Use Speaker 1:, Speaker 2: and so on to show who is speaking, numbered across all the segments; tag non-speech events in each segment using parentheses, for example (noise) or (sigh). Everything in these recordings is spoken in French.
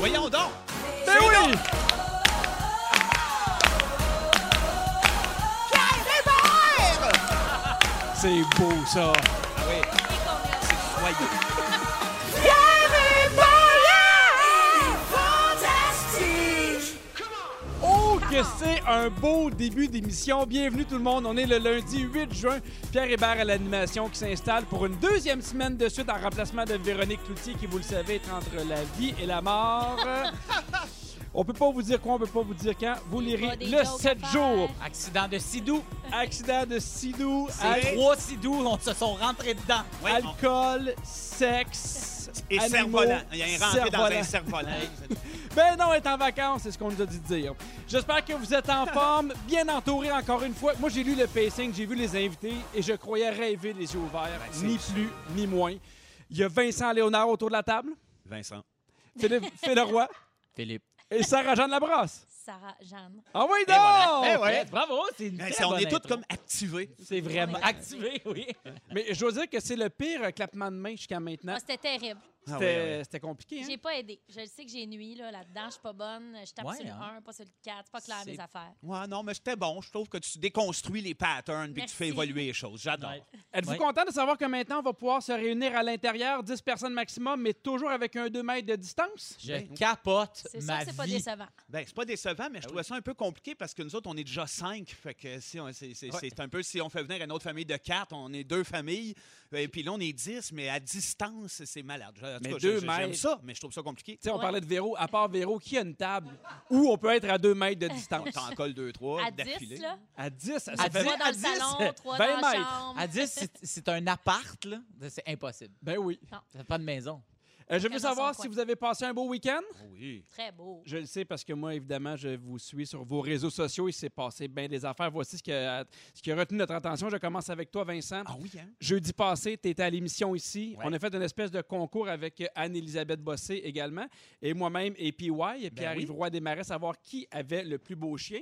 Speaker 1: Voyons donc!
Speaker 2: Ben oui!
Speaker 1: Pierre Hébert!
Speaker 2: C'est beau, ça.
Speaker 1: Ah oui, c'est joyeux.
Speaker 2: Oh, que c'est un beau début d'émission. Bienvenue tout le monde. On est le lundi 8 juin. Pierre Hébert à l'animation qui s'installe pour une deuxième semaine de suite en remplacement de Véronique Cloutier qui, vous le savez, est entre la vie et la
Speaker 1: (laughs)
Speaker 2: mort. on peut pas vous dire quoi, on peut pas vous dire quand. Vous
Speaker 3: Il y a
Speaker 2: lirez
Speaker 3: des
Speaker 2: le
Speaker 3: jokes à
Speaker 2: 7
Speaker 3: faire.
Speaker 2: jours.
Speaker 4: Accident de Sidou.
Speaker 2: Accident de Sidou,
Speaker 4: C'est
Speaker 2: al-
Speaker 4: trois Sidou, on se sont rentrés dedans.
Speaker 1: Ouais, on-
Speaker 2: alcool, sexe,
Speaker 1: Et
Speaker 2: animaux,
Speaker 1: cerf-volant. Il y a un rentré dans
Speaker 2: cerf-volant.
Speaker 1: un cerf-volant.
Speaker 2: Ben non, elle est en vacances, c'est ce qu'on nous a dit de dire. J'espère que vous êtes
Speaker 1: (laughs)
Speaker 2: en forme, bien entouré encore une fois. Moi, j'ai lu le pacing, j'ai vu les invités et je croyais rêver les yeux ouverts,
Speaker 1: Ben, c'est
Speaker 2: ni plus, ni moins. Il y a Vincent Léonard autour de la table,
Speaker 1: Vincent. (laughs)
Speaker 2: Philippe Féleroy
Speaker 4: Philippe.
Speaker 2: et Sarah-Jeanne Labrosse.
Speaker 3: Sarah Jeanne.
Speaker 2: Ah oui,
Speaker 1: Et voilà.
Speaker 2: non!
Speaker 1: Eh ouais.
Speaker 4: bravo, c'est une
Speaker 1: Eh,
Speaker 4: très
Speaker 1: c'est- on
Speaker 4: bonne
Speaker 1: est tous
Speaker 4: intro.
Speaker 1: comme activés.
Speaker 2: C'est vraiment...
Speaker 3: On est-
Speaker 4: activés, (laughs) oui.
Speaker 2: Mais je dois dire que c'est le pire clapement de main jusqu'à maintenant.
Speaker 3: Ah, C'était terrible.
Speaker 1: Ah
Speaker 2: C'était
Speaker 1: oui, oui.
Speaker 2: c'était compliqué, hein?
Speaker 3: J'ai pas aidé. Je le sais que j'ai nuit là, là-dedans. Je suis pas bonne. Je tape
Speaker 4: Ouais,
Speaker 3: sur le
Speaker 4: hein.
Speaker 3: 1, pas sur le 4. C'est pas clair
Speaker 4: C'est-
Speaker 3: mes affaires.
Speaker 1: Ouais, non, mais c'était bon. Je trouve que tu déconstruis les patterns et que tu
Speaker 3: Merci.
Speaker 1: fais évoluer les choses. J'adore.
Speaker 4: Ouais.
Speaker 2: Êtes-vous
Speaker 4: Oui.
Speaker 2: content de savoir que maintenant, on va pouvoir se réunir à l'intérieur, 10 personnes maximum, mais toujours avec un 2 mètres de distance?
Speaker 4: Je capote
Speaker 3: C'est sûr
Speaker 4: ma
Speaker 3: que c'est pas
Speaker 4: vie.
Speaker 3: décevant.
Speaker 1: Ben, c'est pas décevant, mais je trouvais ça un peu compliqué parce que nous autres, on est déjà cinq. Fait que si on- c'est, c'est-
Speaker 4: Ouais.
Speaker 1: c'est un peu si on fait venir une autre famille de quatre, on est deux familles. Et puis là, on est dix, mais à distance, c'est malade. En tout
Speaker 2: Mais
Speaker 1: cas, je-
Speaker 2: deux
Speaker 1: je- j'aime
Speaker 2: mètres.
Speaker 1: ça, mais je trouve ça compliqué.
Speaker 2: Tu sais, on
Speaker 3: Ouais.
Speaker 2: parlait de Véro. À part Véro, qui a une table où on peut être à 2 mètres de
Speaker 1: On
Speaker 2: (laughs) distance?
Speaker 1: (laughs) t'en colle deux, trois
Speaker 3: À 10,
Speaker 1: d'affilée.
Speaker 3: là,
Speaker 2: À 10, ça
Speaker 4: À
Speaker 2: fait...
Speaker 4: 10,
Speaker 3: trois dans
Speaker 4: à
Speaker 3: le
Speaker 4: 10, (laughs)
Speaker 3: salon, trois dans
Speaker 2: 20
Speaker 3: la
Speaker 2: mètres.
Speaker 3: chambre.
Speaker 4: À 10, c'est- c'est un appart, là. C'est impossible.
Speaker 2: Ben oui.
Speaker 4: Ça fait pas de maison.
Speaker 2: Euh, je
Speaker 3: Chacun
Speaker 2: veux
Speaker 3: dans
Speaker 2: savoir
Speaker 3: son
Speaker 2: si
Speaker 3: coin.
Speaker 2: vous avez passé un beau week-end.
Speaker 1: Oh oui.
Speaker 3: Très beau.
Speaker 2: Je le sais parce que moi, évidemment, je vous suis sur vos réseaux sociaux. Il s'est passé bien des affaires. Voici ce, que- ce qui a retenu notre attention. Je commence avec toi, Vincent.
Speaker 1: Ah oui, hein?
Speaker 2: Jeudi passé, tu étais à l'émission ici.
Speaker 1: Ouais.
Speaker 2: On a fait une espèce de concours avec Anne-Élisabeth Bossé également, et moi-même et PY, et
Speaker 1: Ben
Speaker 2: puis arrive Roy Desmarais, savoir qui avait le plus beau chien.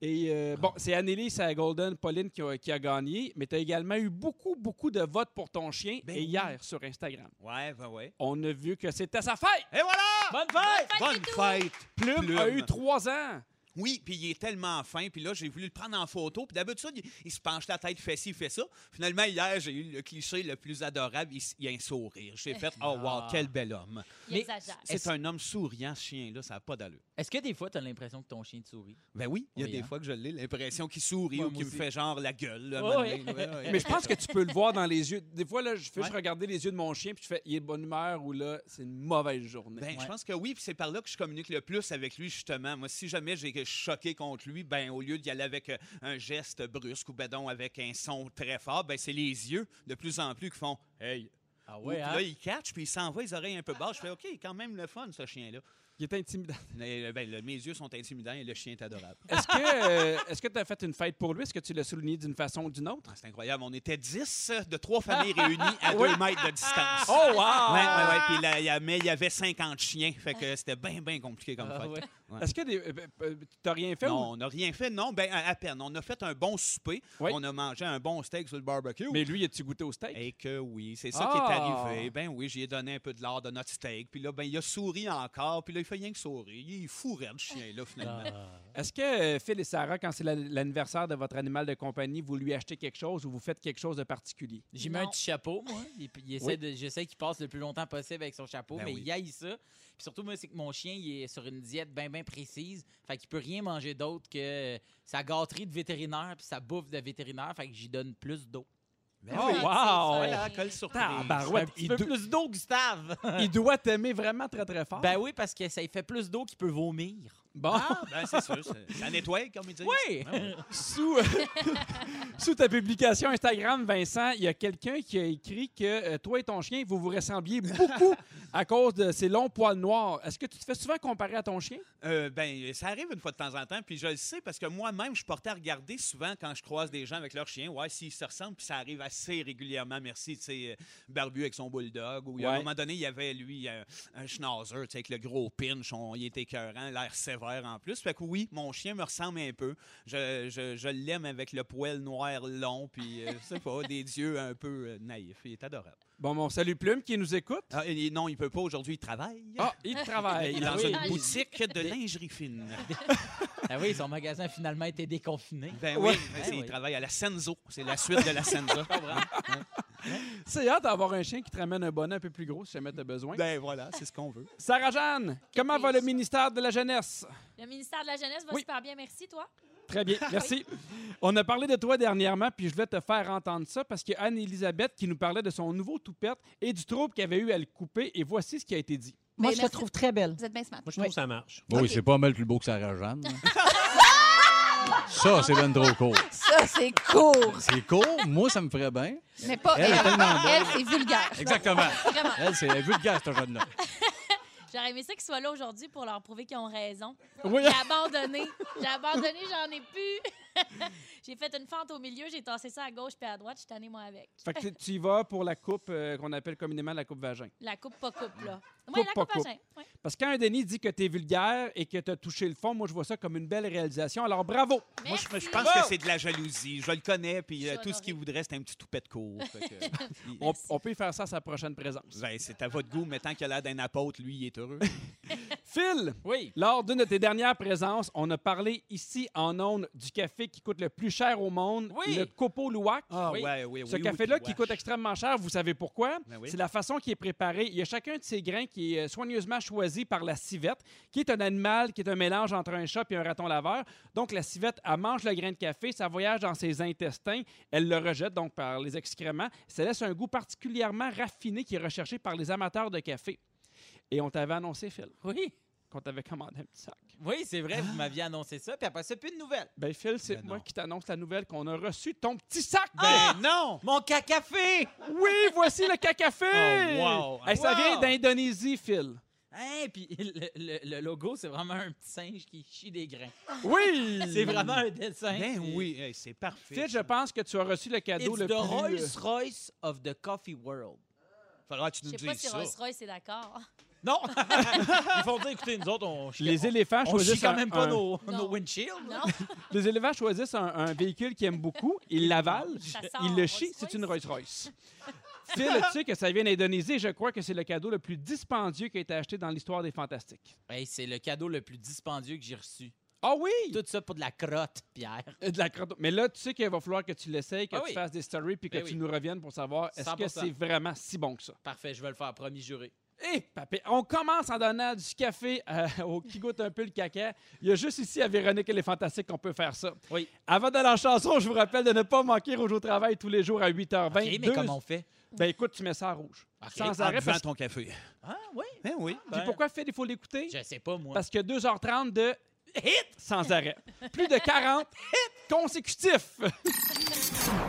Speaker 2: Et euh, bon, c'est Anneli, c'est la Golden Pauline qui a, qui a gagné, mais tu as également eu beaucoup, beaucoup de votes pour ton chien.
Speaker 1: Ben
Speaker 2: et
Speaker 1: oui.
Speaker 2: hier, sur Instagram,
Speaker 1: Ouais, ben ouais.
Speaker 2: on a vu que c'était sa fête.
Speaker 1: Et voilà!
Speaker 2: Bonne fête!
Speaker 3: Bonne fête,
Speaker 1: Bonne fête!
Speaker 2: Plume,
Speaker 1: Plume.
Speaker 2: a eu trois ans.
Speaker 1: Oui, puis il est tellement fin. Puis là, j'ai voulu le prendre en photo. Puis d'habitude, il, il se penche la tête, fait ci, fait ça. Finalement, hier, j'ai eu le cliché le plus adorable. Il, s- il y a un sourire. J'ai fait « Oh wow,
Speaker 4: Ah.
Speaker 1: quel bel homme!
Speaker 3: Il
Speaker 4: Mais- Oh,
Speaker 3: exagère. »
Speaker 1: C'est
Speaker 4: Est-ce-
Speaker 1: un homme souriant, ce chien-là. Ça n'a pas d'allure.
Speaker 4: Est-ce que des fois, t'as l'impression que ton chien te sourit?
Speaker 1: Ben oui, il y a
Speaker 4: Oui,
Speaker 1: des
Speaker 4: hein.
Speaker 1: fois que je l'ai l'impression qu'il sourit
Speaker 4: Ouais,
Speaker 1: ou
Speaker 4: moi
Speaker 1: qu'il me
Speaker 4: aussi.
Speaker 1: fait genre la gueule. là,
Speaker 4: Ouais,
Speaker 1: un moment
Speaker 4: ouais.
Speaker 1: donné. Ouais, ouais.
Speaker 2: Mais je pense que tu peux le voir dans les yeux. Des fois, là, je fais juste
Speaker 1: Ouais.
Speaker 2: regarder les yeux de mon chien, puis je fais, il est de bonne humeur ou là, c'est une mauvaise journée.
Speaker 1: Ben,
Speaker 4: Ouais.
Speaker 1: Je pense que oui, puis c'est par là que je communique le plus avec lui, justement. Moi, si jamais j'ai choqué contre lui, ben, au lieu d'y aller avec euh, un geste brusque ou ben donc avec un son très fort, ben, c'est les yeux de plus en plus qui font Hey!
Speaker 4: Ah
Speaker 1: Puis là, il catch, puis il s'en va, les oreilles un peu basses. Je fais OK, quand même le fun, ce chien-là.
Speaker 2: il est intimidant.
Speaker 1: Mais, ben, le- mes yeux sont intimidants et le chien est adorable.
Speaker 2: Est-ce que tu as fait une fête pour lui? Est-ce que tu l'as souligné d'une façon ou d'une autre?
Speaker 1: Ah, c'est incroyable. On était 10 de trois
Speaker 4: (laughs)
Speaker 1: familles réunies à
Speaker 2: Oui.
Speaker 1: 2 mètres de distance.
Speaker 2: Oh, wow!
Speaker 1: Ouais, ouais, ouais. Puis là, il y a- mais il y avait 50 chiens. Fait que c'était bien, bien compliqué comme
Speaker 4: Ah
Speaker 1: fête.
Speaker 4: ouais.
Speaker 1: ouais.
Speaker 2: Est-ce que des- euh, euh, t'as rien fait?
Speaker 1: Non, on n'a rien fait. Non, ben à à peine. On a fait un bon souper.
Speaker 2: Oui.
Speaker 1: On a mangé un bon steak sur le barbecue.
Speaker 2: ou- Mais lui, as-tu goûté au steak?
Speaker 1: Et que oui, c'est ça qui est
Speaker 2: Ah!
Speaker 1: arrivé. Ben oui, j'ai donné un peu de l'art de notre steak. Puis là, ben il a souri encore. Puis là, il fait rien que sourire. Il est fourré, le chien, là,
Speaker 2: Ah!
Speaker 1: (laughs)
Speaker 4: Ah.
Speaker 1: finalement.
Speaker 2: Est-ce que euh, Phil et Sarah, quand c'est la- l'anniversaire de votre animal de compagnie, vous lui achetez quelque chose ou vous faites quelque chose de particulier?
Speaker 4: J'ai mis un
Speaker 3: Non.
Speaker 4: petit chapeau, moi. Il, il essaie
Speaker 2: Oui.
Speaker 4: de- j'essaie qu'il passe le plus longtemps possible avec son chapeau,
Speaker 1: Ben
Speaker 4: mais
Speaker 1: oui.
Speaker 4: il haït ça. Puis surtout, moi, c'est que mon chien, il est sur une diète bien, bien précise. Fait qu'il peut rien manger d'autre que sa gâterie de vétérinaire puis sa bouffe de vétérinaire. Fait que j'y donne plus d'eau.
Speaker 1: Ben
Speaker 2: Oh,
Speaker 1: oui.
Speaker 2: wow!
Speaker 1: Voilà,
Speaker 3: Oui.
Speaker 1: quelle surprise.
Speaker 2: Tabarouette,
Speaker 4: Un petit
Speaker 2: il
Speaker 4: peu
Speaker 2: do-
Speaker 4: plus d'eau, Gustave! (laughs)
Speaker 2: Il doit t'aimer vraiment très, très fort.
Speaker 4: ben oui, parce que ça lui fait plus d'eau qu'il peut vomir.
Speaker 2: bon,
Speaker 4: (laughs)
Speaker 1: Ah, ben c'est sûr. c'est- Ça nettoie, comme ils disent.
Speaker 2: (laughs)
Speaker 4: Oui!
Speaker 1: Ben oui.
Speaker 2: sous, euh, sous ta publication Instagram, Vincent, il y a quelqu'un qui a écrit que euh, toi et ton chien, vous vous
Speaker 1: (laughs)
Speaker 2: ressembliez beaucoup à cause de ses longs poils noirs. Est-ce que tu te fais souvent comparer à ton chien?
Speaker 1: Euh, ben, ça arrive une fois de temps en temps, puis je le sais parce que moi-même, je suis porté à regarder souvent quand je croise des gens avec leur chien, ouais, s'ils se ressemblent, puis ça arrive assez régulièrement, merci, tu sais, euh, Barbu avec son bulldog, ou à
Speaker 2: Ouais.
Speaker 1: un moment donné, il y avait, lui, un, un schnauzer, tu sais, avec le gros pinch, on, il était écœurant, l'air sévère en plus, fait que oui, mon chien me ressemble un peu, je, je- je l'aime avec le poil noir long, puis, euh, je sais pas, des yeux un peu euh, naïfs, il est adorable.
Speaker 2: Bon, mon salut Plume qui nous écoute.
Speaker 1: Ah, et non, il peut pas aujourd'hui, il travaille.
Speaker 2: Ah, il travaille.
Speaker 1: Il est dans
Speaker 2: Ah Oui.
Speaker 1: une boutique de lingerie fine.
Speaker 4: Ah oui, son magasin a finalement été déconfiné.
Speaker 1: Ben
Speaker 2: Ouais.
Speaker 1: oui, mais c'est-
Speaker 4: Ouais, ouais.
Speaker 1: il travaille à la Senzo. C'est la suite de la Senzo.
Speaker 2: C'est hâte d'avoir un chien qui te ramène un bonnet un peu plus gros si jamais t'as
Speaker 1: (laughs)
Speaker 2: besoin.
Speaker 1: ben voilà, c'est ce qu'on veut.
Speaker 2: Sarah-Jeanne, comment va le ministère de la Jeunesse?
Speaker 3: Le ministère de la Jeunesse va
Speaker 2: Oui.
Speaker 3: super bien, merci,
Speaker 4: (laughs)
Speaker 3: toi.
Speaker 2: Très (laughs) bien, merci. On a parlé de toi dernièrement, puis je voulais te faire entendre ça parce qu'il y a Anne-Elisabeth qui nous parlait de son nouveau toupette et du trouble qu'elle avait eu à le couper, et voici ce qui a été dit.
Speaker 5: Moi,
Speaker 6: Mais
Speaker 5: je te
Speaker 6: merci.
Speaker 5: trouve très belle.
Speaker 6: Vous êtes bien smart.
Speaker 7: Moi, je trouve que ça marche.
Speaker 8: Bon,
Speaker 6: Ok.
Speaker 8: oui, c'est pas mal plus beau que Sarah Jeanne.
Speaker 4: (laughs)
Speaker 8: ça, c'est ben trop court.
Speaker 6: Ça, c'est court.
Speaker 8: C'est court, moi, ça me ferait bien.
Speaker 6: Mais pas elle.
Speaker 8: Elle est tellement
Speaker 6: Elle, c'est vulgaire.
Speaker 8: Exactement.
Speaker 6: Vraiment.
Speaker 8: Elle, c'est elle est vulgaire, cette jeune-là.
Speaker 3: J'aurais aimé ça qu'ils soient là aujourd'hui pour leur prouver qu'ils ont raison.
Speaker 2: Oui,
Speaker 3: J'ai abandonné. J'ai abandonné, j'en ai plus. (laughs) j'ai fait une fente au milieu, j'ai tassé ça à gauche puis à droite, je suis tannée, moi, avec.
Speaker 2: fait que tu- tu y vas pour la coupe euh, qu'on appelle communément la coupe vagin.
Speaker 3: La coupe pas coupe, là. Oui,
Speaker 2: Coupe
Speaker 3: la
Speaker 2: pas
Speaker 3: coupe,
Speaker 2: coupe.
Speaker 3: à jeun. Ouais.
Speaker 2: Parce que quand un Denis dit que t'es vulgaire et que t'as touché le fond, moi, je vois ça comme une belle réalisation. Alors, bravo!
Speaker 1: Moi, je, je
Speaker 3: Merci.
Speaker 1: pense que c'est de la jalousie. Je le connais,
Speaker 3: Je
Speaker 1: puis
Speaker 3: suis
Speaker 1: euh, tout ce
Speaker 3: honorée.
Speaker 1: qu'il voudrait, c'est un petit toupet de cours. Fait (laughs) que, il-
Speaker 2: On, on peut y faire ça à sa prochaine présence.
Speaker 1: ben, c'est à votre goût, mais tant qu'il a l'air d'un apôtre, lui, il est heureux.
Speaker 2: Phil,
Speaker 4: Oui.
Speaker 2: lors d'une de tes dernières présences, on a parlé ici en ondes du café qui coûte le plus cher au monde,
Speaker 4: Oui. Ah
Speaker 2: le Copo Luwak.
Speaker 4: Oui.
Speaker 1: Ah, ouais, oui,
Speaker 2: Ce
Speaker 1: oui, oui,
Speaker 2: café-là
Speaker 1: puis
Speaker 2: qui
Speaker 1: ouais. (laughs)
Speaker 2: coûte extrêmement cher, vous savez pourquoi?
Speaker 1: Ben oui.
Speaker 2: C'est la façon qui est préparée. Il y a chacun de ces grains qui est euh, soigneusement choisi par la civette, qui est un animal, qui est un mélange entre un chat et un raton laveur. Donc, la civette, elle mange le grain de café, ça voyage dans ses intestins, elle le rejette donc par les excréments. Ça laisse un goût particulièrement raffiné qui est recherché par les amateurs de café. Et on t'avait annoncé, Phil,
Speaker 4: Oui.
Speaker 2: qu'on t'avait commandé un petit sac.
Speaker 4: (laughs) Oui, c'est vrai, vous m'aviez annoncé ça, puis après ça, plus de nouvelles.
Speaker 2: Ben, Phil, c'est
Speaker 1: Ben
Speaker 2: moi
Speaker 1: non.
Speaker 2: qui t'annonce la nouvelle qu'on a reçu ton petit sac.
Speaker 1: Ben non!
Speaker 4: Mon cacafé!
Speaker 2: Oui, voici le cacafé!
Speaker 1: Oh, wow.
Speaker 2: Hey, ça
Speaker 4: Wow.
Speaker 2: vient d'Indonésie, Phil.
Speaker 4: Hein, puis (laughs) le, le- le logo, c'est vraiment un petit singe qui chie des grains.
Speaker 2: Oui!
Speaker 4: (laughs) C'est vraiment un dessin.
Speaker 1: Ben
Speaker 4: puis-
Speaker 1: oui, hey, c'est parfait.
Speaker 2: Phil, je
Speaker 1: ça.
Speaker 2: pense que tu as reçu le cadeau
Speaker 4: It's
Speaker 2: le
Speaker 4: the
Speaker 2: plus... euh,
Speaker 4: Rolls Royce of the coffee world.
Speaker 1: Faudra que tu
Speaker 3: Je
Speaker 1: nous
Speaker 3: sais pas
Speaker 1: dises
Speaker 3: si
Speaker 1: ça.
Speaker 3: Rolls Royce est d'accord.
Speaker 4: Non! (laughs) Ils font dire, écoutez, nous autres, on chie,
Speaker 2: Les éléphants
Speaker 4: on, on chie
Speaker 2: choisissent
Speaker 4: quand
Speaker 2: un-
Speaker 4: même pas
Speaker 2: un-
Speaker 4: nos,
Speaker 3: Non.
Speaker 4: nos windshields.
Speaker 3: Non?
Speaker 2: Les éléphants choisissent un, un véhicule qu'ils aiment beaucoup, ils l'avalent,
Speaker 3: Ça sort,
Speaker 2: ils le chient,
Speaker 3: Rolls-Royce.
Speaker 2: c'est une Rolls-Royce. Phil, tu sais que ça vient d'Indonésie et je crois que c'est le cadeau le plus dispendieux qui a été acheté dans l'histoire des Fantastiques.
Speaker 4: Hey, c'est le cadeau le plus dispendieux que j'ai reçu.
Speaker 2: Ah oui!
Speaker 4: Tout ça pour de la crotte, Pierre.
Speaker 2: Euh, De la crotte- Mais là, tu sais qu'il va falloir que tu l'essayes, que
Speaker 4: Ah
Speaker 2: tu
Speaker 4: oui.
Speaker 2: fasses des stories puis que
Speaker 4: Ben
Speaker 2: tu
Speaker 4: oui.
Speaker 2: nous reviennes pour savoir est-ce que
Speaker 4: 100%.
Speaker 2: c'est vraiment si bon que ça.
Speaker 4: Parfait, je vais le faire, promis juré.
Speaker 2: Hé, Eh, papé, on commence en donnant du café euh, (laughs) au qui goûte un peu le caca. Il y a juste ici à Véronique et les Fantastiques qu'on peut faire ça.
Speaker 4: Oui.
Speaker 2: Avant d'aller en chanson, je vous rappelle de ne pas manquer Rouge au travail tous les jours à 8h20.
Speaker 4: OK, mais
Speaker 2: Deux-
Speaker 4: comment on fait?
Speaker 2: Ben écoute, tu mets ça à rouge.
Speaker 4: OK.
Speaker 2: Sans
Speaker 1: En
Speaker 2: arrêt.
Speaker 1: buvant
Speaker 2: Parce...
Speaker 1: ton café.
Speaker 4: Ah, oui?
Speaker 1: Ben oui.
Speaker 2: Puis pourquoi Phil, il faut l'écouter?
Speaker 4: Je sais pas, moi.
Speaker 2: Parce que 2h30 de hit sans arrêt. Plus de 40 hits consécutifs. (laughs)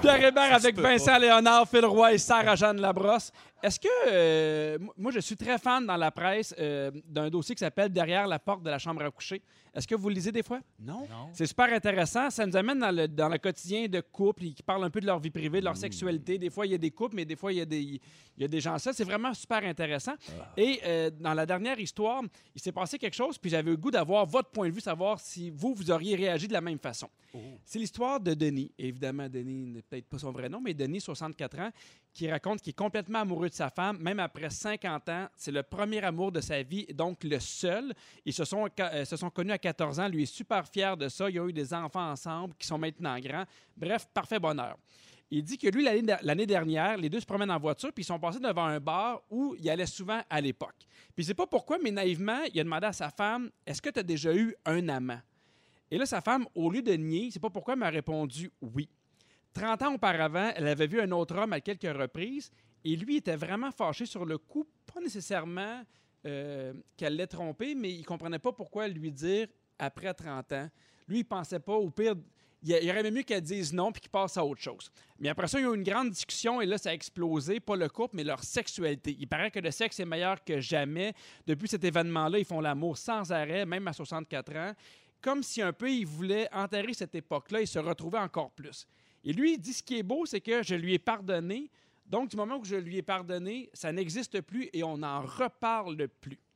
Speaker 2: Pierre Hébert
Speaker 1: se
Speaker 2: avec
Speaker 1: peut
Speaker 2: Vincent Léonard, Phil Roy et Sarah-Jeanne Labrosse. Est-ce que... euh, m- moi, je suis très fan dans la presse euh, d'un dossier qui s'appelle « Derrière la porte de la chambre à coucher ». Est-ce que vous le lisez des fois?
Speaker 1: Non?
Speaker 4: Non.
Speaker 2: C'est super intéressant. Ça nous amène dans le, dans le quotidien de couples qui parlent un peu de leur vie privée, de leur sexualité. Des fois, il y a des couples, mais des fois, il y a des, il y a des gens ça. C'est vraiment super intéressant. Et euh, dans la dernière histoire, il s'est passé quelque chose, puis j'avais le goût d'avoir votre point de vue, savoir si vous, vous auriez réagi de la même façon. C'est l'histoire de Denis. Et évidemment, Denis n'est peut-être pas son vrai nom, mais Denis, 64 ans, qui raconte qu'il est complètement amoureux de sa femme, même après 50 ans. C'est le premier amour de sa vie, et donc le seul. Ils se sont, ca- euh, se sont connus à 14 ans. Lui est super fier de ça. Ils ont eu des enfants ensemble qui sont maintenant grands. Bref, parfait bonheur. Il dit que lui, l'année de- l'année dernière, les deux se promènent en voiture, puis ils sont passés devant un bar où il allait souvent à l'époque. Puis je sais pas pourquoi, mais naïvement, il a demandé à sa femme Est-ce que tu as déjà eu un amant Et là, sa femme, au lieu de nier, je sais pas pourquoi, m'a répondu Oui. 30 ans auparavant, elle avait vu un autre homme à quelques reprises, et lui était vraiment fâché sur le coup, pas nécessairement euh, qu'elle l'ait trompé, mais il comprenait pas pourquoi lui dire après 30 ans. Lui, il pensait pas, au pire, il, il aurait aimé mieux qu'elle dise non puis qu'il passe à autre chose. Mais après ça, ils ont eu une grande discussion et là, ça a explosé, pas le couple, mais leur sexualité. Il paraît que le sexe est meilleur que jamais. Depuis cet événement-là, ils font l'amour sans arrêt, même à 64 ans. Comme si un peu ils voulaient enterrer cette époque-là et se retrouver encore plus. Et lui, il dit ce qui est beau, c'est que je lui ai pardonné. Donc, du moment où je lui ai pardonné, ça n'existe plus et on n'en reparle plus.
Speaker 1: (laughs)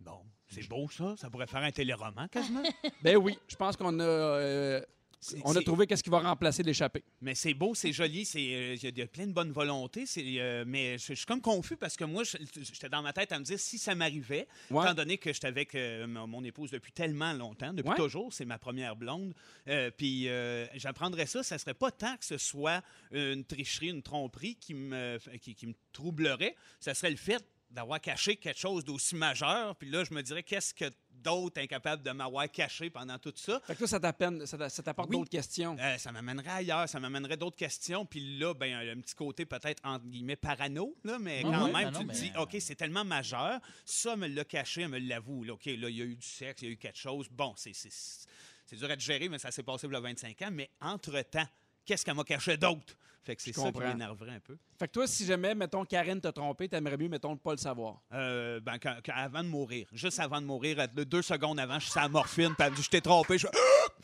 Speaker 1: Bon, c'est beau ça. Ça pourrait faire un téléroman quasiment.
Speaker 2: Ben oui, je pense qu'on a euh,
Speaker 1: C'est-
Speaker 2: On a
Speaker 1: c'est-
Speaker 2: trouvé qu'est-ce qui va remplacer l'échappée.
Speaker 1: Mais c'est beau, c'est joli, c'est euh, il y a de- plein de bonne volonté. C'est, euh, mais je, je suis comme confus parce que moi, je- j'étais dans ma tête à me dire si ça m'arrivait,
Speaker 2: Ouais.
Speaker 1: étant donné que j'étais avec euh, mon mon épouse depuis tellement longtemps, depuis
Speaker 2: Ouais.
Speaker 1: toujours, c'est ma première blonde. euh, Puis euh, j'apprendrais ça, ça serait pas tant que ce soit une tricherie, une tromperie qui me, qui, qui me troublerait. Ça serait le fait d'avoir caché quelque chose d'aussi majeur. Puis là, je me dirais qu'est-ce que d'autre incapable de m'avoir caché pendant tout ça.
Speaker 2: Fait que là, ça t'appelle- ça t'a- ça t'apporte
Speaker 1: Oui.
Speaker 2: d'autres questions.
Speaker 1: Euh, ça m'amènerait ailleurs, ça m'amènerait d'autres questions. Puis là, ben, un, un petit côté peut-être entre guillemets parano, là, mais
Speaker 4: Ah
Speaker 1: quand
Speaker 4: ouais,
Speaker 1: même,
Speaker 4: non,
Speaker 1: tu
Speaker 4: non,
Speaker 1: te dis,
Speaker 4: mais-
Speaker 1: OK, c'est tellement majeur, ça me l'a caché, elle me l'avoue. Là, OK, là, il y a eu du sexe, il y a eu quelque chose. Bon, c'est, c'est, c'est dur à digérer, mais ça s'est passé il y a 25 ans. Mais entre-temps, qu'est-ce qu'elle m'a caché d'autre? Fait que c'est
Speaker 2: Je
Speaker 1: ça qui
Speaker 2: comprends.
Speaker 1: m'énerverait un peu.
Speaker 2: Fait que toi, si jamais, mettons, Karine t'a trompé, t'aimerais mieux, mettons, ne pas le savoir.
Speaker 1: Euh, ben, quand- quand- avant de mourir, juste avant de mourir, à- deux secondes avant, je suis à la morphine, puis elle me dit, je t'ai trompé. Je...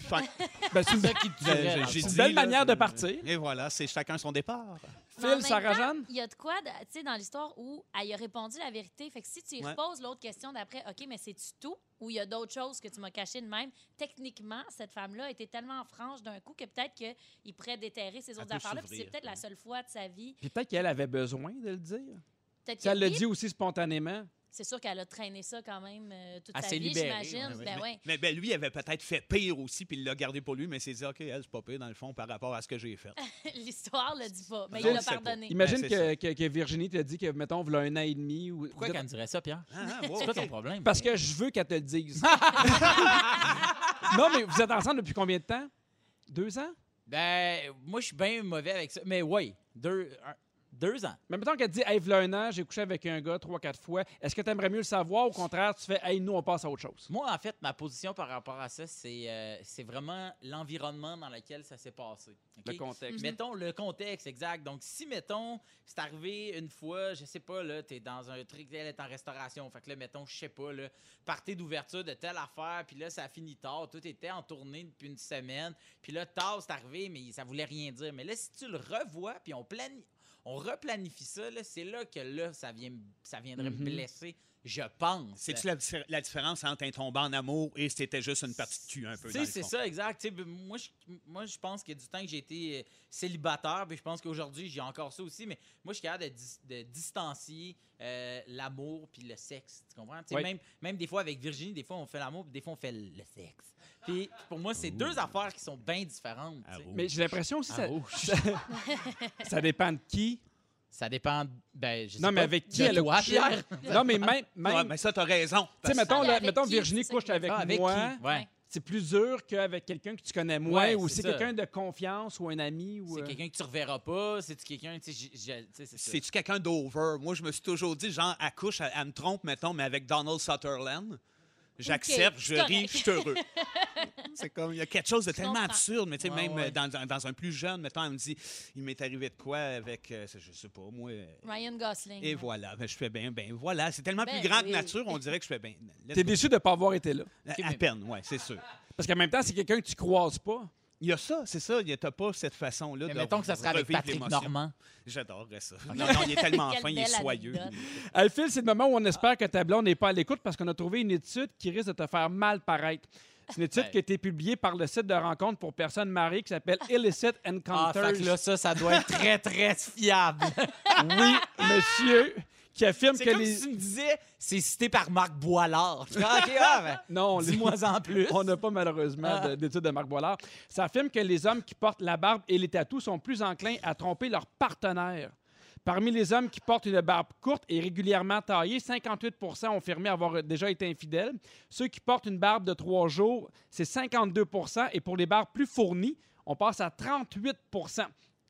Speaker 1: fais, Ah! Fait
Speaker 2: (laughs) Ben, c'est une,
Speaker 4: C'est ça qui te
Speaker 1: que, euh,
Speaker 4: tuerait, dans
Speaker 1: j'ai
Speaker 4: le fond.
Speaker 2: c'est une
Speaker 1: dit,
Speaker 2: belle
Speaker 1: là,
Speaker 2: manière de
Speaker 1: c'est-
Speaker 2: partir.
Speaker 1: Et voilà, c'est chacun son départ.
Speaker 3: Mais en
Speaker 2: Phil,
Speaker 3: même
Speaker 2: Sarah-Jeanne?
Speaker 3: temps, Il y a de quoi, de- tu sais, dans l'histoire où elle y a répondu la vérité. Fait que si tu y
Speaker 1: Ouais.
Speaker 3: reposes l'autre question d'après, OK, mais c'est-tu tout ou il y a d'autres choses que tu m'as cachées de même? Techniquement, cette femme-là était tellement franche d'un coup que peut-être qu'il pourrait déterrer ces autres
Speaker 1: peut
Speaker 3: affaires-là. Puis c'est
Speaker 1: s'ouvrir,
Speaker 3: peut-être la seule fois de sa vie.
Speaker 2: Puis peut-être qu'elle avait besoin de le dire.
Speaker 3: Peut-être
Speaker 2: Si elle
Speaker 3: que
Speaker 2: le
Speaker 3: oui, Ben,
Speaker 2: dit aussi spontanément.
Speaker 3: C'est sûr qu'elle a traîné ça quand même euh, toute
Speaker 4: Elle
Speaker 3: sa
Speaker 4: s'est
Speaker 3: vie,
Speaker 4: libérée,
Speaker 3: j'imagine.
Speaker 4: ouais, ouais.
Speaker 3: Ben
Speaker 1: Mais-
Speaker 3: ouais. (laughs)
Speaker 1: Mais ben, lui, il avait peut-être fait pire aussi, puis il l'a gardé pour lui, mais il s'est dit, OK, elle, c'est pas pire, dans le fond, par rapport à ce que j'ai fait. Ah,
Speaker 3: L'histoire le dit pas, mais
Speaker 1: Non,
Speaker 3: il
Speaker 1: je
Speaker 3: l'a
Speaker 1: sais pas.
Speaker 3: pardonné.
Speaker 2: Imagine
Speaker 1: Ben,
Speaker 2: que,
Speaker 1: c'est
Speaker 2: que- que Virginie t'a dit que, mettons, voilà un an et demi. Ou...
Speaker 4: Pourquoi
Speaker 2: Vous
Speaker 4: qu'elle
Speaker 2: êtes-
Speaker 4: me dirait ça, Pierre?
Speaker 1: Ah, ah, wow,
Speaker 4: C'est quoi ton
Speaker 1: OK.
Speaker 4: problème?
Speaker 2: Parce que je veux qu'elle te le dise. non, mais vous êtes ensemble depuis combien de temps? Deux ans?
Speaker 4: Ben, moi, je suis bien mauvais avec ça. Mais oui, deux, un- deux ans.
Speaker 2: Mais mettons qu'elle te dit, hey, v'là un an, j'ai couché avec un gars trois, quatre fois. Est-ce que t'aimerais mieux le savoir? Au contraire, tu fais, hey, nous, on passe à autre chose.
Speaker 4: Moi, en fait, ma position par rapport à ça, c'est euh, c'est vraiment l'environnement dans lequel ça s'est passé. OK?
Speaker 2: Le contexte.
Speaker 4: Mettons le contexte exact. Donc, si, mettons, c'est arrivé une fois, je sais pas, là, t'es dans un truc, elle est en restauration. Fait que là, mettons, je sais pas, là, partez d'ouverture de telle affaire, puis là, ça a fini tard. Tout était en tournée depuis une semaine. Puis là, tard, c'est arrivé, mais ça voulait rien dire. Mais là, si tu le revois, puis on planifie. On replanifie ça, là, c'est là que là, ça, vient, me- ça viendrait
Speaker 2: Mhm.
Speaker 4: me blesser, je pense.
Speaker 1: C'est-tu la, diffé- la différence entre un tombant en amour et c'était juste une partie de cul, un peu?
Speaker 4: Tu
Speaker 1: dans
Speaker 4: sais,
Speaker 1: le
Speaker 4: c'est
Speaker 1: fond?
Speaker 4: ça, exact. Tu sais, ben, moi, je, moi, je pense que du temps que j'ai été euh, célibataire, puis je pense qu'aujourd'hui, j'ai encore ça aussi, mais moi, je suis capable de, dis- de distancier euh, l'amour puis le sexe. Tu comprends? Tu sais,
Speaker 2: Oui.
Speaker 4: même, même des fois, avec Virginie, des fois, on fait l'amour, puis des fois, on fait le sexe. Puis pour moi, c'est deux affaires qui sont bien différentes. tu
Speaker 1: Oh. Ah,
Speaker 4: sais.
Speaker 1: wow.
Speaker 2: Mais j'ai l'impression aussi,
Speaker 4: Ah,
Speaker 2: (laughs) ça,
Speaker 4: oh.
Speaker 2: ça dépend de qui.
Speaker 4: Ça dépend. Ben, je sais
Speaker 2: Non, mais
Speaker 4: pas,
Speaker 2: avec
Speaker 4: de
Speaker 2: qui elle a
Speaker 4: toi,
Speaker 2: couché? (laughs)
Speaker 4: Pierre?
Speaker 2: Non, mais même. même
Speaker 1: Ouais, mais ça, t'as raison.
Speaker 2: tu sais,
Speaker 1: parce-
Speaker 2: mettons,
Speaker 3: Mais
Speaker 2: là,
Speaker 3: avec
Speaker 2: mettons
Speaker 3: qui,
Speaker 2: Virginie
Speaker 3: c'est ça
Speaker 2: couche
Speaker 3: que-
Speaker 2: avec,
Speaker 4: Ah, avec
Speaker 2: moi.
Speaker 4: qui? Ouais.
Speaker 2: C'est plus dur qu'avec quelqu'un que tu connais moins
Speaker 4: Ouais,
Speaker 2: ou
Speaker 4: c'est
Speaker 2: c'est
Speaker 4: ça.
Speaker 2: quelqu'un de confiance ou un ami. Ou,
Speaker 4: C'est
Speaker 2: euh,
Speaker 4: quelqu'un que tu reverras pas, c'est quelqu'un, tu sais, j- j- tu sais, c'est ça.
Speaker 1: C'est-tu quelqu'un d'over? Moi, je me suis toujours dit, genre, à couche, elle, elle me trompe, mettons, mais avec Donald Sutherland, j'accepte,
Speaker 3: Ok,
Speaker 1: je
Speaker 3: c'est
Speaker 1: ris,
Speaker 3: correct.
Speaker 1: je suis heureux. c'est comme, il y a quelque chose de
Speaker 3: Je
Speaker 1: tellement
Speaker 3: comprends.
Speaker 1: absurde, mais tu sais,
Speaker 4: Ouais,
Speaker 1: même
Speaker 4: ouais.
Speaker 1: euh, Dans, dans- dans un plus jeune, mettons, elle me dit, il m'est arrivé de quoi avec, euh, je sais pas, moi, euh,
Speaker 3: Ryan Gosling.
Speaker 1: Et
Speaker 3: ouais.
Speaker 1: voilà, ben, je fais bien, ben voilà. C'est tellement
Speaker 3: Mhm. Ben
Speaker 1: plus grand
Speaker 3: oui.
Speaker 1: que nature, on dirait que je fais bien. Let's
Speaker 2: T'es
Speaker 1: go.
Speaker 2: déçu de ne pas avoir été là.
Speaker 1: À-
Speaker 4: Ok,
Speaker 1: À
Speaker 4: mais-
Speaker 1: peine, oui, c'est sûr.
Speaker 2: Parce qu'en même temps, c'est quelqu'un que tu croises pas.
Speaker 1: Il y a ça, c'est ça. Il n'y a t'as pas cette façon-là
Speaker 4: Mais
Speaker 1: de.
Speaker 4: mettons que ça serait avec
Speaker 1: revivre
Speaker 4: Patrick
Speaker 1: l'émotion.
Speaker 4: Normand.
Speaker 1: J'adorerais ça. Non, non, il est tellement
Speaker 3: Quelle
Speaker 1: fin, il est
Speaker 3: belle
Speaker 1: soyeux.
Speaker 3: anecdote.
Speaker 2: Hey, Euh, Phil, c'est le moment où on espère que ta blonde n'est pas à l'écoute parce qu'on a trouvé une étude qui risque de te faire mal paraître. C'est une étude
Speaker 4: Ben.
Speaker 2: qui a été publiée par le site de rencontre pour personnes mariées qui s'appelle Illicit
Speaker 4: Ah,
Speaker 2: Encounters.
Speaker 4: fait que là, ça, ça doit être très, très fiable.
Speaker 2: oui, monsieur, qui affirme
Speaker 4: (laughs) C'est
Speaker 2: que
Speaker 4: comme
Speaker 2: les.
Speaker 4: si tu me disais, c'est cité par Marc Boilard. Je fais, Ah, OK, ah, ben,
Speaker 2: Non, les-
Speaker 4: (laughs) dis-moi en plus.
Speaker 2: On n'a pas malheureusement
Speaker 4: Ah.
Speaker 2: de- d'études de Marc Boilard. Ça affirme que les hommes qui portent la barbe et les tatous sont plus enclins à tromper leur partenaire. Parmi les hommes qui portent une barbe courte et régulièrement taillée, 58 ont affirmé avoir déjà été infidèles. Ceux qui portent une barbe de trois jours, c'est 52 et pour les barbes plus fournies, on passe à 38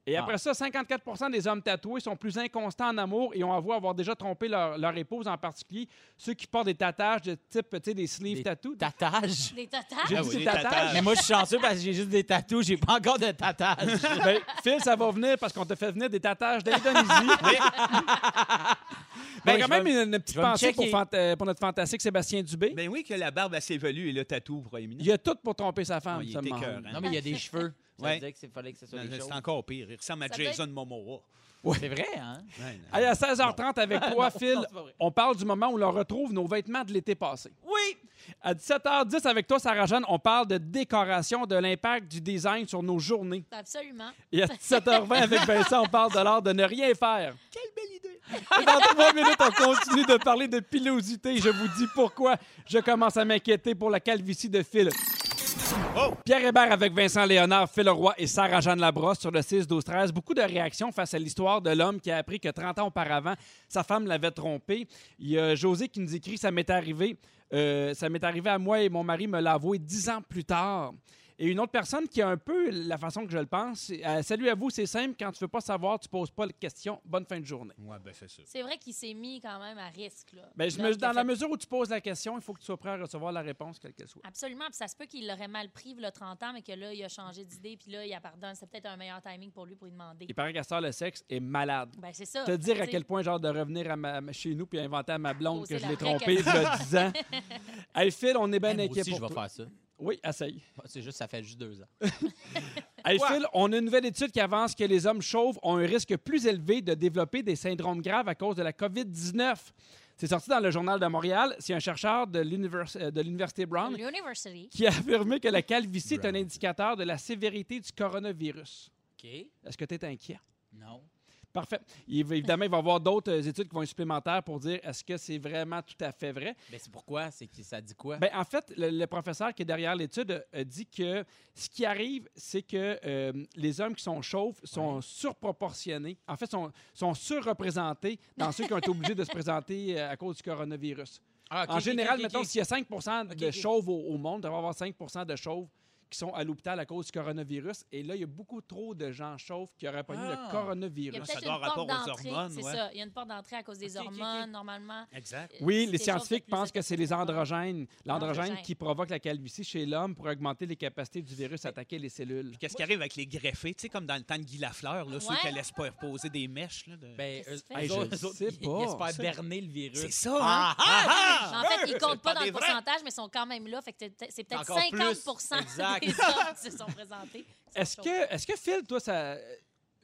Speaker 2: et
Speaker 4: Ah.
Speaker 2: après ça, 54 des hommes tatoués sont plus inconstants en amour et ont avoué avoir déjà trompé leur, leur épouse, en particulier ceux qui portent des tatages de type, tu sais, des sleeve
Speaker 4: Des
Speaker 2: tattoos,
Speaker 4: Tatage.
Speaker 3: Les totages.
Speaker 2: j'ai
Speaker 1: Ah
Speaker 2: dit
Speaker 1: oui,
Speaker 2: c'est
Speaker 1: les
Speaker 2: tatage.
Speaker 1: tatages.
Speaker 4: Mais moi, je suis chanceux parce que j'ai juste des tatous. J'ai pas encore de (laughs) tatage.
Speaker 2: Ben, Phil, ça va venir parce qu'on te fait venir des tatages
Speaker 4: (laughs)
Speaker 2: d'Indonésie.
Speaker 4: Ben,
Speaker 2: ben,
Speaker 4: je
Speaker 2: quand même,
Speaker 4: vais-
Speaker 2: une, une petite
Speaker 4: je vais me
Speaker 2: pensée pour,
Speaker 4: checker.
Speaker 2: fant- euh, pour notre fantastique Sébastien Dubé.
Speaker 1: Ben oui, que la barbe assez évolue et le tatou proéminent.
Speaker 2: il y a tout pour tromper sa femme,
Speaker 1: Ouais, il est
Speaker 2: seulement.
Speaker 1: écœurant.
Speaker 4: Non, mais il y a des cheveux. Ça
Speaker 1: Ouais.
Speaker 4: disait que c'est- fallait que ce soit
Speaker 1: Non,
Speaker 4: des choses.
Speaker 1: C'est encore pire. Il ressemble à
Speaker 3: Ça doit
Speaker 1: Jason Momoa.
Speaker 4: C'est vrai, hein?
Speaker 1: Ouais, non.
Speaker 2: Allez, à 16h30 avec toi, Phil,
Speaker 4: (laughs) Non, c'est pas vrai.
Speaker 2: on parle du moment où l'on retrouve nos vêtements de l'été passé.
Speaker 4: Oui!
Speaker 2: À 17h10 avec toi, Sarah-Jeanne, on parle de décoration, de l'impact du design sur nos journées.
Speaker 3: Absolument.
Speaker 2: Et à 17h20 avec Vincent, on parle de l'art de ne rien faire. Quelle belle idée! dans trois minutes, on continue de parler de pilosité. Je vous dis pourquoi je commence à m'inquiéter pour la calvitie de Phil.
Speaker 1: Oh!
Speaker 2: Pierre Hébert avec Vincent Léonard, Phil Roy et Sarah-Jeanne Labrosse sur le 6-12-13. Beaucoup de réactions face à l'histoire de l'homme qui a appris que 30 ans auparavant, sa femme l'avait trompé. Il y a José qui nous écrit Ça m'est arrivé. Euh, ça m'est arrivé à moi et mon mari me l'a avoué 10 ans plus tard. Et une autre personne qui a un peu la façon que je le pense. euh, salut à vous, c'est simple. Quand tu veux pas savoir, tu poses pas de questions. Bonne fin de journée.
Speaker 1: Ouais, ben c'est ça.
Speaker 3: C'est vrai qu'il s'est mis quand même à risque. Là.
Speaker 2: Ben, je
Speaker 3: L'homme
Speaker 2: me-
Speaker 3: qui a
Speaker 2: dans la
Speaker 3: fait-
Speaker 2: mesure où tu poses la question, il faut que tu sois prêt à recevoir la réponse, quelle qu'elle soit.
Speaker 3: Absolument. Puis ça se peut qu'il l'aurait mal pris, le 30 ans, mais que là, il a changé d'idée, puis là, il a pardonné. C'est peut-être un meilleur timing pour lui pour lui demander.
Speaker 2: Il paraît qu'Astor le sexe est malade.
Speaker 3: Ben, c'est ça.
Speaker 2: Te dire à
Speaker 3: T'sais,
Speaker 2: quel point, genre, de revenir à ma- chez nous puis inventer à ma blonde
Speaker 3: Poser
Speaker 2: que je
Speaker 3: la
Speaker 2: l'ai
Speaker 3: vraie
Speaker 2: trompée il y a 10
Speaker 3: (laughs)
Speaker 2: ans. Hey Phil, on est bien
Speaker 5: Moi
Speaker 2: inquiet
Speaker 5: aussi, je
Speaker 2: pour
Speaker 5: vais
Speaker 2: toi.
Speaker 5: faire ça.
Speaker 2: Oui, essaye.
Speaker 5: C'est juste, ça fait juste deux ans.
Speaker 2: Hey
Speaker 4: Quoi?
Speaker 2: Phil, on a une nouvelle étude qui avance que les hommes chauves ont un risque plus élevé de développer des syndromes graves à cause de la COVID-19. C'est sorti dans le journal de Montréal. C'est un chercheur de l'univers- euh, de l'Université Brown
Speaker 3: L'university.
Speaker 2: qui a affirmé que la calvitie est un
Speaker 8: Brown.
Speaker 2: indicateur de la sévérité du coronavirus.
Speaker 4: OK.
Speaker 2: Est-ce que tu es inquiet?
Speaker 4: Non.
Speaker 2: Parfait. Il va- évidemment, il va y avoir d'autres euh, études qui vont être supplémentaires pour dire est-ce que c'est vraiment tout à fait vrai.
Speaker 4: Mais c'est pourquoi? C'est que ça dit quoi?
Speaker 2: (laughs) Ben, en fait, le, le professeur qui est derrière l'étude euh, a dit que ce qui arrive, c'est que euh, les hommes qui sont chauves sont surproportionnés. En fait, sont, sont surreprésentés dans ceux qui ont été obligés de se présenter euh, à cause du coronavirus.
Speaker 4: Ah, OK,
Speaker 2: en
Speaker 4: OK,
Speaker 2: général,
Speaker 4: OK, OK,
Speaker 2: mettons,
Speaker 4: OK.
Speaker 2: s'il y a 5 de
Speaker 4: Ok, ok.
Speaker 2: chauves au, au monde, on va avoir 5 de chauves qui sont à l'hôpital à cause du coronavirus. Et là, il y a beaucoup trop de gens chauves qui auraient pogné
Speaker 4: Ah.
Speaker 2: le
Speaker 3: Il y a
Speaker 2: coronavirus.
Speaker 1: Ça
Speaker 3: peut-être
Speaker 1: doit
Speaker 3: une
Speaker 1: avoir
Speaker 3: porte
Speaker 1: rapport aux
Speaker 3: d'entrée.
Speaker 1: hormones,
Speaker 3: C'est
Speaker 1: ouais.
Speaker 3: ça. Il y a une porte d'entrée à cause des
Speaker 4: Ok, ok, ok.
Speaker 3: hormones, normalement.
Speaker 1: Exact.
Speaker 3: Euh,
Speaker 2: Oui,
Speaker 3: si
Speaker 2: les
Speaker 3: quelque chose de
Speaker 2: scientifiques
Speaker 3: plus
Speaker 2: pensent que c'est les
Speaker 3: affectant.
Speaker 2: androgènes, l'androgène
Speaker 3: L'androgène.
Speaker 2: qui provoque la calvitie chez l'homme pour augmenter les capacités du virus à attaquer les cellules.
Speaker 1: Qu'est-ce qui arrive avec les greffés, tu sais, comme dans le temps de Guy Lafleur, là, ceux
Speaker 3: Ouais.
Speaker 1: qui laissent pas poser des mèches. Là, de-
Speaker 4: Ben,
Speaker 3: Qu'est-ce que tu fais?
Speaker 4: eux- eux
Speaker 2: Hey, je
Speaker 4: autres- eux autres,
Speaker 2: sais
Speaker 4: ils-
Speaker 2: pas.
Speaker 4: Ils espèrent
Speaker 2: Ça-
Speaker 4: berner le virus.
Speaker 1: c'est ça, hein?
Speaker 4: Ah,
Speaker 1: Ah, ah!
Speaker 3: Mais en fait, ils comptent pas
Speaker 1: C'est
Speaker 3: dans le
Speaker 1: des vrais.
Speaker 3: pourcentage, mais sont quand même là. Fait que c'est peut-être- c'est peut-être
Speaker 4: Encore
Speaker 3: 50
Speaker 4: plus. Exact.
Speaker 3: des (laughs) hommes qui se sont présentés. qui sont
Speaker 2: Est-ce
Speaker 3: chauds.
Speaker 2: que, est-ce que Phil, toi, ça euh,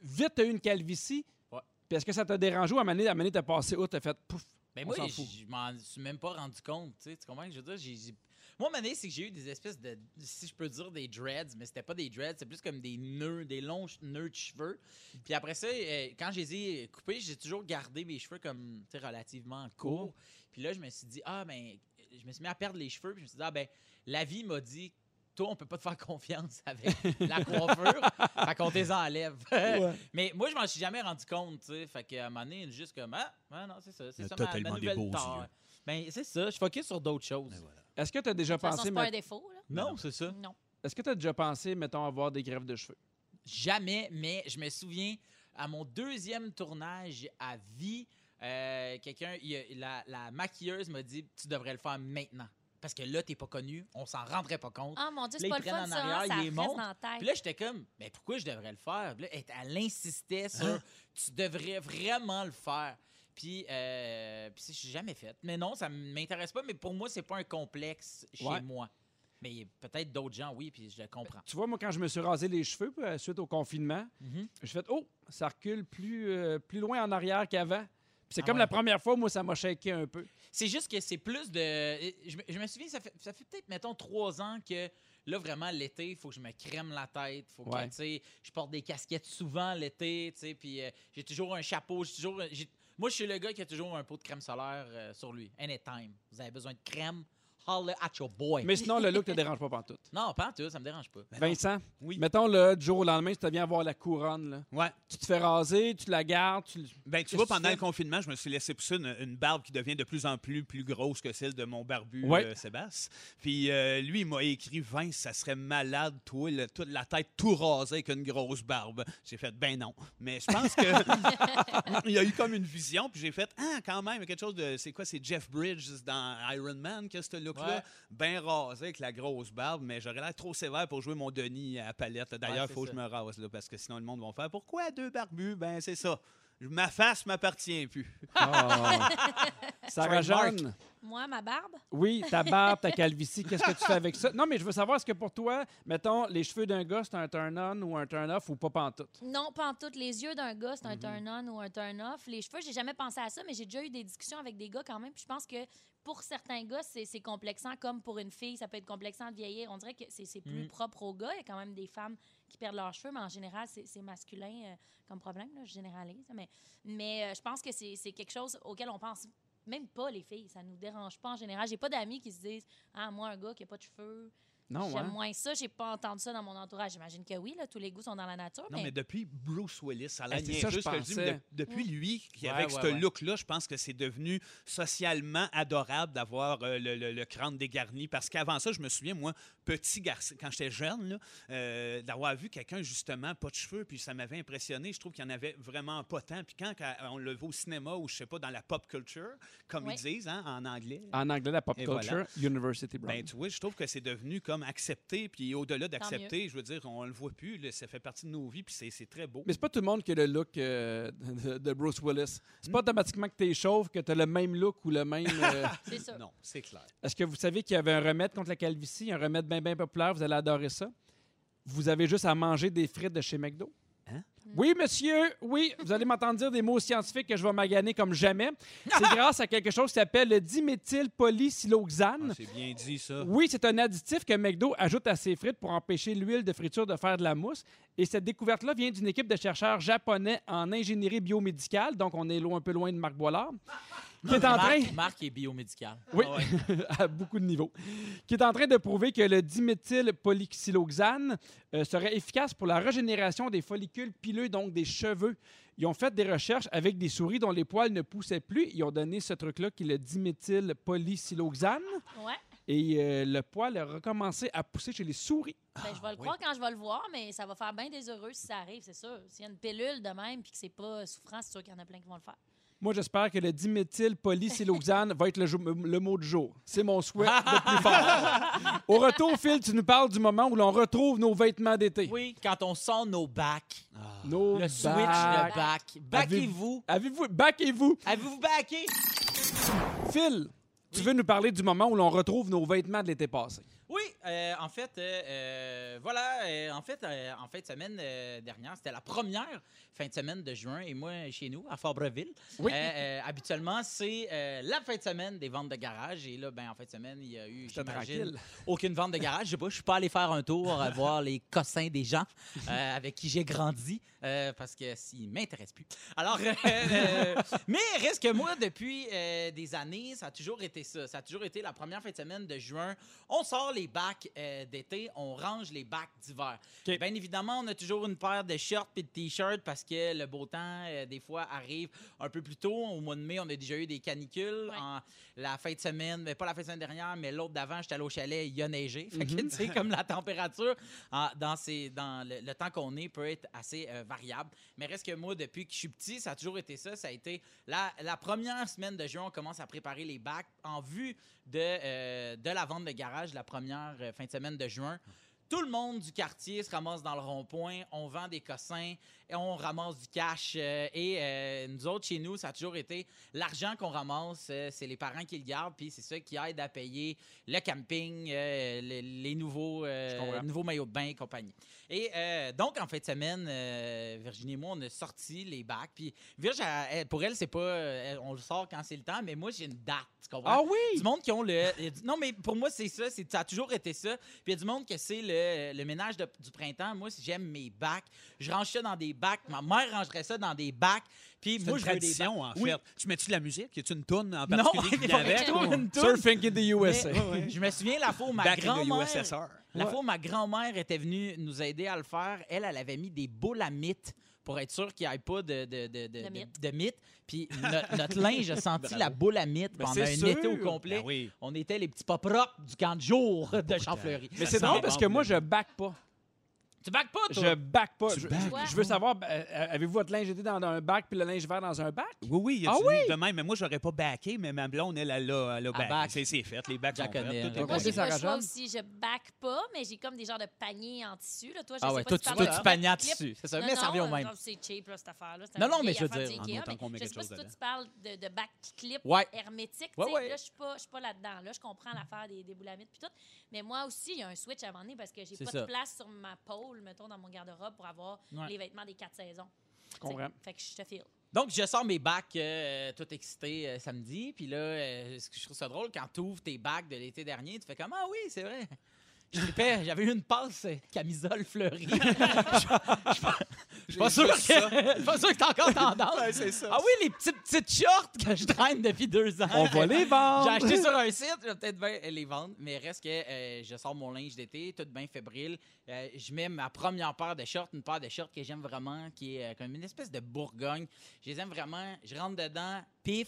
Speaker 2: vite t'as eu une calvitie?
Speaker 4: Ouais.
Speaker 2: Puis est-ce que ça t'a dérangé ou à un moment donné, à un moment donné, t'as passé outre, t'as fait pouf?
Speaker 4: Ben
Speaker 2: On
Speaker 4: moi,
Speaker 2: s'en
Speaker 4: je
Speaker 2: fout.
Speaker 4: je m'en suis même pas rendu compte. Tu sais, tu comprends? ce que Je veux dire, j'ai- j'ai- Moi, ma année, c'est que j'ai eu des espèces de, si je peux dire, des dreads, mais c'était pas des dreads, c'est plus comme des nœuds, des longs che- nœuds de cheveux. Puis après ça, euh, quand je les ai coupés, j'ai toujours gardé mes cheveux comme, tu sais, relativement courts. Puis là, je me suis dit, ah, ben, je me suis mis à perdre les cheveux, puis je me suis dit, ah, ben, la vie m'a dit, toi, on peut pas te faire (laughs) confiance avec la coiffure, fait qu'on te les enlève. (laughs) Mais moi, je m'en suis jamais rendu compte, tu sais. Fait qu'à un moment donné, juste comme, ah, ouais, non, c'est ça. C'est
Speaker 8: Mais
Speaker 4: ça
Speaker 8: t'as
Speaker 4: ma, ma
Speaker 8: tellement des
Speaker 4: nouvelle
Speaker 8: beaux
Speaker 4: tare.
Speaker 8: yeux.
Speaker 4: Ben, c'est ça. Je focus sur d'autres choses.
Speaker 2: Est-ce que t'as déjà
Speaker 3: De toute façon,
Speaker 2: pensé,
Speaker 3: c'est pas
Speaker 2: mais-
Speaker 3: un défaut. Là.
Speaker 4: Non, c'est ça.
Speaker 3: Non.
Speaker 2: est-ce que t'as déjà pensé, mettons, avoir des greffes de cheveux?
Speaker 4: Jamais, mais je me souviens, à mon deuxième tournage à vie, euh, quelqu'un, il a- la, la maquilleuse m'a dit, tu devrais le faire maintenant. Parce que là, t'es pas connu, on s'en rendrait pas compte.
Speaker 3: Ah, mon Dieu,
Speaker 4: Là,
Speaker 3: c'est pas
Speaker 4: ils
Speaker 3: le fun,
Speaker 4: prennent en
Speaker 3: ça. hein, Ça
Speaker 4: arrière, ils les
Speaker 3: reste dans
Speaker 4: montent.
Speaker 3: la
Speaker 4: Puis
Speaker 3: tête.
Speaker 4: là, j'étais comme, mais pourquoi je devrais le faire? Puis là, elle- elle insistait sur, tu devrais vraiment le faire. Puis, euh, puis je l'ai jamais fait. Mais non, ça m'intéresse pas, mais pour moi, c'est pas un complexe chez
Speaker 2: Ouais.
Speaker 4: moi. Mais peut-être d'autres gens, oui, puis je le comprends.
Speaker 2: Tu vois, moi, quand je me suis rasé les cheveux euh, suite au confinement,
Speaker 4: Mhm.
Speaker 2: j'ai fait Oh, ça recule plus, euh, plus loin en arrière qu'avant. Puis c'est
Speaker 4: Ah
Speaker 2: comme
Speaker 4: ouais.
Speaker 2: la première fois, moi, ça m'a shaké un peu.
Speaker 4: C'est juste que c'est plus de. euh, Je, me- je me souviens, ça fait, ça fait peut-être, mettons, trois ans que là, vraiment, l'été, il faut que je me crème la tête. faut que,
Speaker 2: Ouais.
Speaker 4: tu sais, je porte des casquettes souvent l'été, tu sais, puis euh, j'ai toujours un chapeau. J'ai toujours. un- j'ai- moi, je suis le gars qui a toujours un pot de crème solaire euh, sur lui. Anytime. Vous avez besoin de crème, holla at your boy.
Speaker 2: Mais sinon, le look te dérange pas partout.
Speaker 4: Non, pas en tout, ça
Speaker 2: (laughs)
Speaker 4: me dérange pas.
Speaker 2: Vincent,
Speaker 1: Eh Oui.
Speaker 2: mettons, là, du jour au lendemain, si tu viens avoir la couronne, là,
Speaker 1: Ouais.
Speaker 2: tu te fais raser, tu la gardes, tu...
Speaker 1: Ben, tu
Speaker 2: Qu'est-ce
Speaker 1: vois,
Speaker 2: que tu
Speaker 1: pendant
Speaker 2: fais?
Speaker 1: le confinement, je me suis laissé pousser une, une barbe qui devient de plus en plus plus grosse que celle de mon barbu
Speaker 2: Ouais.
Speaker 1: euh, Sébastien. Puis euh, lui, il m'a écrit Vince, ça serait malade, toi, le- toute la tête tout rasée avec une grosse barbe. J'ai fait ben non. Mais je pense que (laughs) il y a eu comme une vision, puis j'ai fait ah quand même il y a quelque chose de c'est quoi c'est Jeff Bridges dans Iron Man que ce look là,
Speaker 4: Ouais.
Speaker 1: ben rasé avec la grosse barbe, mais j'aurais l'air trop sévère pour jouer mon Denis à palette. D'ailleurs, il
Speaker 4: c'est
Speaker 1: faut que
Speaker 4: ça.
Speaker 1: je me rase là, parce que sinon le monde va faire pourquoi deux barbus Ben c'est ça. Ma face m'appartient plus.
Speaker 2: Sarah-Jeanne,
Speaker 3: Moi, ma barbe?
Speaker 2: Oui, ta barbe, ta calvitie, qu'est-ce que tu fais avec ça? Non, mais je veux savoir, est-ce que pour toi, mettons, les cheveux d'un gars, c'est un turn-on ou un turn-off ou pas pantoute?
Speaker 3: Non, pas en tout. Les yeux d'un gars, c'est un
Speaker 1: Mm-hmm.
Speaker 3: turn-on ou un turn-off. Les cheveux, j'ai jamais pensé à ça, mais j'ai déjà eu des discussions avec des gars quand même. Puis je pense que pour certains gars, c'est c'est complexant, comme pour une fille, ça peut être complexant de vieillir. On dirait que c'est c'est plus
Speaker 4: Mm.
Speaker 3: propre aux gars. Il y a quand même des femmes qui perdent leurs cheveux, mais en général, c'est c'est masculin euh, comme problème. Là, je généralise. Mais, mais euh, je pense que c'est c'est quelque chose auquel on pense même pas, les filles. Ça nous dérange pas en général. J'ai pas d'amis qui se disent Ah, moi, un gars qui a pas de cheveux.
Speaker 2: Non,
Speaker 1: Ah,
Speaker 3: J'aime
Speaker 2: hein?
Speaker 3: moins ça. J'ai pas entendu ça dans mon entourage. J'imagine que oui, là, tous les goûts sont dans la nature.
Speaker 1: Non,
Speaker 3: mais-
Speaker 1: mais depuis Bruce Willis, Eh, ça a
Speaker 2: Ah,
Speaker 1: l'air
Speaker 2: c'est ça, je
Speaker 1: niaiseux ce que je dis, mais
Speaker 2: pensais.
Speaker 1: de- depuis lui, qui,
Speaker 4: Ouais,
Speaker 1: avec
Speaker 4: ouais,
Speaker 1: ce
Speaker 4: ouais.
Speaker 1: look-là, je pense que c'est devenu socialement adorable d'avoir euh, le, le- le crâne dégarni. Parce qu'avant ça, je me souviens, moi, petit garçon, quand j'étais jeune, là, euh, d'avoir vu quelqu'un, justement, pas de cheveux, puis ça m'avait impressionné. Je trouve qu'il n'y en avait vraiment pas tant. Puis quand euh, on le voit au cinéma ou, je sais pas, dans la pop culture, comme
Speaker 3: Ouais.
Speaker 1: ils disent hein, en anglais.
Speaker 2: En anglais, la pop
Speaker 1: Et
Speaker 2: culture,
Speaker 1: voilà.
Speaker 2: University Brown.
Speaker 1: Ben, tu vois, je trouve que c'est devenu comme accepté, puis au-delà d'accepter, je veux dire, on le voit plus, là, ça fait partie de nos vies, puis c'est- c'est très beau.
Speaker 2: mais c'est pas tout le monde qui a le look euh, de, de Bruce Willis. C'est
Speaker 1: Hmm?
Speaker 2: pas automatiquement que t'es chauve, que t'as le même look ou le même.
Speaker 1: (laughs)
Speaker 2: euh,
Speaker 3: C'est ça.
Speaker 1: Non, c'est clair.
Speaker 2: Est-ce que vous savez qu'il y avait un remède contre la calvitie, un remède bien, bien populaire? Vous allez adorer ça. Vous avez juste à manger des frites de chez McDo.
Speaker 1: Hein?
Speaker 2: Oui, monsieur, oui, vous allez m'entendre dire des mots scientifiques que je vais maganer comme jamais.
Speaker 1: (laughs)
Speaker 2: C'est grâce à quelque chose qui s'appelle le diméthylpolysiloxane.
Speaker 1: Ah, c'est bien dit, ça.
Speaker 2: Oui, c'est un additif que McDo ajoute à ses frites pour empêcher l'huile de friture de faire de la mousse. Et cette découverte-là vient d'une équipe de chercheurs japonais en ingénierie biomédicale, donc on est loin, un peu loin de Marc Boilard, qui est en train...
Speaker 4: Marc, Marc est biomédical.
Speaker 2: Oui,
Speaker 1: Ah ouais.
Speaker 2: (laughs) à beaucoup de niveaux, qui est en train de prouver que le diméthylpolyxyloxane euh, serait efficace pour la régénération des follicules pileux, donc des cheveux. Ils ont fait des recherches avec des souris dont les poils ne poussaient plus. Ils ont donné ce truc-là qui est le diméthylpolysiloxane
Speaker 3: Ouais.
Speaker 2: et euh, le poil a recommencé à pousser chez les souris.
Speaker 4: Ah,
Speaker 3: Ben, je vais le
Speaker 1: oui.
Speaker 3: croire quand je vais le voir, mais ça va faire bien des heureux si ça arrive, c'est sûr. S'il y a une pilule de même puis que c'est pas souffrant, c'est sûr qu'il y en a plein qui vont le faire.
Speaker 2: Moi, j'espère que le
Speaker 1: (laughs)
Speaker 2: diméthylpolysiloxane va être le, jou- le mot du jour. C'est mon souhait le plus fort.
Speaker 1: (laughs)
Speaker 2: Au retour, Phil, tu nous parles du moment où l'on retrouve nos vêtements d'été.
Speaker 4: Oui, quand on sort nos bacs,
Speaker 1: Ah,
Speaker 2: Nos
Speaker 4: le switch,
Speaker 2: bacs.
Speaker 4: le bac. Baquez-vous.
Speaker 2: Avez-vous, backez-vous.
Speaker 4: Avez-vous baqué?
Speaker 2: Phil, tu veux nous parler du moment où l'on retrouve nos vêtements de l'été passé.
Speaker 4: Oui, euh, en fait, euh, euh, voilà, euh, en fait, euh, en fin de semaine euh, dernière, c'était la première fin de semaine de juin, et moi, chez nous, à Fabreville,
Speaker 2: Oui.
Speaker 4: euh, euh, habituellement, c'est euh, la fin de semaine des ventes de garage, et là, ben, en fin de semaine, il y a eu,
Speaker 2: C'était
Speaker 4: j'imagine,
Speaker 2: tranquille.
Speaker 4: aucune vente de garage. Je sais pas, je suis pas allé faire un tour euh, voir les cossins des gens euh, avec qui j'ai grandi, euh, parce que s'ils m'intéressent plus. Alors, euh, euh, mais reste que moi, depuis euh, des années, ça a toujours été ça. Ça a toujours été la première fin de semaine de juin. On sort les bacs euh, d'été, on range les bacs d'hiver.
Speaker 2: OK.
Speaker 4: Bien évidemment, on a toujours une paire de shorts et de t-shirts parce que le beau temps, euh, des fois, arrive un peu plus tôt. Au mois de mai, on a déjà eu des canicules.
Speaker 3: Ouais.
Speaker 4: En la fin de semaine, mais pas la fin de semaine dernière, mais l'autre d'avant, j'étais allé au chalet, il a neigé. Fait que, tu sais, comme la température en- dans, ces, dans le, le temps qu'on est peut être assez euh, variable. Mais reste que moi, depuis que je suis petit, ça a toujours été ça. Ça a été la, la première semaine de juin, on commence à préparer les bacs en vue de, euh, de la vente de garage, la première euh, fin de semaine de juin. Tout le monde du quartier se ramasse dans le rond-point, on vend des cossins, et on ramasse du cash. euh, et euh, nous autres, chez nous, ça a toujours été l'argent qu'on ramasse, euh, c'est les parents qui le gardent, puis c'est ça qui aide à payer le camping, euh, le- les nouveaux, euh,
Speaker 2: Je comprends.
Speaker 4: nouveaux maillots de bain et compagnie. Et euh, donc, en fin de semaine, euh, Virginie et moi, on a sorti les bacs. Puis Virge, elle- elle- pour elle, c'est pas. euh, on le sort quand c'est le temps, mais moi, j'ai une date. Tu comprends?
Speaker 2: Ah oui!
Speaker 4: du monde qui ont le. il y a du- Non, mais pour moi, c'est ça. c'est- Ça a toujours été ça. Puis il y a du monde que c'est le, le ménage de- du printemps. Moi, si j'aime mes bacs. Je range ça dans des bacs. Ma mère rangerait ça dans des bacs. Puis
Speaker 1: C'est
Speaker 4: moi,
Speaker 1: une
Speaker 4: je veux des bacs.
Speaker 1: tradition, en fait.
Speaker 4: Oui.
Speaker 1: Tu mets-tu de la musique? Y a-tu une toune en
Speaker 4: (laughs) Non,
Speaker 1: particulier qui
Speaker 4: il faut
Speaker 1: vient avec?
Speaker 4: que je trouve une toune.
Speaker 2: Surfing in the USA.
Speaker 4: Mais- Je me souviens la fois où ma
Speaker 1: Back in the
Speaker 4: grand-mère.
Speaker 1: USSR.
Speaker 4: La
Speaker 2: Ouais.
Speaker 4: fois où ma grand-mère était venue nous aider à le faire, elle, elle avait mis des boules à mythes pour être sûre qu'il n'y ait pas de, de, de, de,
Speaker 3: De
Speaker 4: de-
Speaker 3: mythes.
Speaker 4: de mythes. Puis no-
Speaker 2: (laughs)
Speaker 4: notre linge a senti la boule à mythes
Speaker 2: Ben,
Speaker 4: pendant
Speaker 2: c'est
Speaker 4: un
Speaker 2: sûr. Ah,
Speaker 4: été au complet.
Speaker 1: Ben oui.
Speaker 4: On était les petits pas propres du camp de jour de Jean Fleury.
Speaker 2: Mais c'est drôle parce que moi, je back pas.
Speaker 4: Tu back pas, toi?
Speaker 2: Je back pas.
Speaker 1: Tu
Speaker 2: Je,
Speaker 1: back
Speaker 2: je-
Speaker 3: pas.
Speaker 2: je veux savoir, ben, euh, avez-vous votre linge été dans un bac puis le linge vert dans un bac?
Speaker 1: Oui, oui, il y a
Speaker 2: Ah
Speaker 1: du
Speaker 2: oui?
Speaker 1: livre de même, mais moi, j'aurais pas backé, mais ma blonde, elle, elle l'a elle a backé.
Speaker 4: Ah, back.
Speaker 1: C'est- C'est fait, les bacs
Speaker 4: Je la
Speaker 1: sont faits,
Speaker 4: connais,
Speaker 1: tout
Speaker 4: je
Speaker 1: est
Speaker 4: la
Speaker 3: Moi,
Speaker 8: Bon,
Speaker 1: passé.
Speaker 8: c'est
Speaker 3: j'ai pas le
Speaker 8: Sarah
Speaker 3: choix
Speaker 8: Jeanne.
Speaker 3: aussi. Je back pas, mais j'ai comme des genres de paniers en tissu. Là. Toi, je
Speaker 4: Ah
Speaker 3: sais
Speaker 4: ouais,
Speaker 3: pas
Speaker 4: toi,
Speaker 3: si
Speaker 4: tu,
Speaker 3: t'en
Speaker 4: toi,
Speaker 3: as
Speaker 4: tu
Speaker 3: un.
Speaker 4: pagnes dessus. C'est ça,
Speaker 3: Non,
Speaker 4: mais ça
Speaker 3: non,
Speaker 4: revient au
Speaker 3: euh,
Speaker 4: même.
Speaker 3: non, c'est cheap, là, cette affaire-là. C'est
Speaker 4: Non,
Speaker 3: une
Speaker 4: non, mais
Speaker 3: vieille
Speaker 4: je veux
Speaker 3: affaire
Speaker 4: dire,
Speaker 1: en
Speaker 3: d'IKEA,
Speaker 1: autant
Speaker 3: mais
Speaker 1: qu'on met
Speaker 3: Je sais
Speaker 1: quelque
Speaker 3: pas
Speaker 1: chose
Speaker 3: si toi,
Speaker 1: dedans.
Speaker 3: tu parles de, de back clip
Speaker 4: Ouais.
Speaker 3: hermétique. tu
Speaker 4: Ouais,
Speaker 3: sais.
Speaker 4: ouais.
Speaker 3: Là, je suis pas, je suis pas là-dedans. Là, je comprends l'affaire des, des boulamites puis tout. Mais moi aussi, il y a un switch à un moment donné parce que j'ai
Speaker 4: C'est
Speaker 3: pas
Speaker 4: ça.
Speaker 3: de place sur ma pôle, mettons, dans mon garde-robe pour avoir
Speaker 4: Ouais.
Speaker 3: les vêtements des quatre saisons.
Speaker 2: Je comprends.
Speaker 3: Fait que je te file.
Speaker 4: Donc, je sors mes bacs euh, tout excité euh, samedi. Puis là, euh, ce que je trouve ça drôle, quand tu ouvres tes bacs de l'été dernier, tu fais comme Ah oui, c'est vrai. Je trippais, j'avais eu une passe euh, camisole fleurie. (laughs) Je suis pas, sûr que- je suis pas sûr que t'es encore tendance.
Speaker 1: Ouais, c'est ça.
Speaker 4: Ah oui, les petites, petites shorts que je traîne depuis deux ans.
Speaker 2: On va les vendre!
Speaker 4: J'ai acheté sur un site, je vais peut-être bien les vendre, mais reste que euh, je sors mon linge d'été, tout bien fébrile. Euh, je mets ma première paire de shorts, une paire de shorts que j'aime vraiment, qui est euh, comme une espèce de bourgogne. Je les aime vraiment. Je rentre dedans, pif,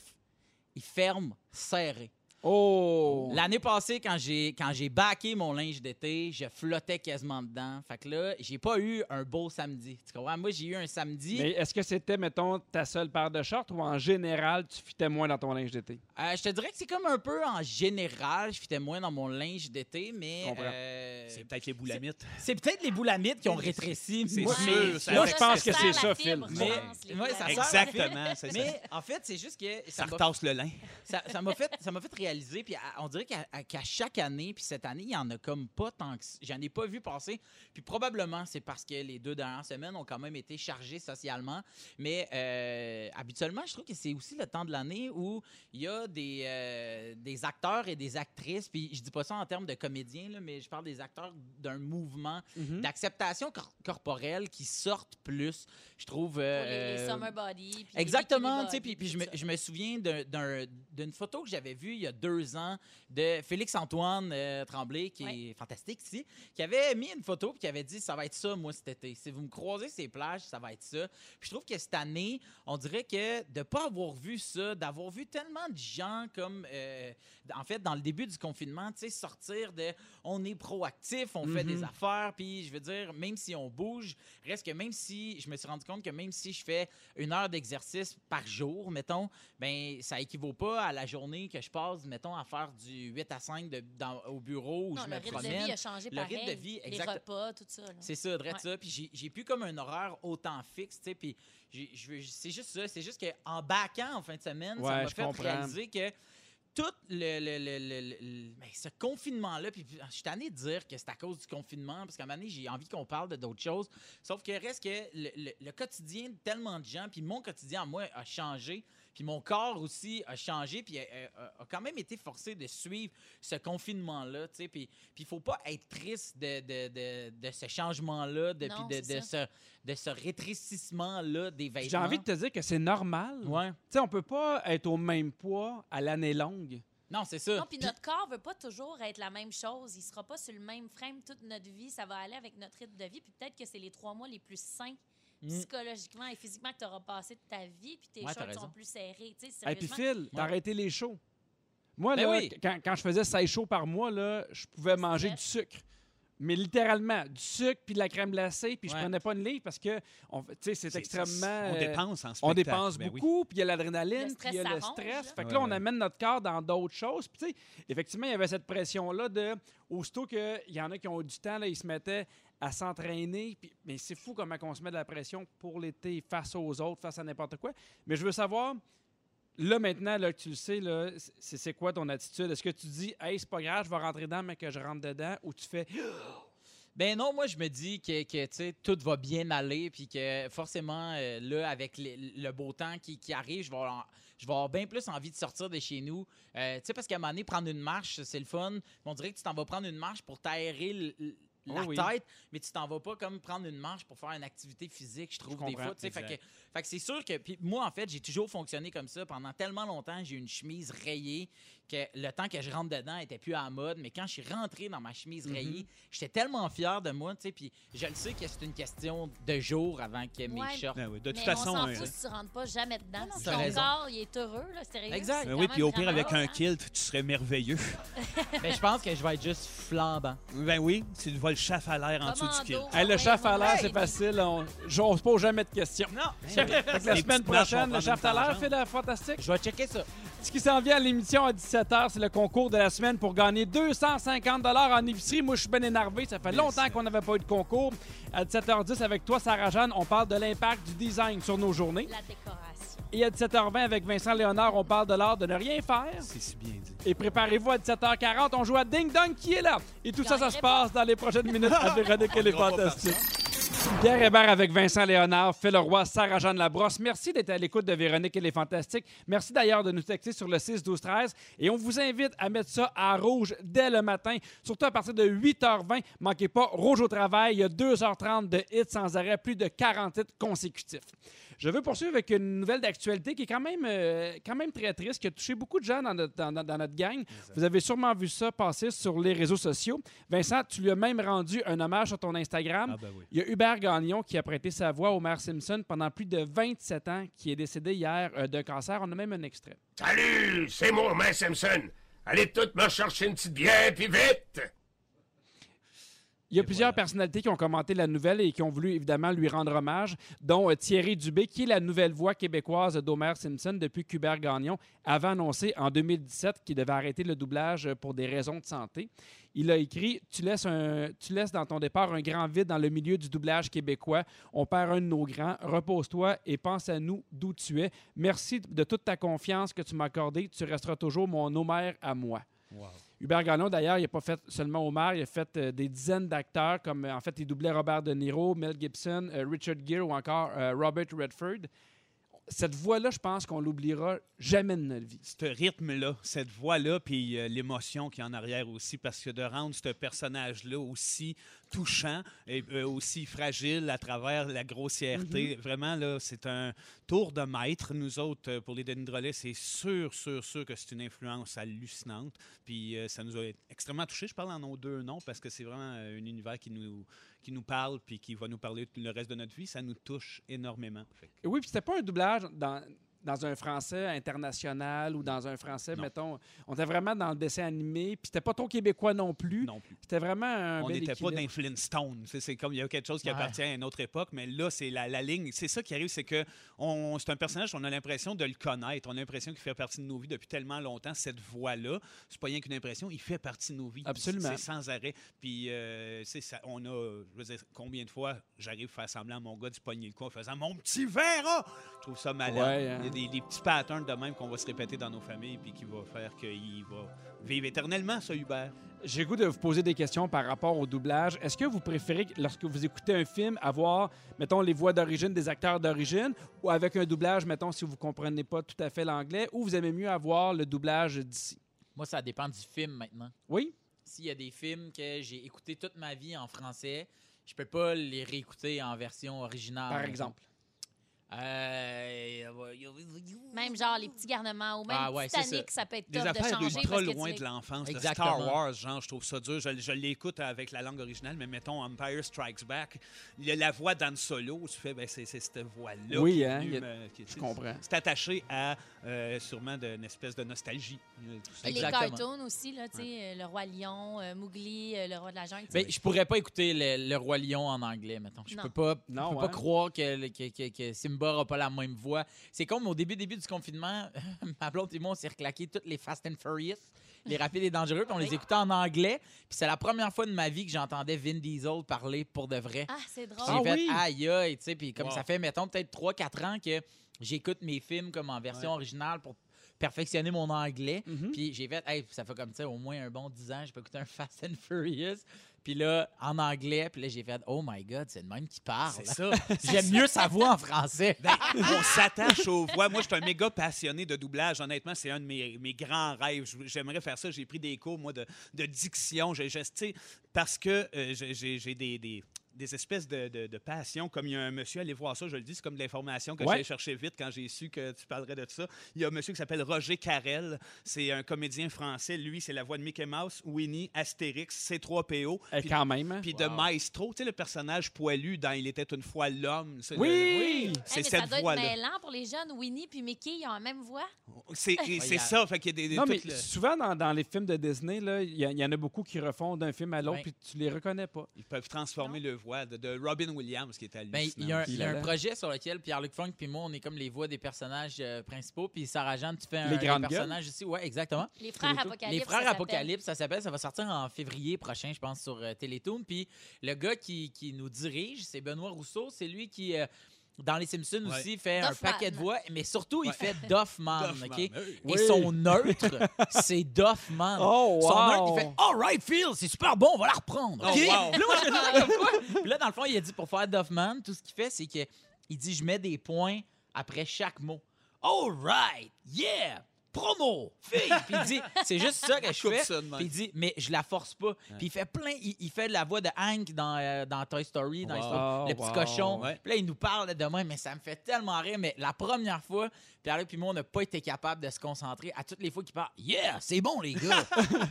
Speaker 4: ils ferment serré.
Speaker 2: (laughs) Oh!
Speaker 4: L'année passée, quand j'ai quand j'ai backé mon linge d'été, je flottais quasiment dedans. Fait que là, j'ai pas eu un beau samedi. Tu comprends? Moi, j'ai eu un samedi.
Speaker 2: Mais est-ce que c'était, mettons, ta seule paire de shorts ou en général, tu fitais moins dans ton linge d'été?
Speaker 4: Euh, je te dirais que c'est comme un peu en général. Je fitais moins dans mon linge d'été, mais.
Speaker 2: Je comprends.
Speaker 4: euh,
Speaker 1: C'est peut-être les boulamites.
Speaker 4: C'est peut-être les boulamites qui ont rétréci.
Speaker 1: C'est
Speaker 4: moi,
Speaker 1: sûr,
Speaker 4: mais-
Speaker 1: ça
Speaker 4: moi,
Speaker 2: je
Speaker 4: je-
Speaker 2: pense que c'est
Speaker 3: sert
Speaker 2: ça,
Speaker 3: la
Speaker 2: Phil.
Speaker 3: fibre, je
Speaker 4: Mais-
Speaker 3: pense, les
Speaker 4: ouais, ça
Speaker 3: boulamites.
Speaker 4: sert la fibre.
Speaker 1: Exactement, c'est ça.
Speaker 4: Mais en fait, c'est juste que
Speaker 1: Ça
Speaker 4: ça m'a-
Speaker 1: retasse le lin.
Speaker 4: ça ça m'a fait, ça m'a fait réaliser. Puis à- on dirait qu'à à- qu'à chaque année, puis cette année, il y en a comme pas tant que ça. j'en ai pas vu passer. Puis probablement c'est parce que les deux dernières semaines ont quand même été chargées socialement. Mais euh, habituellement, je trouve que c'est aussi le temps de l'année où il y a des, euh, des acteurs et des actrices. Puis je dis pas ça en termes de comédiens, là, mais je parle des acteurs d'un mouvement
Speaker 3: Mhm.
Speaker 4: d'acceptation cor- corporelle qui sortent plus, je trouve.
Speaker 3: Pour les,
Speaker 4: euh,
Speaker 3: les summer body. puis les
Speaker 4: Exactement,
Speaker 3: bikini
Speaker 4: tu sais,
Speaker 3: body,
Speaker 4: puis, puis je, me,
Speaker 3: tout ça.
Speaker 4: je me souviens d'un- d'un- d'une photo que j'avais vue il y a deux ans de Félix-Antoine euh, Tremblay, qui
Speaker 3: Ouais.
Speaker 4: est fantastique ici, qui avait mis une photo puis qui avait dit « ça va être ça, moi, cet été. Si vous me croisez ces plages, ça va être ça. » Puis je trouve que cette année, on dirait que de pas avoir vu ça, d'avoir vu tellement de gens comme... euh, en fait, dans le début du confinement, tu sais, sortir de on est proactif, on fait
Speaker 2: Mhm.
Speaker 4: des affaires, puis je veux dire, même si on bouge, reste que même si, je me suis rendu compte que même si je fais une heure d'exercice par jour, mettons, ben ça équivaut pas à la journée que je passe, mettons, à faire du 8 à 5 de- dans- au bureau où
Speaker 3: Non,
Speaker 4: je
Speaker 3: le
Speaker 4: me
Speaker 3: rythme de vie
Speaker 4: promène.
Speaker 3: a changé
Speaker 4: Le
Speaker 3: pareil.
Speaker 4: rythme de vie,
Speaker 3: les
Speaker 4: exact-
Speaker 3: repas, tout ça. là.
Speaker 4: C'est ça, drette
Speaker 3: Ouais.
Speaker 4: ça. Puis j'ai- j'ai plus comme un horaire autant fixe, tu sais. Puis j'ai- je veux- c'est juste ça. C'est juste qu'en baquant en fin de semaine,
Speaker 2: Ouais,
Speaker 4: ça m'a
Speaker 2: je
Speaker 4: fait
Speaker 2: comprends.
Speaker 4: réaliser que tout le, le- le- le- le- le- ben, ce confinement-là, puis je suis tanné de dire que c'est à cause du confinement, parce qu'à un moment donné, j'ai envie qu'on parle de d'autres choses. Sauf que reste que le, le- le quotidien de tellement de gens, puis mon quotidien à moi a changé. Puis mon corps aussi a changé, puis euh, euh, a quand même été forcé de suivre ce confinement-là, tu sais. Puis puis il faut pas être triste de, de, de, de ce changement-là, de,
Speaker 3: Non,
Speaker 4: puis de,
Speaker 3: c'est
Speaker 4: de ce, de ce rétrécissement-là des vêtements.
Speaker 2: J'ai envie de te dire que c'est normal.
Speaker 4: Ouais.
Speaker 2: Tu sais, on peut pas être au même poids à l'année longue.
Speaker 4: Non, c'est ça.
Speaker 3: Non, puis notre corps veut pas toujours être la même chose. Il sera pas sur le même frame toute notre vie. Ça va aller avec notre rythme de vie. Puis peut-être que c'est les trois mois les plus sains
Speaker 4: Mm.
Speaker 3: psychologiquement et physiquement que tu auras passé de ta vie. Puis tes
Speaker 4: Ouais, t'as
Speaker 3: shorts
Speaker 4: raison.
Speaker 3: sont plus serrés. Tu sais,
Speaker 2: Et puis
Speaker 3: sérieusement.
Speaker 2: Phil, t'as
Speaker 4: Ouais.
Speaker 2: arrêté les shows. Moi,
Speaker 4: Ben
Speaker 2: là,
Speaker 4: oui.
Speaker 2: quand, quand je faisais 16 shows par mois, là, je pouvais manger
Speaker 3: vrai.
Speaker 2: du sucre. Mais littéralement, du sucre puis de la crème glacée, puis je
Speaker 4: Ouais.
Speaker 2: prenais pas une livre parce que on- tu sais, c'est
Speaker 1: C'est-
Speaker 2: extrêmement.
Speaker 1: On
Speaker 2: euh,
Speaker 1: dépense en
Speaker 2: On
Speaker 1: spectacle.
Speaker 2: dépense
Speaker 1: ben oui.
Speaker 2: beaucoup, puis il y a l'adrénaline,
Speaker 3: Le
Speaker 2: puis il y a
Speaker 3: stress
Speaker 2: le
Speaker 3: s'arrange,
Speaker 2: stress.
Speaker 3: là.
Speaker 2: Fait que
Speaker 1: Ouais,
Speaker 2: là, on
Speaker 1: ouais.
Speaker 2: amène notre corps dans d'autres choses. Puis, tu sais, effectivement, il y avait cette pression-là de. Aussitôt qu'il y en a qui ont eu du temps, là, ils se mettaient à s'entraîner. Puis, mais c'est fou comment on se met de la pression pour l'été, face aux autres, face à n'importe quoi. Mais je veux savoir, là, maintenant, là, que tu le sais, là, c'est, c'est quoi ton attitude? Est-ce que tu dis, hey, c'est pas grave, je vais rentrer dedans, mais que je rentre dedans, ou tu fais.
Speaker 4: Ben non, moi je me dis que, que, tu sais, tout va bien aller, puis que forcément, euh, là, avec le, le beau temps qui, qui arrive, je vais, avoir- je vais avoir bien plus envie de sortir de chez nous. Euh, tu sais, parce qu'à un moment donné, prendre une marche, c'est le fun. On dirait que tu t'en vas prendre une marche pour t'aérer l- l- la
Speaker 2: Oh oui.
Speaker 4: tête, mais tu t'en vas pas comme prendre une marche pour faire une activité physique, je trouve, des
Speaker 2: comprends,
Speaker 4: fois. tu sais. Fait
Speaker 1: exact.
Speaker 4: que, fait que c'est sûr que. Puis moi, en fait, j'ai toujours fonctionné comme ça. Pendant tellement longtemps, j'ai une chemise rayée que le temps que je rentre dedans était plus à la mode, mais quand je suis rentré dans ma
Speaker 2: Mm-hmm.
Speaker 4: chemise rayée, j'étais tellement fier de moi, tu sais, puis je le sais que c'est une question de jour avant que mes
Speaker 3: Ouais.
Speaker 4: shorts.
Speaker 1: Ben oui, de toute
Speaker 3: mais
Speaker 1: façon.
Speaker 3: on s'en
Speaker 1: hein,
Speaker 3: fout si tu rentres pas jamais dedans.
Speaker 4: euh, non,
Speaker 3: Si
Speaker 4: t'as
Speaker 3: ton
Speaker 4: raison.
Speaker 3: corps, il est heureux, là, sérieux.
Speaker 4: Exact.
Speaker 3: c'est
Speaker 1: ben
Speaker 3: quand
Speaker 1: oui,
Speaker 3: même
Speaker 1: puis au pire,
Speaker 3: vraiment hein?
Speaker 1: avec un
Speaker 3: important.
Speaker 1: kilt, tu serais merveilleux.
Speaker 4: Mais je pense que je vais être juste flambant.
Speaker 1: Ben oui, tu vois le chef à l'air en dessous du
Speaker 3: Commando.
Speaker 1: kilt.
Speaker 2: Hey, le
Speaker 3: Ouais,
Speaker 2: chef à
Speaker 3: ouais,
Speaker 2: l'air,
Speaker 3: ouais.
Speaker 2: c'est facile. On, j'ose pas jamais de questions.
Speaker 4: Non,
Speaker 2: Fait que la
Speaker 1: Les
Speaker 2: semaine
Speaker 1: petites marches,
Speaker 2: prochaine,
Speaker 1: on
Speaker 2: le
Speaker 1: va
Speaker 2: chef à
Speaker 1: prendre une
Speaker 2: l'air
Speaker 1: tangente.
Speaker 2: fait de la fantastique.
Speaker 4: je vais checker ça.
Speaker 2: Ce qui s'en vient à l'émission à 17h, c'est le concours de la semaine pour gagner 250 en épicerie. Moi, je suis bien énervé. Ça fait longtemps qu'on n'avait pas eu de concours. À 17h10, avec toi, Sarah-Jeanne, on parle de l'impact du design sur nos journées.
Speaker 3: La décoration.
Speaker 2: Et à 17h20, avec Vincent Léonard, on parle de l'art de ne rien faire.
Speaker 1: C'est si bien dit.
Speaker 2: Et préparez-vous à 17h40, on joue à Ding Dong qui est là. Et tout ça, ça se passe dans les prochaines minutes à Véronique et les
Speaker 1: ira pas faire
Speaker 2: Fantastiques. Pierre Hébert avec Vincent Léonard, Phil Leroy, Sarah-Jeanne Labrosse. Merci d'être à l'écoute de Véronique et les Fantastiques. Merci d'ailleurs de nous texter sur le 6-12-13. Et on vous invite à mettre ça à rouge dès le matin, surtout à partir de 8h20. Manquez pas Rouge au travail. Il y a 2h30 de hits sans arrêt, plus de 40 hits consécutifs. Je veux poursuivre avec une nouvelle d'actualité qui est quand même, euh, quand même très triste, qui a touché beaucoup de gens dans notre, dans- dans- dans notre gang. Vous avez sûrement vu ça passer sur les réseaux sociaux. Vincent, tu lui as même rendu un hommage sur ton Instagram.
Speaker 1: Ah ben oui.
Speaker 2: Il y a Hubert Gagnon qui a prêté sa voix à Homer Simpson pendant plus de 27 ans, qui est décédé hier euh, d'un cancer. On a même un extrait.
Speaker 5: Salut, c'est moi, Homer Simpson. Allez toutes me chercher une petite bière, puis vite!
Speaker 2: Il y a plusieurs personnalités qui ont commenté la nouvelle et qui ont voulu évidemment lui rendre hommage, dont euh, Thierry Dubé, qui est la nouvelle voix québécoise d'Homer Simpson depuis qu'Hubert Gagnon avait annoncé en 2017 qu'il devait arrêter le doublage euh, pour des raisons de santé. Il a écrit tu laisses, un- tu laisses dans ton départ un grand vide dans le milieu du doublage québécois. On perd un de nos grands. Repose-toi et pense à nous d'où tu es. Merci de toute ta confiance que tu m'as accordée. Tu resteras toujours mon Homer à moi. Hubert Gagnon, d'ailleurs, il n'a pas fait seulement Omar, il a fait euh, des dizaines d'acteurs, comme euh, en fait, il doublait Robert De Niro, Mel Gibson, euh, Richard Gere ou encore euh, Robert Redford. Cette voix-là, je pense qu'on l'oubliera jamais de notre vie.
Speaker 1: ce rythme-là, cette voix-là, puis euh, l'émotion qui est en arrière aussi, parce que de rendre ce personnage-là aussi touchant et euh, aussi fragile à travers la grossièreté, vraiment, là, c'est un tour de maître. Nous autres, euh, pour les Denis Drolet, c'est sûr, sûr, sûr que c'est une influence hallucinante. Puis euh, ça nous a extrêmement touchés. Je parle en nos deux noms, parce que c'est vraiment euh, un univers qui nous, qui nous parle, puis qui va nous parler le reste de notre vie. Ça nous touche énormément. Fait que-
Speaker 2: Et oui, puis c'était pas un doublage dans, dans un français international ou dans un français,
Speaker 1: Non.
Speaker 2: mettons. On était vraiment dans le dessin animé, puis c'était pas trop québécois non plus.
Speaker 1: non plus.
Speaker 2: C'était vraiment un.
Speaker 1: on
Speaker 2: bel
Speaker 1: n'était pas
Speaker 2: équilibre.
Speaker 1: dans Flintstone. C'est, c'est comme il y a quelque chose qui
Speaker 4: Ouais.
Speaker 1: appartient à une autre époque, mais là, c'est la, la ligne. C'est ça qui arrive, c'est que on, c'est un personnage, on a l'impression de le connaître. On a l'impression qu'il fait partie de nos vies depuis tellement longtemps, cette voix-là. C'est pas rien qu'une impression, il fait partie de nos vies.
Speaker 2: Absolument.
Speaker 1: C'est sans arrêt. Puis, euh, c'est ça, on a, je veux dire, combien de fois j'arrive à faire semblant à mon gars de se pogner le cou en faisant mon petit verre, ah! Je trouve ça malade.
Speaker 2: Ouais, hein.
Speaker 1: Il y a des, des petits patterns de même qu'on va se répéter dans nos familles, puis qui va faire qu'il va vivre éternellement, ce Hubert.
Speaker 2: J'ai le goût de vous poser des questions par rapport au doublage. Est-ce que vous préférez, lorsque vous écoutez un film, avoir, mettons, les voix d'origine des acteurs d'origine ou avec un doublage, mettons, si vous ne comprenez pas tout à fait l'anglais, ou vous aimez mieux avoir le doublage d'ici?
Speaker 4: Moi, ça dépend du film maintenant.
Speaker 2: Oui?
Speaker 4: S'il y a des films que j'ai écoutés toute ma vie en français, je peux pas les réécouter en version originale.
Speaker 2: Par exemple.
Speaker 4: Euh,
Speaker 3: Même genre les petits garnements ou même
Speaker 4: Ah ouais, c'est
Speaker 3: Titanic, ça. peut être
Speaker 1: Des
Speaker 3: top de
Speaker 1: affaires
Speaker 3: changer.
Speaker 1: ultra
Speaker 3: parce que tu
Speaker 1: loin
Speaker 3: l'é-
Speaker 1: de l'enfance. Le
Speaker 4: Exactement.
Speaker 1: Star Wars, genre, je trouve ça dur. Je, je l'écoute avec la langue originale, mais mettons Empire Strikes Back. Il y a la voix d'Anne Solo, tu fais, ben, c'est c'est cette voix-là.
Speaker 2: Oui,
Speaker 1: qui est
Speaker 2: hein,
Speaker 1: venue
Speaker 2: il y a-
Speaker 1: me- qui- tu sais,
Speaker 2: comprends.
Speaker 1: C'est attaché à euh, sûrement d'une espèce de nostalgie. euh, tout ça.
Speaker 3: Puis les
Speaker 4: Exactement.
Speaker 3: cartoons aussi, là, tu sais, euh, le roi lion, euh, Mowgli, euh, le roi de la jungle. tu sais.
Speaker 4: Ben, je pourrais pas écouter le, le Roi Lion en anglais, mettons. Je
Speaker 3: Non.
Speaker 4: peux pas, je
Speaker 2: Non,
Speaker 4: peux
Speaker 2: hein?
Speaker 4: pas croire que, le- que, que- que Simba aura pas la même voix. C'est comme au début, début du confinement, (laughs) ma blonde et moi, on s'est reclaqué toutes les Fast and Furious, les rapides et dangereux, puis on les écoutait en anglais. Puis c'est la première fois de ma vie que j'entendais Vin Diesel parler pour de vrai.
Speaker 3: Ah, c'est
Speaker 4: Puis
Speaker 3: drôle.
Speaker 4: J'ai
Speaker 2: Ah
Speaker 4: fait
Speaker 2: oui?
Speaker 4: aïe aïe, tu sais, puis comme
Speaker 1: Wow.
Speaker 4: ça fait, mettons, peut-être 3-4 ans que j'écoute mes films comme en version originale pour perfectionner mon anglais.
Speaker 1: Mm-hmm.
Speaker 2: Mhm.
Speaker 4: Puis j'ai fait, hey, ça fait comme, tu sais, au moins un bon 10 ans, j'ai pas écouté un (laughs) Fast and Furious. Puis là, en anglais, puis là, j'ai fait, oh my God, c'est le même qui parle.
Speaker 1: C'est
Speaker 4: (laughs)
Speaker 1: ça.
Speaker 4: J'aime mieux sa voix en français.
Speaker 1: Ben, on s'attache aux voix. Moi, je suis un méga passionné de doublage. Honnêtement, c'est un de mes, mes grands rêves. Je- J'aimerais faire ça. J'ai pris des cours, moi, de, de diction. J'ai- j'ai- tu sais, parce que euh, j'ai- j'ai j'ai des, des- des espèces de, de- de passions. Comme il y a un monsieur, allez voir ça, je le dis, c'est comme de l'information que
Speaker 2: Ouais.
Speaker 1: j'ai cherchée vite quand j'ai su que tu parlerais de ça. Il y a un monsieur qui s'appelle Roger Carrel. C'est un comédien français. Lui, c'est la voix de Mickey Mouse, Winnie, Astérix, C3PO.
Speaker 2: Euh,
Speaker 1: Puis-
Speaker 2: quand même. hein.
Speaker 1: Puis de Maestro, tu sais, le personnage poilu dans Il était une fois l'homme. ça,
Speaker 2: Oui!
Speaker 1: le- C'est
Speaker 3: mais ça
Speaker 1: cette
Speaker 3: doit être
Speaker 1: voix-là.
Speaker 3: mêlant pour les jeunes. Winnie puis Mickey, ils ont la même voix.
Speaker 1: C'est et c'est ça. Fait qu'il y a des, des-
Speaker 2: Non,
Speaker 1: tout
Speaker 2: mais
Speaker 1: le-
Speaker 2: souvent, dans, dans les films de Disney, là, il y, a- il y en a beaucoup qui refont d'un film à l'autre,
Speaker 4: Ouais.
Speaker 2: puis tu les reconnais pas.
Speaker 1: Ils peuvent transformer le voix de, de Robin Williams, qui est hallucinant.
Speaker 4: Ben, il y a, un,
Speaker 2: aussi.
Speaker 4: il y a un
Speaker 2: Là-là.
Speaker 4: projet sur lequel Pierre-Luc Funk puis moi, on est comme les voix des personnages euh, principaux. Puis Sarah Jeanne, tu fais un
Speaker 2: Les
Speaker 4: des
Speaker 2: grandes
Speaker 4: personnages ici. Ouais, exactement.
Speaker 3: Les frères
Speaker 2: Télétoon.
Speaker 3: Apocalypse.
Speaker 4: les
Speaker 3: ça
Speaker 4: frères
Speaker 3: s'appelle.
Speaker 4: Apocalypse, ça s'appelle. Ça va sortir en février prochain, je pense, sur euh, Télétoon. Puis le gars qui, qui nous dirige, c'est Benoît Rousseau. C'est lui qui, euh, dans Les Simpsons
Speaker 1: Ouais.
Speaker 4: aussi, fait
Speaker 3: Doffman.
Speaker 4: un paquet de voix. Mais surtout, il
Speaker 1: Ouais.
Speaker 4: fait Doffman.
Speaker 1: Doffman,
Speaker 4: Ah, OK?
Speaker 1: oui.
Speaker 2: Oui.
Speaker 4: Et son neutre, c'est Doffman.
Speaker 2: Oh,
Speaker 4: Son
Speaker 2: wow.
Speaker 4: neutre, il fait All right, Phil, c'est super bon, on va la reprendre.
Speaker 1: Oh,
Speaker 4: OK?
Speaker 1: wow.
Speaker 4: Puis là,
Speaker 3: (laughs)
Speaker 4: moi, je fais comme quoi? Puis là, dans le fond, il a dit pour faire Doffman, tout ce qu'il fait, c'est que il dit Je mets des points après chaque mot. All right, yeah, promo, fille. Puis il dit C'est juste ça que je
Speaker 1: Coupe
Speaker 4: fais.
Speaker 1: ça de même.
Speaker 4: Puis il dit Mais je la force pas. Puis il fait plein, il, il fait de la voix de Hank dans, euh, dans Toy Story,
Speaker 1: Wow.
Speaker 4: dans les histoires- le
Speaker 2: Oh,
Speaker 4: petit
Speaker 2: wow.
Speaker 4: cochon.
Speaker 1: Ouais.
Speaker 4: Puis là, il nous parle de moi, mais ça me fait tellement rire. Mais la première fois, Pierre-Luc puis moi, on n'a pas été capable de se concentrer. À toutes les fois qu'il parle, yeah, c'est bon,
Speaker 3: (laughs)
Speaker 4: les gars.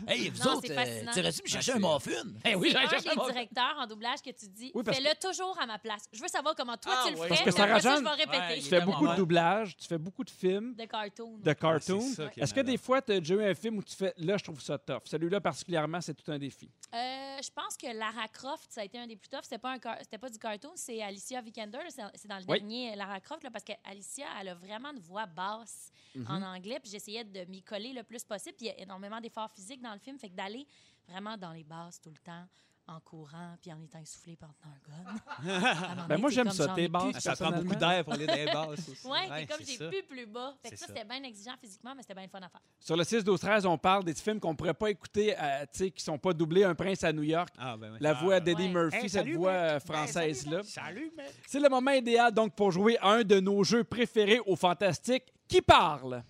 Speaker 4: hey, vous
Speaker 3: Non,
Speaker 4: autres,
Speaker 3: c'est
Speaker 4: euh,
Speaker 3: fascinant.
Speaker 4: tu aurais-tu me chercher
Speaker 1: Ah,
Speaker 4: un
Speaker 1: c'est-
Speaker 4: muffin? Eh oui,
Speaker 3: C'est
Speaker 4: j'allais
Speaker 3: un
Speaker 4: chercher un
Speaker 3: des
Speaker 4: muffin.
Speaker 3: directeurs en doublage que tu dis,
Speaker 2: Oui, parce
Speaker 3: fais-le toujours à ma place. Je veux savoir comment toi
Speaker 4: Ah,
Speaker 3: tu le ferais.
Speaker 4: oui. Parce
Speaker 2: que
Speaker 3: puis
Speaker 2: Sarah
Speaker 3: après ça, je vais
Speaker 4: Jeanne-
Speaker 3: répéter.
Speaker 2: Tu
Speaker 4: Il
Speaker 2: fais
Speaker 4: est
Speaker 2: beaucoup de
Speaker 4: vraiment-
Speaker 2: doublages, tu fais beaucoup de films,
Speaker 3: de cartoon.
Speaker 2: de
Speaker 1: Ah, c'est
Speaker 2: cartoons.
Speaker 1: ça qui
Speaker 2: Est-ce que des
Speaker 1: malade.
Speaker 2: fois, tu as déjà eu un film où tu fais là, je trouve ça tough. Celui-là particulièrement, c'est tout un défi.
Speaker 3: Euh, je pense que Lara Croft, ça a été un des plus toughs. C'était pas, un car- c'était pas du cartoon, c'est Alicia Vikander. là. C'est- C'est dans le
Speaker 2: Oui.
Speaker 3: dernier Lara Croft, là, parce qu'Alicia, elle a vraiment une voix basse en
Speaker 2: Mhm.
Speaker 3: anglais. Puis j'essayais de m'y coller le plus possible. Puis il y a énormément d'efforts physiques dans le film. Fait que d'aller vraiment dans les basses tout le temps, en courant, puis en étant essoufflé pendant un
Speaker 2: (laughs)
Speaker 3: gun. À un moment
Speaker 2: Ben,
Speaker 3: donné,
Speaker 2: moi,
Speaker 3: t'es
Speaker 2: j'aime
Speaker 3: comme,
Speaker 2: ça,
Speaker 3: j'en
Speaker 2: tes
Speaker 3: ai
Speaker 2: basses.
Speaker 3: plus.
Speaker 1: Ah, Ça prend beaucoup
Speaker 2: personnellement.
Speaker 1: d'air pour les débasses aussi.
Speaker 3: Ouais,
Speaker 1: Ouais,
Speaker 3: t'es comme
Speaker 1: c'est
Speaker 3: j'ai
Speaker 1: ça.
Speaker 3: plus plus bas. Fait
Speaker 1: C'est
Speaker 3: que ça,
Speaker 1: ça.
Speaker 3: c'était bien exigeant physiquement, mais c'était bien le fun à faire.
Speaker 2: Sur le 6-12-13, on parle des films qu'on ne pourrait pas écouter, euh, tu sais, qui sont pas doublés, Un prince à New York.
Speaker 1: Ah, ben oui.
Speaker 2: La voix d'Eddie
Speaker 3: Ouais.
Speaker 2: Murphy, cette voix
Speaker 1: Ben,
Speaker 2: euh, française-là.
Speaker 5: Salut, mec.
Speaker 2: C'est le moment idéal donc pour jouer à un de nos jeux préférés au Fantastique qui parle.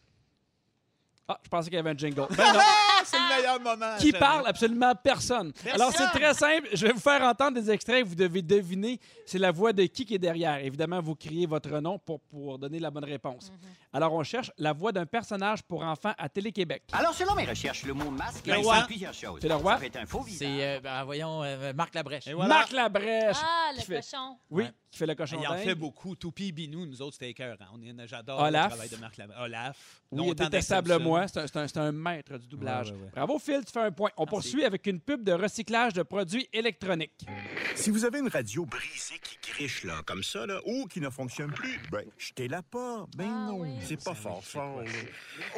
Speaker 2: Ah, je pensais qu'il y avait un jingle. Ben non.
Speaker 1: Ah, c'est le meilleur moment.
Speaker 2: qui
Speaker 1: jamais.
Speaker 2: parle absolument personne. Alors c'est très simple, je vais vous faire entendre des extraits, vous devez deviner c'est la voix de qui qui est derrière. Évidemment, vous criez votre nom pour, pour donner la bonne réponse.
Speaker 1: Mhm.
Speaker 2: Alors on cherche la voix d'un personnage pour enfants à Télé-Québec.
Speaker 1: Ah,
Speaker 7: Alors, selon mes recherches, le mot masque
Speaker 1: Le
Speaker 7: est
Speaker 1: roi.
Speaker 7: plusieurs choses.
Speaker 2: C'est le roi.
Speaker 7: Ça peut être un faux visage.
Speaker 4: C'est, euh, ben, voyons, euh, Marc Labrèche.
Speaker 1: Et voilà.
Speaker 2: Marc Labrèche.
Speaker 3: Ah,
Speaker 2: qui
Speaker 3: le
Speaker 2: fait-
Speaker 3: cochon.
Speaker 2: Oui,
Speaker 4: Ouais.
Speaker 2: qui fait le cochon
Speaker 1: Il en
Speaker 2: d'Inde.
Speaker 1: fait beaucoup. Toupie, Binou, nous autres, c'était écœurant. On est- J'adore
Speaker 2: Olaf.
Speaker 1: le travail de Marc Labrèche. Olaf.
Speaker 2: Oui,
Speaker 1: longtemps dans
Speaker 2: détestable
Speaker 1: Simpson.
Speaker 2: moi. C'est un, c'est un- c'est un maître du doublage.
Speaker 1: Ouais, ouais, ouais.
Speaker 2: Bravo, Phil, tu fais un point. On poursuit avec une pub de recyclage de produits électroniques.
Speaker 9: Si vous avez une radio brisée qui griche là, comme ça, là, ou qui ne fonctionne plus, ben, jetez-la pas. Ben
Speaker 3: Ah
Speaker 9: non,
Speaker 3: oui.
Speaker 9: c'est
Speaker 1: Ça,
Speaker 9: pas fort
Speaker 1: oui,
Speaker 9: fort. là.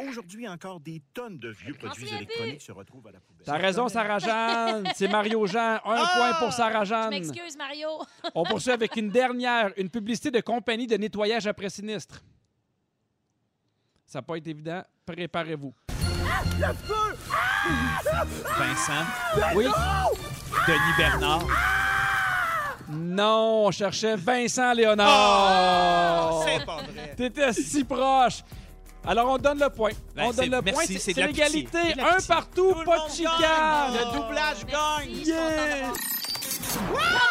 Speaker 9: Aujourd'hui encore, des tonnes de vieux produits
Speaker 3: souviens
Speaker 9: électroniques se retrouvent à la poubelle.
Speaker 2: T'as raison, Sarah-Jeanne. C'est Mario-Jean. Un
Speaker 1: Ah!
Speaker 2: point pour
Speaker 3: Je
Speaker 2: Sarah-Jeanne.
Speaker 3: m'excuse, Mario.
Speaker 2: On poursuit avec une dernière, une publicité de compagnie de nettoyage après sinistre. Ça peut être évident. Préparez-vous.
Speaker 1: Vincent.
Speaker 2: Oui.
Speaker 1: Denis Bernard.
Speaker 2: Non, on cherchait Vincent Léonard.
Speaker 1: Oh, C'est pas vrai.
Speaker 2: T'étais si proche. Alors, on donne le point.
Speaker 1: Ben,
Speaker 2: on donne
Speaker 1: c'est-
Speaker 2: le
Speaker 1: merci,
Speaker 2: point.
Speaker 1: c'est
Speaker 2: C'est
Speaker 1: de
Speaker 2: c'est
Speaker 1: la pitié.
Speaker 2: l'égalité.
Speaker 1: C'est de la
Speaker 2: Un
Speaker 1: pitié.
Speaker 2: partout, pas de
Speaker 1: monde
Speaker 2: chicane.
Speaker 1: gagne.
Speaker 4: Le doublage gagne!
Speaker 3: Merci, je suis contente
Speaker 2: Yeah.
Speaker 3: d'avoir-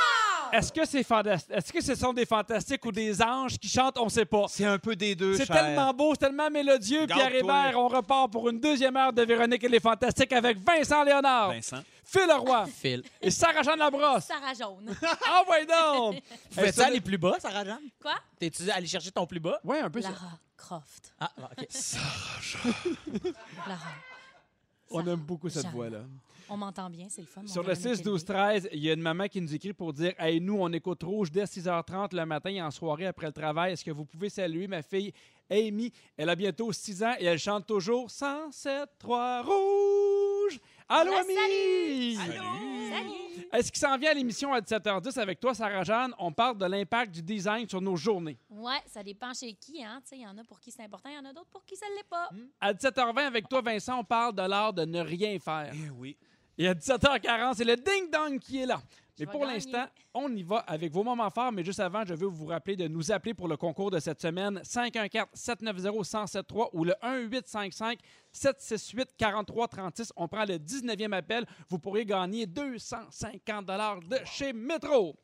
Speaker 2: Est-ce que c'est fantas- Est-ce que ce sont des fantastiques ou des anges qui chantent? On sait pas.
Speaker 1: C'est un peu des deux,
Speaker 2: C'est
Speaker 1: cher.
Speaker 2: tellement beau, c'est tellement mélodieux. Pierre
Speaker 1: Garde-toi.
Speaker 2: Hébert, on repart pour une deuxième heure de Véronique et les Fantastiques avec Vincent Léonard,
Speaker 1: Vincent.
Speaker 2: Phil Leroy
Speaker 4: Phil.
Speaker 2: et Sarah-Jeanne Labrosse.
Speaker 3: Sarah
Speaker 1: (laughs)
Speaker 3: Jaune.
Speaker 2: Ah ouais donc!
Speaker 4: Fais
Speaker 2: ça,
Speaker 4: ça aller plus bas, Sarah Jeanne?
Speaker 3: Quoi?
Speaker 4: T'es-tu allé chercher ton plus bas?
Speaker 2: Ouais, un peu. ça.
Speaker 3: Lara Croft.
Speaker 4: Ah, bon, OK.
Speaker 3: Lara.
Speaker 2: On
Speaker 3: Sarah,
Speaker 2: aime beaucoup cette
Speaker 3: Jeanne.
Speaker 2: voix-là.
Speaker 3: On m'entend bien, c'est le fun. mon
Speaker 2: Sur le
Speaker 3: Véronique
Speaker 2: 6, 12, 13, il y a une maman qui nous écrit pour dire Hey, nous, on écoute Rouge dès 6h30 le matin et en soirée après le travail. Est-ce que vous pouvez saluer ma fille Amy Elle a bientôt 6 ans et elle chante toujours 107, 3 Rouge. Allô,
Speaker 3: La
Speaker 2: Amy
Speaker 3: Elliott. Salut!
Speaker 2: Est-ce qu'il s'en vient à l'émission à 17h10 avec toi, Sarah-Jeanne? On parle de l'impact du design sur nos journées.
Speaker 3: Ouais, ça dépend chez qui, hein. Tu sais, il y en a pour qui c'est important, il y en a d'autres pour qui ça ne l'est pas.
Speaker 1: Hmm.
Speaker 2: À 17h20, avec toi, Vincent, on parle de l'art de ne rien faire.
Speaker 1: Eh oui.
Speaker 2: Et à 17h40, c'est le ding-dong qui est là.
Speaker 3: Je
Speaker 2: Mais
Speaker 3: vais
Speaker 2: pour
Speaker 3: gagner.
Speaker 2: l'instant, on y va avec vos moments forts. Mais juste avant, je veux vous rappeler de nous appeler pour le concours de cette semaine 514-790-1073 ou le 1855-768-4336. On prend le 19e appel. Vous pourrez gagner 250 de chez Metro.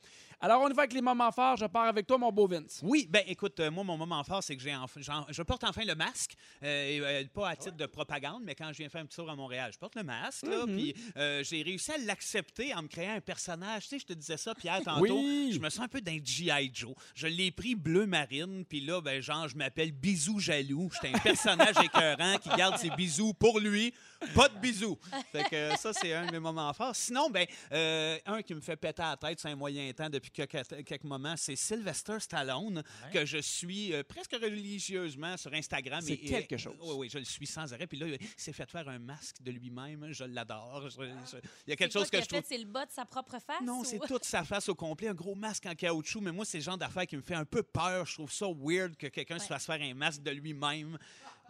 Speaker 2: Alors, on y va avec les moments forts. Je pars avec toi, mon beau Vince.
Speaker 1: Oui, ben écoute, euh, moi, mon moment fort, c'est que j'ai enf- j'en- je porte enfin le masque, euh, et, euh, pas à titre de propagande, mais quand je viens faire un petit tour à Montréal, je porte le masque, là, puis euh, j'ai réussi à l'accepter en me créant un personnage. Tu sais, je te disais ça, Pierre, tantôt,
Speaker 2: Oui.
Speaker 1: je me sens un peu d'un G.I. Joe. Je l'ai pris bleu marine, puis là, ben genre, je m'appelle Bisou Jaloux. J'étais un personnage (laughs) écœurant qui garde ses bisous pour lui, pas de bisous. Fait que euh, ça, c'est un de mes moments forts. Sinon, ben, euh, un qui me fait péter la tête, c'est un moyen temps depuis quelques, quelques moments, c'est Sylvester Stallone, que je suis euh, presque religieusement sur Instagram.
Speaker 2: C'est
Speaker 1: et- et-
Speaker 2: quelque chose.
Speaker 1: Oui, oui, je le suis sans arrêt. Puis là, il s'est fait faire un masque de lui-même. Je l'adore. Je- je- Il y a quelque chose que je trouve.
Speaker 3: Ah. C'est le bas de sa propre face?
Speaker 1: Non,
Speaker 3: ou-
Speaker 1: c'est toute sa face au complet, un gros masque en caoutchouc. Mais moi, c'est le genre d'affaire qui me fait un peu peur. Je trouve ça weird que quelqu'un se
Speaker 3: Ouais.
Speaker 1: fasse faire un masque de lui-même.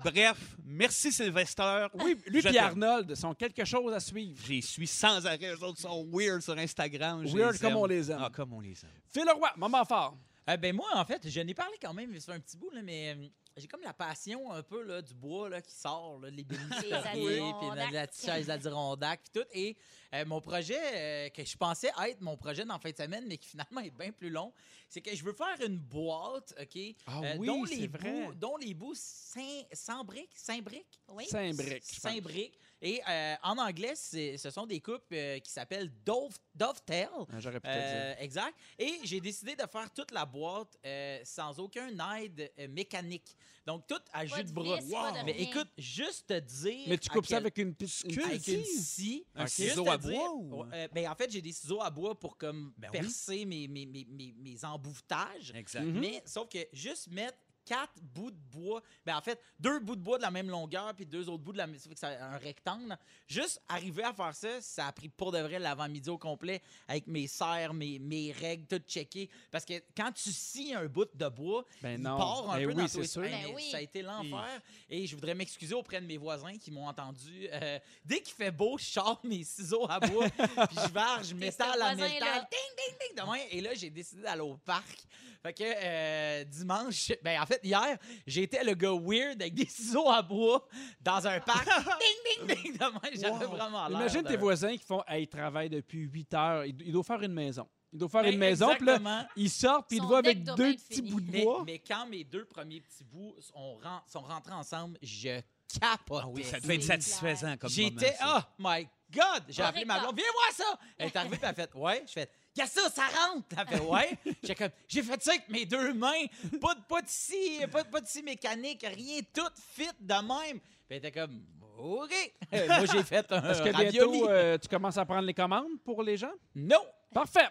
Speaker 1: Bref, merci Sylvester.
Speaker 2: Oui, lui
Speaker 1: Je
Speaker 2: et
Speaker 1: t'aime.
Speaker 2: Arnold sont quelque chose à suivre.
Speaker 1: J'y suis sans arrêt. Les autres sont weird sur Instagram. Je
Speaker 2: Weird
Speaker 1: les
Speaker 2: comme
Speaker 1: aime.
Speaker 2: on les aime.
Speaker 1: Ah, comme on les aime.
Speaker 2: Phil Leroy, moment fort.
Speaker 4: Euh, ben moi, en fait, je n'ai parlé quand même, mais c'est un petit bout, là, mais euh, j'ai comme la passion un peu là, du bois là, qui sort, là, les bénéficiaires, puis la, la petite chaise d'Adirondack, puis tout. Et euh, mon projet, euh, que je pensais être mon projet dans la fin de semaine, mais qui finalement est bien plus long, c'est que je veux faire une boîte, OK,
Speaker 2: Ah
Speaker 4: euh,
Speaker 2: oui,
Speaker 4: dont,
Speaker 2: c'est
Speaker 4: les
Speaker 2: vrai.
Speaker 4: bouts, dont les bouts sans, sans briques, sans briques,
Speaker 3: Oui.
Speaker 2: Saint-Bric. je pense.
Speaker 4: Saint-Bric. Et euh, en anglais, c'est- ce sont des coupes euh, qui s'appellent dove, dovetail.
Speaker 2: Ah, J'aurais pu te le dire.
Speaker 4: Euh, exact. Et j'ai décidé de faire toute la boîte euh, sans aucun aide euh, mécanique. Donc, tout à
Speaker 3: Pas
Speaker 4: jus
Speaker 3: de
Speaker 4: de bras.
Speaker 3: vis, pas de
Speaker 4: Mais
Speaker 3: rien.
Speaker 4: écoute, juste te dire.
Speaker 2: Mais tu
Speaker 4: à
Speaker 2: coupes ça
Speaker 4: quel-
Speaker 2: avec une petite une
Speaker 4: avec une
Speaker 2: petite-
Speaker 4: scie.
Speaker 1: Un
Speaker 4: Ok.
Speaker 1: ciseau
Speaker 4: Juste
Speaker 1: à
Speaker 4: dire-
Speaker 1: bois ou-
Speaker 4: Ouais, euh, ben, en fait, j'ai des ciseaux à bois pour comme
Speaker 1: Ben oui.
Speaker 4: percer mes, mes, mes, mes, mes embouvetages.
Speaker 1: Exact. Mm-hmm.
Speaker 2: Mhm.
Speaker 4: Mais sauf que juste mettre quatre bouts de bois, ben en fait, deux bouts de bois de la même longueur puis deux autres bouts de la même, ça fait que c'est un rectangle. Juste arriver à faire ça, ça a pris pour de vrai l'avant-midi au complet avec mes serres, mes, mes règles, tout checké. Parce que quand tu scies un bout de bois,
Speaker 2: Ben
Speaker 4: il
Speaker 2: non.
Speaker 4: part un
Speaker 2: Ben
Speaker 4: peu
Speaker 2: oui,
Speaker 4: dans
Speaker 2: c'est
Speaker 4: tous les-
Speaker 2: sûr.
Speaker 4: Hey,
Speaker 3: Ben
Speaker 4: mais
Speaker 3: oui.
Speaker 4: Ça a été l'enfer. Et je voudrais m'excuser auprès de mes voisins qui m'ont entendu. Euh, dès qu'il fait beau, je sors mes ciseaux
Speaker 2: (laughs)
Speaker 4: à bois, puis je varge,
Speaker 3: Tes
Speaker 4: je m'étale à
Speaker 3: voisins,
Speaker 4: métal.
Speaker 3: là.
Speaker 4: Ding, ding, ding, demain. Et là, j'ai décidé d'aller au parc. Fait que euh, dimanche, ben en fait, hier, j'étais le gars weird avec des ciseaux à bois dans
Speaker 3: (laughs)
Speaker 4: un parc. ding, ding, ding, demain. J'avais vraiment l'air.
Speaker 2: Imagine
Speaker 4: de-
Speaker 2: tes voisins qui font Hey, ils travaillent depuis 8 heures. Ils, do- ils doivent faire une maison. Ils doivent faire
Speaker 4: Ben,
Speaker 2: une maison. Puis là,
Speaker 4: exactement.
Speaker 2: ils sortent puis ils te
Speaker 3: Son
Speaker 2: voient
Speaker 3: deck
Speaker 2: avec
Speaker 3: doit
Speaker 2: deux
Speaker 3: être
Speaker 2: petits
Speaker 3: fini.
Speaker 2: bouts de
Speaker 4: Mais,
Speaker 2: bois.
Speaker 4: mais quand mes deux premiers petits bouts sont, ren- sont rentrés ensemble, je
Speaker 2: Ah
Speaker 4: capotais.
Speaker 1: Ça devait être
Speaker 3: C'est
Speaker 1: satisfaisant comme moment.
Speaker 4: J'étais,
Speaker 1: ça.
Speaker 4: oh my God! J'ai
Speaker 3: Ah,
Speaker 4: appelé ma
Speaker 3: Rita.
Speaker 4: blonde, viens voir ça! Elle est arrivée, puis elle a fait, ouais. Je fais, y'a ça, ça rentre! Elle
Speaker 1: (laughs)
Speaker 4: fait, ouais. J'ai comme, j'ai fait ça avec mes deux mains, pas de, pas de scie, pas de, pas de scie mécanique, rien, tout fit de même. Puis elle était comme,
Speaker 1: (laughs)
Speaker 4: OK. Euh, Moi, j'ai fait un
Speaker 2: Est-ce que
Speaker 4: ravioli.
Speaker 2: bientôt, euh, tu commences à prendre les commandes pour les gens?
Speaker 4: Non!
Speaker 2: Parfait.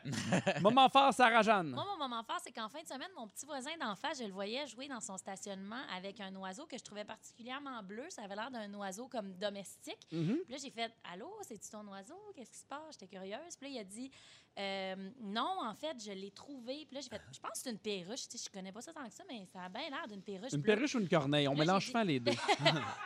Speaker 2: Moment fort, Sarah-Jeanne.
Speaker 3: Moi, mon moment fort, c'est qu'en fin de semaine, mon petit voisin d'en face, je le voyais jouer dans son stationnement avec un oiseau que je trouvais particulièrement bleu. Ça avait l'air d'un oiseau comme domestique.
Speaker 2: Mhm.
Speaker 3: Puis là, j'ai fait Allô, c'est-tu ton oiseau? Qu'est-ce qui se passe? J'étais curieuse. Puis là, il a dit Euh, Non, en fait, je l'ai trouvé. Puis là, j'ai fait Je pense que c'est une perruche. Tu sais, je connais pas ça tant que ça, mais ça a bien l'air d'une perruche.
Speaker 2: Une
Speaker 3: Puis là,
Speaker 2: perruche ou une corneille? On
Speaker 3: Là,
Speaker 2: mélange
Speaker 3: j'ai dit-
Speaker 2: souvent les
Speaker 3: (laughs)
Speaker 2: deux.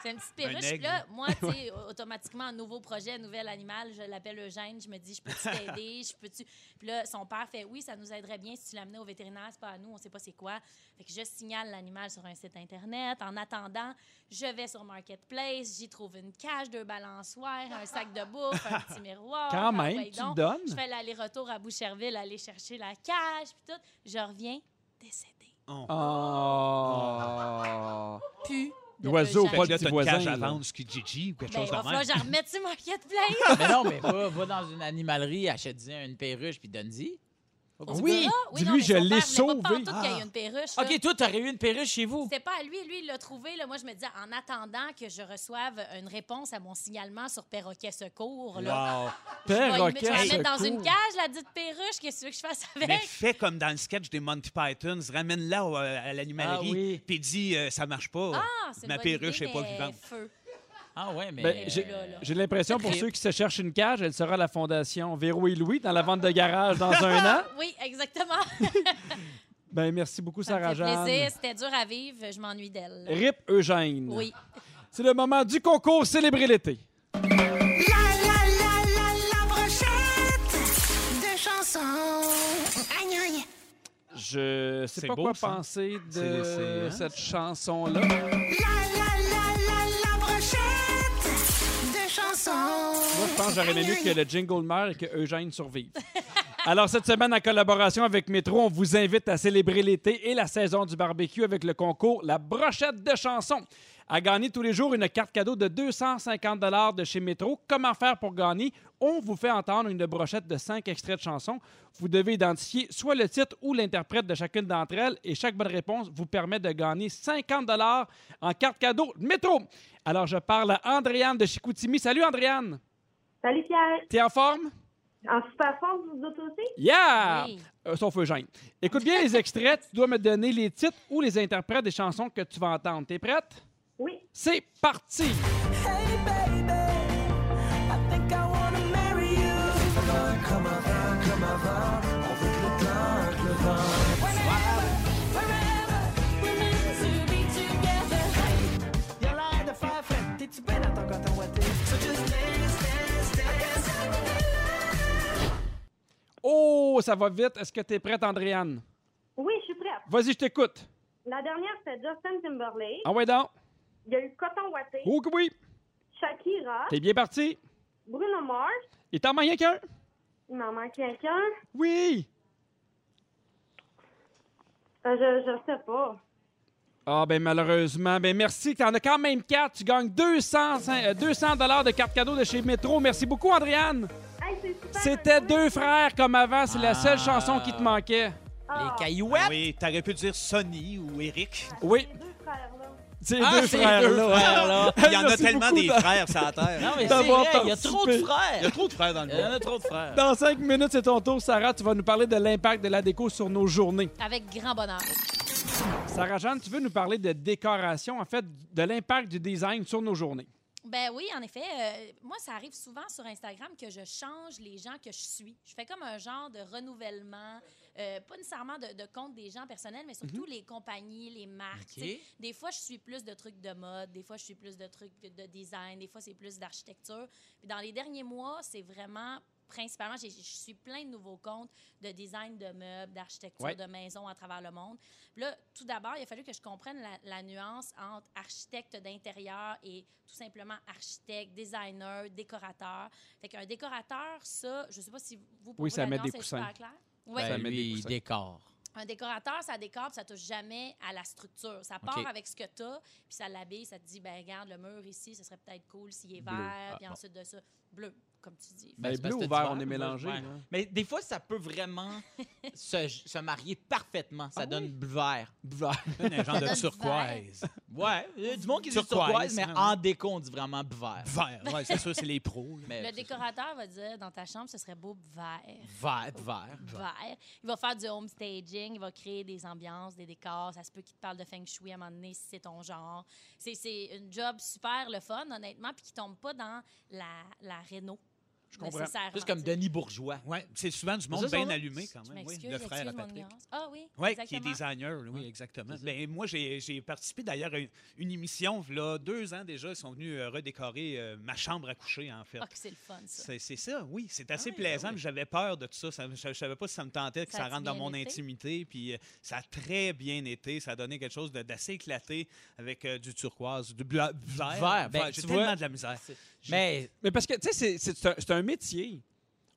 Speaker 3: C'est une petite
Speaker 1: Un
Speaker 3: perruche.
Speaker 1: aigle.
Speaker 3: Puis là,
Speaker 1: (laughs)
Speaker 3: moi, tu sais, automatiquement, nouveau projet, nouvel animal, je l'appelle Eugène. Je me dis, je peux-tu
Speaker 1: (laughs)
Speaker 3: t'aider? Je peux-tu. Puis là, son père fait, oui, ça nous aiderait bien si tu l'amenais au vétérinaire. C'est pas à nous, on sait pas c'est quoi. Fait que je signale l'animal sur un site Internet. En attendant, je vais sur Marketplace. J'y trouve une cage, deux balançoires, un sac de bouffe,
Speaker 1: (laughs)
Speaker 3: un petit miroir.
Speaker 2: Quand
Speaker 3: Ah,
Speaker 2: même,
Speaker 3: ouais,
Speaker 2: tu le
Speaker 3: donc.
Speaker 2: donnes?
Speaker 3: Je fais l'aller-retour à Boucherville, aller chercher la cage, puis tout. Je reviens décédé.
Speaker 1: Oh.
Speaker 2: Oh!
Speaker 3: Pu. de
Speaker 2: L'oiseau,
Speaker 3: Eugène.
Speaker 1: Fait que là,
Speaker 2: Petit
Speaker 1: t'as une
Speaker 2: voisin,
Speaker 1: cage
Speaker 2: là.
Speaker 1: à vendre, ce qui Gigi ou quelque
Speaker 3: Ben,
Speaker 1: chose de
Speaker 3: va
Speaker 1: même.
Speaker 3: falloir que je remette
Speaker 1: (laughs)
Speaker 3: sur Marketplace.
Speaker 4: (laughs) Mais non, mais va, va dans une animalerie, achète-y une perruche, puis donne-y.
Speaker 2: Oui!
Speaker 3: Ah, oui, non,
Speaker 2: Dis-lui,
Speaker 3: mais
Speaker 2: je
Speaker 3: son père
Speaker 2: l'ai
Speaker 3: voulait pas
Speaker 2: sauvé. Ah.
Speaker 3: pantoute qu'il y ait une perruche. là.
Speaker 4: OK, toi, t'aurais eu une perruche chez vous.
Speaker 3: C'était pas à lui, lui, il l'a trouvé. Là. Moi, je me disais, en attendant que je reçoive une réponse à mon signalement sur perroquet secours, là,
Speaker 2: Wow!
Speaker 3: je vais y mettre- je
Speaker 2: Perroquet
Speaker 3: vais la mettre dans
Speaker 2: secours.
Speaker 3: une cage, la dite perruche, qu'est-ce que tu veux que je fasse
Speaker 1: Mais
Speaker 3: avec?
Speaker 1: fais comme dans le sketch des Monty Pythons, ramène-la au- à l'animalerie,
Speaker 4: Ah oui.
Speaker 1: puis dis euh, ça marche pas.
Speaker 3: Ah, c'est une
Speaker 1: Ma
Speaker 3: bonne
Speaker 1: perruche
Speaker 3: idée,
Speaker 1: est pas
Speaker 3: mais
Speaker 1: vivante.
Speaker 3: Feu.
Speaker 4: Ah ouais, mais...
Speaker 2: Ben, j'ai-
Speaker 3: là, là.
Speaker 2: J'ai l'impression, pour
Speaker 4: Rip.
Speaker 2: ceux qui se cherchent une cage, elle sera à la fondation Véro et Louis dans la vente de garage
Speaker 3: (laughs)
Speaker 2: dans un an.
Speaker 3: Oui,
Speaker 2: (laughs)
Speaker 3: exactement.
Speaker 2: Ben merci beaucoup,
Speaker 3: Ça me fait plaisir.
Speaker 2: Sarah-Jeanne.
Speaker 3: C'était dur à vivre. Je m'ennuie d'elle.
Speaker 2: Rip Eugène.
Speaker 3: Oui.
Speaker 2: C'est le moment du concours Célébrer l'été.
Speaker 6: La la la la la brochette de chansons. Aïe aïe.
Speaker 2: Je sais
Speaker 1: C'est
Speaker 2: pas
Speaker 1: beau,
Speaker 2: quoi
Speaker 1: ça.
Speaker 2: penser de
Speaker 1: C'est- c'est- hein?
Speaker 2: cette chanson-là.
Speaker 6: La la la la la brochette de chansons.
Speaker 2: Moi, je pense que j'aurais aimé mieux
Speaker 6: Aïe,
Speaker 2: que
Speaker 6: aïe.
Speaker 2: le jingle meure et que Eugène survive. Alors, cette semaine, en collaboration avec Métro, on vous invite à célébrer l'été et la saison du barbecue avec le concours La brochette de chansons. À gagner tous les jours une carte cadeau de 250 de chez Métro. Comment faire pour gagner? On vous fait entendre une brochette de cinq extraits de chansons. Vous devez identifier soit le titre ou l'interprète de chacune d'entre elles et chaque bonne réponse vous permet de gagner 50 en carte cadeau Métro. Alors, je parle à Andréane de Chicoutimi. Salut, Andréane!
Speaker 10: Salut Pierre,
Speaker 2: T'es en forme?
Speaker 10: en super forme, vous autres aussi?
Speaker 2: Yeah!
Speaker 3: Oui.
Speaker 2: Euh, sauf Eugène. Écoute bien les extraits. Tu dois me donner les titres ou les interprètes des chansons que tu vas entendre. T'es prête?
Speaker 10: Oui.
Speaker 2: C'est parti!
Speaker 6: Hey baby, I think I wanna marry you. Comme avant, comme avant, on veut que le temps, que le vent. Whenever, wherever, we're meant to be together. Hey, y'a l'air de faire fête, t'es-tu bien dans ton coton ouaté? So just dance, dance, dance.
Speaker 2: Oh, ça va vite. Est-ce que t'es prête, Andréane?
Speaker 10: Oui, je suis prête.
Speaker 2: Vas-y, je t'écoute.
Speaker 10: La dernière, c'était Justin Timberlake.
Speaker 2: Ah ouais donc.
Speaker 10: Il y a eu Cotton Watté,
Speaker 2: Oh que oui!
Speaker 10: Shakira,
Speaker 2: T'es bien parti.
Speaker 10: Bruno Mars.
Speaker 2: Il t'en manque rien qu'un?
Speaker 10: Il m'en manque quelqu'un.
Speaker 2: Oui!
Speaker 10: Euh, je, je sais pas.
Speaker 2: Ah ben malheureusement, ben merci. T'en as quand même quatre. Tu gagnes 200, cin- euh, 200 de cartes cadeaux de chez Métro. Merci beaucoup, Andréane.
Speaker 10: Hey, c'est super.
Speaker 2: C'était
Speaker 10: merci.
Speaker 2: deux frères comme avant. C'est la seule
Speaker 4: Ah.
Speaker 2: chanson qui te manquait.
Speaker 10: Ah,
Speaker 4: Les caillouettes.
Speaker 1: Oui, t'aurais pu dire Sonny ou Eric. (laughs)
Speaker 2: Oui,
Speaker 10: les deux frères, là.
Speaker 2: c'est
Speaker 4: Ah,
Speaker 2: deux
Speaker 4: c'est
Speaker 2: frères.
Speaker 4: deux
Speaker 2: là.
Speaker 4: frères, là.
Speaker 1: Il y en a
Speaker 2: Merci
Speaker 1: tellement
Speaker 2: beaucoup
Speaker 1: des
Speaker 2: d'a-
Speaker 1: frères sur la Terre.
Speaker 4: Non, mais c'est
Speaker 2: D'avoir
Speaker 4: vrai, il y a trop de
Speaker 2: participé.
Speaker 4: frères.
Speaker 1: Il y a trop de frères dans le
Speaker 4: Il y en
Speaker 1: monde.
Speaker 4: a trop de frères.
Speaker 2: Dans cinq minutes, c'est ton tour, Sarah. Tu vas nous parler de l'impact de la déco sur nos journées.
Speaker 3: Avec grand bonheur.
Speaker 2: Sarah Jeanne, tu veux nous parler de décoration, en fait, de l'impact du design sur nos journées.
Speaker 3: Ben oui, en effet. euh, moi, ça arrive souvent sur Instagram que je change les gens que je suis. Je fais comme un genre de renouvellement, euh, pas nécessairement de, de compte des gens personnels, mais surtout les compagnies, les marques. tu sais. Des fois, je suis plus de trucs de mode, des fois, je suis plus de trucs de design, des fois, c'est plus d'architecture. Puis dans les derniers mois, c'est vraiment principalement, j'ai- je suis plein de nouveaux comptes de design de meubles, d'architecture
Speaker 2: Ouais.
Speaker 3: de maisons à travers le monde. Puis là, tout d'abord, il a fallu que je comprenne la, la nuance entre architecte d'intérieur et tout simplement architecte, designer, décorateur. Fait qu'un décorateur, ça, je sais pas si vous pour
Speaker 2: Oui,
Speaker 3: vous,
Speaker 2: ça
Speaker 3: la
Speaker 2: met des
Speaker 3: nuance est super
Speaker 2: coussins.
Speaker 3: claire. Oui.
Speaker 4: Ben,
Speaker 2: Ça met des
Speaker 4: lui, il
Speaker 2: coussins.
Speaker 4: décore.
Speaker 3: Un décorateur, ça décore, puis ça touche jamais à la structure. Ça part
Speaker 4: OK.
Speaker 3: avec ce que tu as, puis ça l'habille, ça te dit, ben regarde, le mur ici, ce serait peut-être cool s'il est
Speaker 4: Bleu.
Speaker 3: vert,
Speaker 4: Ah,
Speaker 3: puis
Speaker 4: bon.
Speaker 3: ensuite de ça, bleu, comme tu dis.
Speaker 4: Ben,
Speaker 2: Ben,
Speaker 4: c'est parce
Speaker 2: bleu
Speaker 4: que
Speaker 2: ou
Speaker 4: t'as
Speaker 2: vert,
Speaker 4: du
Speaker 2: on est
Speaker 4: vert,
Speaker 2: mélangé.
Speaker 4: ouais.
Speaker 2: là.
Speaker 4: Mais des fois, ça peut vraiment (laughs) se, se marier parfaitement. Ça
Speaker 2: Ah
Speaker 4: donne vert. Vert.
Speaker 1: Un genre
Speaker 3: Ça
Speaker 1: de
Speaker 3: donne
Speaker 1: turquoise.
Speaker 4: (laughs) Ouais, il y a du monde qui dit
Speaker 1: Turquoise,
Speaker 4: turquoise, mais
Speaker 2: hein.
Speaker 1: ouais, ouais.
Speaker 4: en déco, on dit vraiment vert.
Speaker 1: Vert. Ouais, c'est sûr, c'est les pros. là.
Speaker 4: Mais
Speaker 3: Le
Speaker 4: ben, c'est
Speaker 3: décorateur va dire, dans ta chambre, ce serait beau vert.
Speaker 4: ça. Vert, vert.
Speaker 3: vert. Il va faire du home staging, il va créer des ambiances, des décors. Ça se peut qu'il te parle de feng shui à un moment donné si c'est ton genre. C'est- C'est une job super le fun, honnêtement, puis qui tombe pas dans la, la réno. Je
Speaker 2: comprends.
Speaker 4: Juste comme Denis Bourgeois.
Speaker 1: Ouais, c'est souvent du monde
Speaker 4: ça, son
Speaker 1: bien
Speaker 4: nom?
Speaker 1: allumé quand
Speaker 3: Je
Speaker 1: même. oui.
Speaker 3: m'excuse,
Speaker 1: le frère à
Speaker 3: excuse mon
Speaker 1: Patrick.
Speaker 3: ignorance. Ah oui,
Speaker 1: Oui, qui est
Speaker 3: exactement.
Speaker 1: designer, oui, exactement. Ben, moi, j'ai j'ai participé d'ailleurs à une, une émission, là, deux ans déjà, ils sont venus euh, redécorer euh, ma chambre à coucher, en fait.
Speaker 3: Ah, que c'est le fun, ça.
Speaker 1: C'est c'est ça, oui. C'est assez
Speaker 4: oui, ben
Speaker 1: plaisant,
Speaker 4: oui.
Speaker 1: mais j'avais peur de tout ça. Ça- je ne savais pas si ça me tentait que
Speaker 3: Ça
Speaker 1: ça,
Speaker 3: a-tu
Speaker 1: rentre dans
Speaker 3: bien
Speaker 1: mon
Speaker 3: été?
Speaker 1: intimité. Puis euh, ça a très bien été. Ça a donné quelque chose de- d'assez éclaté avec euh, du turquoise, du bla- vert.
Speaker 4: Vert, ben,
Speaker 1: J'ai
Speaker 4: tu
Speaker 1: tellement
Speaker 4: vois-
Speaker 1: de la misère.
Speaker 4: Mais
Speaker 2: Mais parce que, tu sais, c'est- c'est c'est un- c'est un, métier.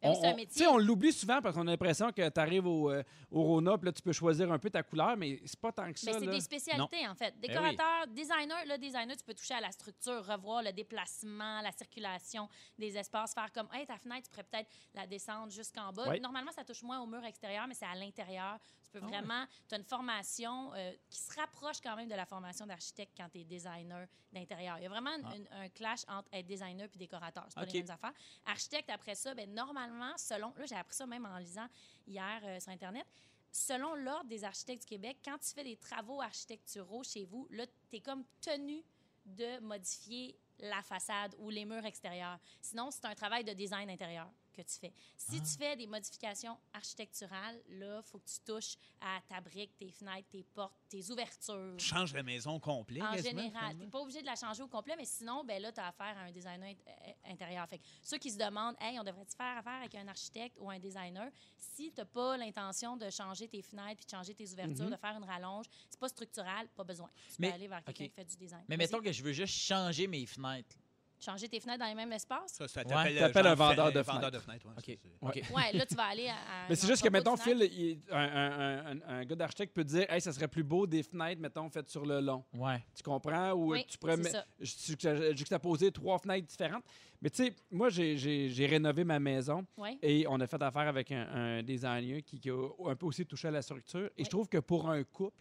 Speaker 3: Ben oui, c'est un
Speaker 2: on,
Speaker 3: métier.
Speaker 2: tu sais, on l'oublie souvent parce qu'on a l'impression que tu arrives au, euh, au Rona, puis là, tu peux choisir un peu ta couleur, mais c'est pas tant que ça.
Speaker 3: Mais c'est
Speaker 2: là. Ben
Speaker 3: des spécialités, en fait. Décorateur, designer, le designer, tu peux toucher à la structure, revoir le déplacement, la circulation des espaces, faire comme, hey, ta fenêtre, tu pourrais peut-être la descendre jusqu'en bas.
Speaker 2: Ouais.
Speaker 3: Normalement, ça touche moins au mur extérieur, mais c'est à l'intérieur. Tu
Speaker 2: Ah
Speaker 3: peux vraiment, tu as une formation euh, qui se rapproche quand même de la formation d'architecte quand tu es designer d'intérieur. Il y a vraiment une-
Speaker 2: Ah.
Speaker 3: une- un clash entre être designer puis décorateur. C'est pas
Speaker 4: OK.
Speaker 3: les mêmes affaires. Architecte, après ça, ben, normalement, selon, là, j'ai appris ça même en lisant hier euh, sur Internet, selon l'Ordre des architectes du Québec, quand tu fais des travaux architecturaux chez vous, là, tu es comme tenu de modifier la façade ou les murs extérieurs. Sinon, c'est un travail de design intérieur que tu fais. Si tu fais des modifications architecturales, là, faut que tu touches à ta brique, tes fenêtres, tes portes, tes ouvertures.
Speaker 1: Tu changes la maison complète.
Speaker 3: En général, tu n'es pas obligé de la changer au complet, mais sinon, ben là, tu as affaire à un designer int- euh, intérieur. Fait que ceux qui se demandent, hey, on devrait-tu faire affaire avec un architecte ou un designer? Si tu n'as pas l'intention de changer tes fenêtres puis de changer tes ouvertures,
Speaker 2: Mhm.
Speaker 3: de faire une rallonge, c'est pas structural, pas besoin. Tu
Speaker 4: Mais-
Speaker 3: peux aller vers quelqu'un
Speaker 4: OK.
Speaker 3: qui fait du design.
Speaker 4: Mais
Speaker 3: Vas-y.
Speaker 4: mettons que je veux juste changer mes fenêtres.
Speaker 3: Changer tes fenêtres dans les mêmes espaces.
Speaker 1: Ça, ça
Speaker 2: Ouais.
Speaker 1: t'appelle euh,
Speaker 2: T'appelles
Speaker 1: genre
Speaker 2: un vendeur
Speaker 1: fait-
Speaker 2: de
Speaker 1: vendeur de
Speaker 2: fenêtres.
Speaker 1: fenêtres, ouais,
Speaker 2: OK.
Speaker 1: c'est-
Speaker 2: Ouais.
Speaker 3: Ouais, là, tu vas aller à. à
Speaker 2: Mais c'est
Speaker 3: un
Speaker 2: juste que,
Speaker 3: entrepôt de
Speaker 2: mettons,
Speaker 3: fenêtres.
Speaker 2: Phil, il- un, un- un- un gars d'architecte peut dire Hey, ça serait plus beau des fenêtres, mettons, faites sur le long.
Speaker 4: Ouais.
Speaker 2: Tu comprends? Ou
Speaker 3: Oui,
Speaker 2: tu pourrais
Speaker 3: c'est
Speaker 2: met-
Speaker 3: ça.
Speaker 2: juxta- juxtaposer euh, trois fenêtres différentes. Mais tu sais, moi, j'ai- j'ai j'ai rénové ma maison
Speaker 3: Ouais.
Speaker 2: et on a fait affaire avec un, un designer qui, qui a un peu aussi touché à la structure. Et
Speaker 3: Oui.
Speaker 2: je trouve que pour un couple,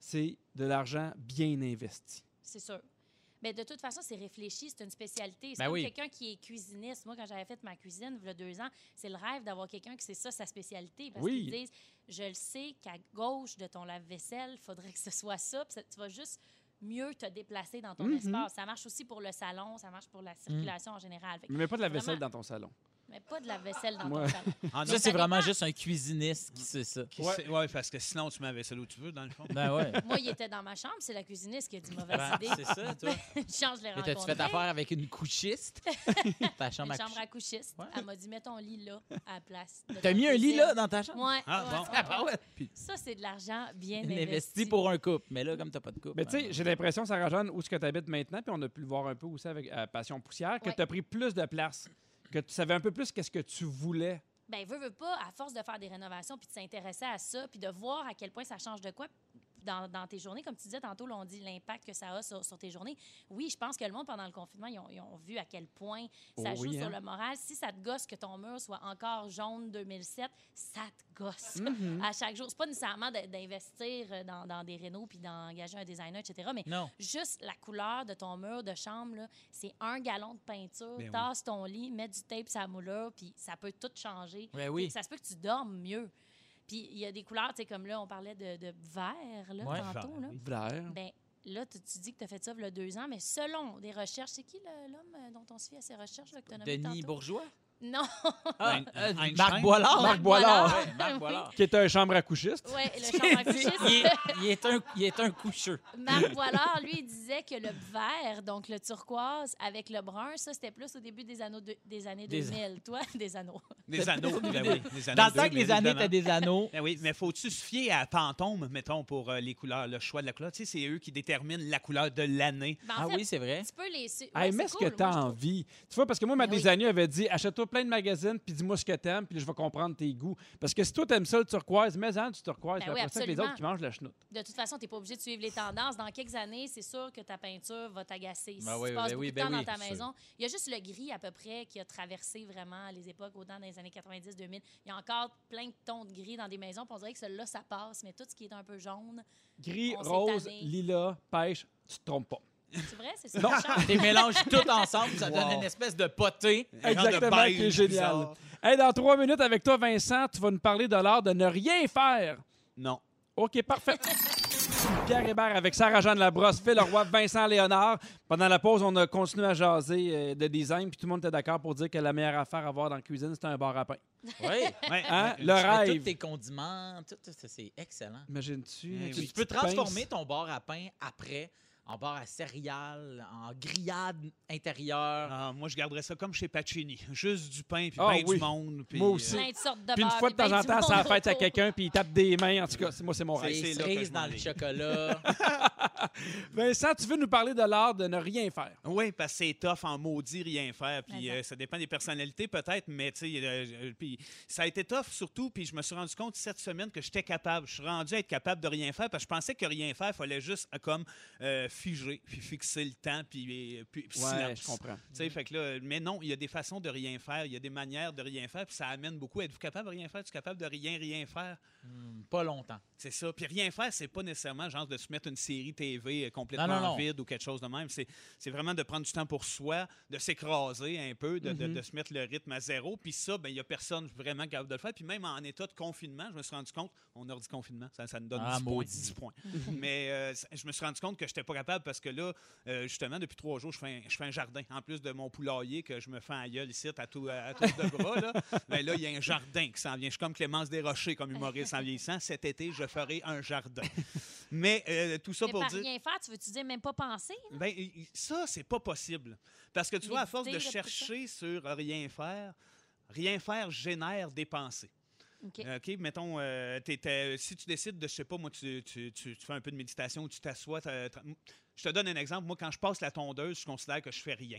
Speaker 2: c'est de l'argent bien investi.
Speaker 3: C'est sûr. Mais de toute façon, c'est réfléchi, c'est une spécialité. C'est
Speaker 4: Ben
Speaker 3: comme
Speaker 4: oui.
Speaker 3: quelqu'un qui est cuisiniste. Moi, quand j'avais fait ma cuisine, il y a deux ans, c'est le rêve d'avoir quelqu'un qui c'est ça sa spécialité. Parce
Speaker 2: Oui.
Speaker 3: qu'ils disent, je le sais qu'à gauche de ton lave-vaisselle, il faudrait que ce soit ça. Puis ça- tu vas juste mieux te déplacer dans ton
Speaker 2: Mhm.
Speaker 3: espace. Ça marche aussi pour le salon, ça marche pour la circulation en général. Fait
Speaker 4: Mm.
Speaker 3: que-
Speaker 2: Mais mets pas de la vaisselle
Speaker 3: Vraiment.
Speaker 2: dans ton salon.
Speaker 3: mais pas de lave-vaisselle dans
Speaker 2: Ouais.
Speaker 3: ton salon.
Speaker 1: En
Speaker 4: Ça, c'est
Speaker 3: Ça
Speaker 4: vraiment
Speaker 3: dépend.
Speaker 4: juste un cuisiniste qui sait ça.
Speaker 1: Qui sait- ouais, parce que sinon, tu mets la vaisselle où tu veux, dans le fond.
Speaker 4: Ben
Speaker 2: (laughs)
Speaker 4: ouais.
Speaker 3: Moi, il était dans ma chambre, c'est la cuisiniste qui a dit
Speaker 4: (laughs)
Speaker 3: mauvaise
Speaker 4: Ben,
Speaker 3: idée.
Speaker 4: c'est ça, toi.
Speaker 3: (laughs) Change les
Speaker 4: Mais t'as-tu
Speaker 3: rencontres.
Speaker 4: fait affaire avec une
Speaker 2: (laughs)
Speaker 4: couchiste? Ta
Speaker 3: Une
Speaker 4: chambre à
Speaker 3: chambre
Speaker 4: coucher.
Speaker 3: à couchiste.
Speaker 4: Ouais.
Speaker 3: Elle m'a dit, mets ton lit là, à la place. de
Speaker 4: T'as
Speaker 3: ta
Speaker 4: mis un lit
Speaker 3: cuisine.
Speaker 4: là dans ta chambre?
Speaker 3: Ouais.
Speaker 1: Ah,
Speaker 3: ouais,
Speaker 1: bon.
Speaker 3: ouais,
Speaker 4: Ah,
Speaker 3: ouais.
Speaker 4: bah ouais. Puis,
Speaker 3: Ça, c'est de l'argent bien investi.
Speaker 4: investi pour un couple. Mais là, comme t'as pas de couple.
Speaker 2: Mais tu sais,
Speaker 4: hein.
Speaker 2: j'ai l'impression, Sarah Jeanne, où est-ce que tu habites maintenant, puis on a pu le voir un peu aussi avec euh, Passion Poussière, que
Speaker 3: Ouais.
Speaker 2: tu as pris plus de place, que tu savais un peu plus qu'est-ce que tu voulais.
Speaker 3: Ben, veux, veux pas, à force de faire des rénovations, puis de s'intéresser à ça, puis de voir à quel point ça change de quoi dans, dans tes journées. Comme tu disais tantôt, là, on dit l'impact que ça a sur, sur tes journées. Oui, je pense que le monde, pendant le confinement, ils ont, ils ont vu à quel point ça
Speaker 2: Oh
Speaker 3: joue
Speaker 2: oui,
Speaker 3: sur
Speaker 2: hein?
Speaker 3: le moral. Si ça te gosse que ton mur soit encore jaune 2007, ça te gosse. À chaque jour, c'est pas nécessairement de- d'investir euh, dans, dans des rénaux puis d'engager un designer, etc. Mais
Speaker 4: Non.
Speaker 3: Juste la couleur de ton mur de chambre, là, c'est un gallon de peinture.
Speaker 1: Ben oui.
Speaker 3: Tasse ton lit, mets du tape sur la moulure, puis ça peut tout changer.
Speaker 4: Ben oui.
Speaker 3: Puis Ça se peut que tu dormes mieux. Puis il y a des couleurs, tu sais, comme là, on parlait de, de vert, là,
Speaker 4: Ouais,
Speaker 3: tantôt.
Speaker 1: vert,
Speaker 3: là.
Speaker 1: oui.
Speaker 3: Ben, là, tu, tu dis que tu as fait ça il y a deux ans, mais selon des recherches, c'est qui le- l'homme euh, dont on se fie à ces recherches là, que tu as nommé
Speaker 4: Denis
Speaker 3: tantôt?
Speaker 4: Bourgeois?
Speaker 3: Non.
Speaker 4: Ah,
Speaker 1: Ein-
Speaker 4: euh,
Speaker 1: Einstein?
Speaker 4: Marc Boilard.
Speaker 2: Marc Boilard.
Speaker 4: Ouais, Marc (laughs) Boilard.
Speaker 2: Qui était un chambre à couchiste.
Speaker 3: ouais, le chambre à
Speaker 4: il,
Speaker 3: coucher,
Speaker 4: est, il est un, il est un coucheux.
Speaker 3: Marc Boilard, lui, il disait que le vert, donc le turquoise avec le brun, ça, c'était plus au début des, anneaux de- des années
Speaker 4: Des-
Speaker 3: 2000. Toi, (laughs) des anneaux.
Speaker 1: Des anneaux, ben oui. Des anneaux
Speaker 4: Dans le temps
Speaker 1: deux, bien
Speaker 4: que les années,
Speaker 1: évidemment.
Speaker 4: t'as des anneaux.
Speaker 1: Ben oui, mais faut-tu se fier à Pantone, mettons, pour euh, les couleurs, le choix de la couleur? Tu sais, c'est eux qui déterminent la couleur de l'année.
Speaker 3: Ben, en
Speaker 4: Ah
Speaker 3: fait,
Speaker 4: oui, c'est vrai.
Speaker 3: tu peux les... su-
Speaker 2: Hey,
Speaker 3: ouais,
Speaker 2: mets
Speaker 3: c'est
Speaker 2: ce
Speaker 3: cool,
Speaker 2: Ah, que
Speaker 3: moi,
Speaker 2: t'as
Speaker 3: je trouve.
Speaker 2: envie. Tu vois, parce que moi, ma
Speaker 3: Ben oui.
Speaker 2: designer avait dit achète-toi plein de magazines, puis dis-moi ce que t'aimes, puis je vais comprendre tes goûts. Parce que si toi, t'aimes ça, le turquoise, mets-en du turquoise,
Speaker 3: Ben
Speaker 2: puis
Speaker 3: oui,
Speaker 2: après ça, que les
Speaker 3: absolument.
Speaker 2: autres qui mangent la chenoute.
Speaker 3: De toute façon, tu n'es pas obligé de suivre les tendances. Dans quelques années, c'est sûr que ta peinture va t'agacer. Si
Speaker 4: Ben oui,
Speaker 3: tu passes
Speaker 4: ben oui,
Speaker 3: beaucoup de temps
Speaker 4: ben oui,
Speaker 3: dans ta
Speaker 4: c'est
Speaker 3: maison, il y a juste le gris à peu près qui a traversé vraiment les époques, autant dans les années 90-2000. Il y a encore plein de tons de gris dans des maisons. puis On dirait que celui-là, ça passe, mais tout ce qui est un peu jaune,
Speaker 2: Gris,
Speaker 3: On s'est
Speaker 2: rose,
Speaker 3: tanné.
Speaker 2: lila, pêche, tu te trompes pas.
Speaker 3: c'est vrai, c'est
Speaker 2: (laughs)
Speaker 3: ça. Charles?
Speaker 4: T'es mélanges tout ensemble, ça
Speaker 1: Wow.
Speaker 4: donne une espèce de potée.
Speaker 1: Un genre de
Speaker 2: Exactement,
Speaker 1: beige
Speaker 2: qui est génial.
Speaker 1: bizarre.
Speaker 2: Hey, dans trois minutes, avec toi, Vincent, tu vas nous parler de l'art de ne rien faire.
Speaker 1: Non.
Speaker 2: OK, parfait. (laughs) Pierre Hébert avec Sarah-Jeanne Labrosse, Phil Roy, Vincent Léonard. Pendant la pause, on a continué à jaser euh, de design, puis tout le monde était d'accord pour dire que la meilleure affaire à avoir dans la cuisine, c'était un bar à pain.
Speaker 4: (laughs) Oui.
Speaker 1: Ouais,
Speaker 2: Hein?
Speaker 1: ouais, tu-
Speaker 2: Le
Speaker 4: Tu mets tous
Speaker 2: rêve.
Speaker 4: tes condiments, tout, tout ça, c'est excellent.
Speaker 2: Imagines-tu?
Speaker 1: Eh
Speaker 2: avec
Speaker 1: oui.
Speaker 2: une
Speaker 4: Tu peux
Speaker 2: petite pince?
Speaker 4: transformer ton bar à pain après en bar à céréales, en grillade intérieure.
Speaker 1: Ah, moi, je garderais ça comme chez Pacini. Juste du pain, puis
Speaker 2: Ah
Speaker 1: ben
Speaker 2: oui.
Speaker 1: du monde. puis,
Speaker 2: Moi aussi.
Speaker 1: euh,
Speaker 3: plein de sortes de
Speaker 2: Puis une
Speaker 3: beurre,
Speaker 2: fois de
Speaker 3: puis
Speaker 2: temps
Speaker 3: ben
Speaker 2: en
Speaker 3: du
Speaker 2: temps, ça
Speaker 3: monde
Speaker 2: fête à
Speaker 3: autour.
Speaker 2: quelqu'un, puis il tape des mains. En tout cas, c'est- moi, Ah, c'est mon
Speaker 4: Des
Speaker 2: rêve.
Speaker 1: c'est là que
Speaker 4: cerises
Speaker 1: je m'en
Speaker 4: dans le
Speaker 1: vais.
Speaker 4: chocolat.
Speaker 2: Vincent, tu veux nous parler de l'art de ne rien faire?
Speaker 1: Oui, parce que c'est tough en maudit rien faire. Puis
Speaker 3: Mais
Speaker 1: euh, ça dépend des personnalités peut-être, mais tu sais, euh, euh, puis ça a été tough surtout. Puis je me suis rendu compte cette semaine que j'étais capable. Je suis rendu à être capable de rien faire parce que je pensais que rien faire, il fallait juste euh, comme euh, figer, puis fixer le temps, puis, euh, puis, puis
Speaker 2: Ouais,
Speaker 1: silence.
Speaker 2: je comprends.
Speaker 1: Tu sais, fait que là, mais non, il y a des façons de rien faire, il y a des manières de rien faire, puis ça amène beaucoup. Êtes-vous capable de rien faire? Es-tu capable de rien, rien faire?
Speaker 4: Hmm, pas longtemps.
Speaker 1: C'est ça. Puis rien faire, c'est pas nécessairement genre de se mettre une série TV euh, complètement
Speaker 4: Non, non, non.
Speaker 1: vide ou quelque chose de même. C'est c'est vraiment de prendre du temps pour soi, de s'écraser un peu, de, de-
Speaker 4: Mhm.
Speaker 1: de se mettre le rythme à zéro. Puis ça, ben il y a personne vraiment capable de le faire. Puis même en état de confinement, je me suis rendu compte, on a dit confinement, ça, ça nous donne
Speaker 4: Ah,
Speaker 1: 10 points.
Speaker 4: maudit. Mhm.
Speaker 1: 10 points. Mais euh, c- je me suis rendu compte que j'étais pas capable parce que là, euh, justement, depuis trois jours, je fais, un, je fais un jardin. En plus de mon poulailler que je me fais en gueule ici à tout, à tour de bras,
Speaker 4: (laughs)
Speaker 1: là, ben là, il y a un jardin qui s'en vient. Je suis comme Clémence Desrochers, comme humoriste en vieillissant. Cet été, je ferai un jardin. Mais euh, tout ça
Speaker 3: Mais
Speaker 1: pour
Speaker 3: par
Speaker 1: dire.
Speaker 3: rien faire, tu veux-tu dire même pas penser?
Speaker 1: Ben, y- y- ça, c'est pas possible. Parce que tu vois, à force de
Speaker 3: L'éviter, de tout ça.
Speaker 1: chercher sur rien faire, rien faire génère des pensées.
Speaker 3: OK.
Speaker 1: Euh, OK, mettons, euh, t'es- t'es- si tu décides de, je sais pas, moi, tu, tu- tu- tu fais un peu de méditation ou tu t'assois. t'as- t'as- Je te donne un exemple. Moi, quand je passe la tondeuse, je considère que je fais rien.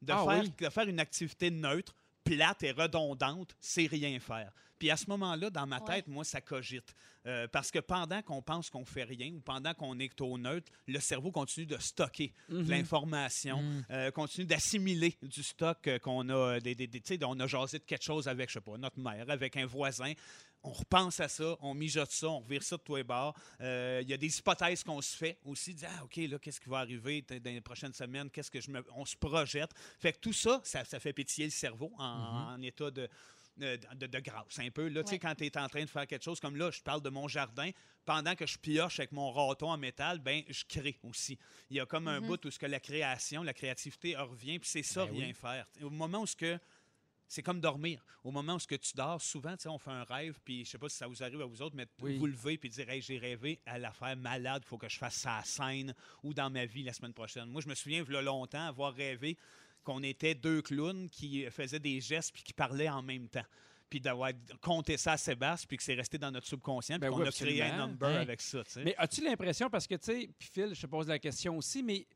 Speaker 1: De,
Speaker 2: Ah
Speaker 1: faire,
Speaker 2: oui.
Speaker 1: de faire une activité neutre, plate et redondante, c'est rien faire. Puis à ce moment-là, dans ma
Speaker 3: Ouais.
Speaker 1: tête, moi, ça cogite. Euh, parce que pendant qu'on pense qu'on fait rien ou pendant qu'on est au neutre, le cerveau continue de stocker de l'information,
Speaker 4: Mhm. Mm.
Speaker 1: euh, continue d'assimiler du stock euh, qu'on a. Des, des- des- tu sais, on a jasé de quelque chose avec, je sais pas, notre mère, avec un voisin. On repense à ça, on mijote ça, on revire ça de tous les bords. Euh, Il y a des hypothèses qu'on se fait aussi. Dire, ah, OK, là, qu'est-ce qui va arriver t- dans les prochaines semaines? Qu'est-ce que je me. On se projette. Fait que tout ça, ça, ça fait pétiller le cerveau en,
Speaker 4: Mm-hmm.
Speaker 1: en état de. euh, De, de grâce, un peu. Là, tu sais,
Speaker 3: Ouais.
Speaker 1: quand tu es en train de faire quelque chose comme là, je parle de mon jardin, pendant que je pioche avec mon râteau en métal, ben je crée aussi. Il y a comme un bout où ce que la création, la créativité revient, puis c'est ça,
Speaker 4: Ben
Speaker 1: rien
Speaker 4: oui.
Speaker 1: faire. Au moment où ce que c'est comme dormir. Au moment où ce que tu dors, souvent, tu sais, on fait un rêve, puis je sais pas si ça vous arrive à vous autres, mais
Speaker 4: Oui.
Speaker 1: vous levez puis dire, hey, j'ai rêvé à l'affaire malade, faut que je fasse ça à scène ou dans ma vie la semaine prochaine. Moi, je me souviens, il longtemps, avoir rêvé qu'on était deux clowns qui faisaient des gestes puis qui parlaient en même temps. Puis d'avoir compté ça à Sébastien, puis que c'est resté dans notre subconscient, puis
Speaker 2: Ben
Speaker 1: qu'on
Speaker 2: oui,
Speaker 1: a créé un
Speaker 2: absolument.
Speaker 1: number
Speaker 4: Hein.
Speaker 1: avec ça. tu sais.
Speaker 2: Mais as-tu l'impression, parce que, tu sais, puis Phil, je te pose la question aussi, mais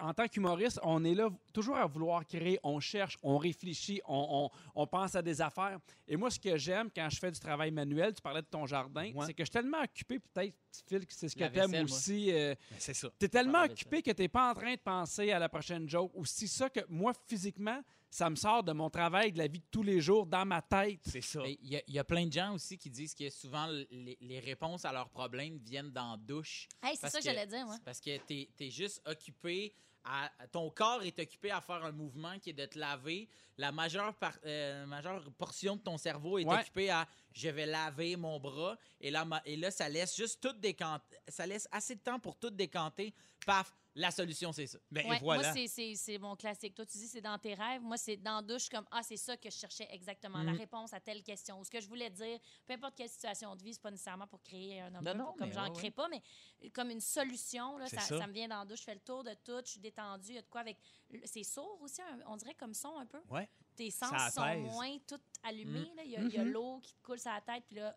Speaker 2: en tant qu'humoriste, on est là toujours à vouloir créer, on cherche, on réfléchit, on, on- on pense à des affaires. Et moi, ce que j'aime quand je fais du travail manuel, tu parlais de ton jardin,
Speaker 1: Ouais.
Speaker 2: c'est que je suis tellement occupé, peut-être, petit Phil, que c'est ce que
Speaker 4: La
Speaker 2: t'aimes
Speaker 4: vaisselle, moi.
Speaker 2: aussi. euh,
Speaker 1: Mais Ben, c'est ça.
Speaker 2: T'es tellement
Speaker 4: Faire la
Speaker 2: occupé que t'es pas en train de penser à la prochaine joke. Ou si ça que moi, physiquement, ça me sort de mon travail, de la vie de tous les jours, dans ma tête.
Speaker 1: C'est ça.
Speaker 4: Mais Il y, a- il y a plein de gens aussi qui disent que souvent l- les, les réponses à leurs problèmes viennent dans la douche.
Speaker 3: Hey, c'est
Speaker 4: Parce
Speaker 3: ça que, j'allais dire, moi.
Speaker 4: c'est Parce que t'es es juste occupé à. Ton corps est occupé à faire un mouvement qui est de te laver. La majeure, par- euh, majeure portion de ton cerveau est
Speaker 2: Ouais.
Speaker 4: occupée à je vais laver mon bras. Et là, ma- et là, ça laisse juste tout décanter. Ça laisse assez de temps pour tout décanter. Paf, la solution, c'est ça.
Speaker 1: Ben, et
Speaker 3: Ouais,
Speaker 1: voilà.
Speaker 3: Moi, c'est- c'est c'est mon classique. Toi, tu dis c'est dans tes rêves. Moi, c'est dans la douche comme Ah, c'est ça que je cherchais exactement, la
Speaker 4: Mm.
Speaker 3: réponse à telle question. Ou ce que je voulais dire, peu importe quelle situation de vie, c'est pas nécessairement pour créer un homme.
Speaker 4: Non, non,
Speaker 3: pour- comme
Speaker 4: mais
Speaker 3: j'en
Speaker 4: ouais,
Speaker 3: crée
Speaker 4: ouais.
Speaker 3: pas, mais comme une solution, là,
Speaker 1: C'est
Speaker 3: ça,
Speaker 1: ça.
Speaker 3: ça me vient dans la douche. Je fais le tour de tout, je suis détendue. Il y a de quoi avec. C'est sourd aussi, un- on dirait comme son un peu.
Speaker 1: Ouais.
Speaker 3: Tes sens
Speaker 1: Ça
Speaker 3: sont
Speaker 1: apaise. Mm. Mm-hmm.
Speaker 3: moins tout allumés. là. Il y a, il y a
Speaker 2: Mhm.
Speaker 3: l'eau qui te coule sur la tête, puis là.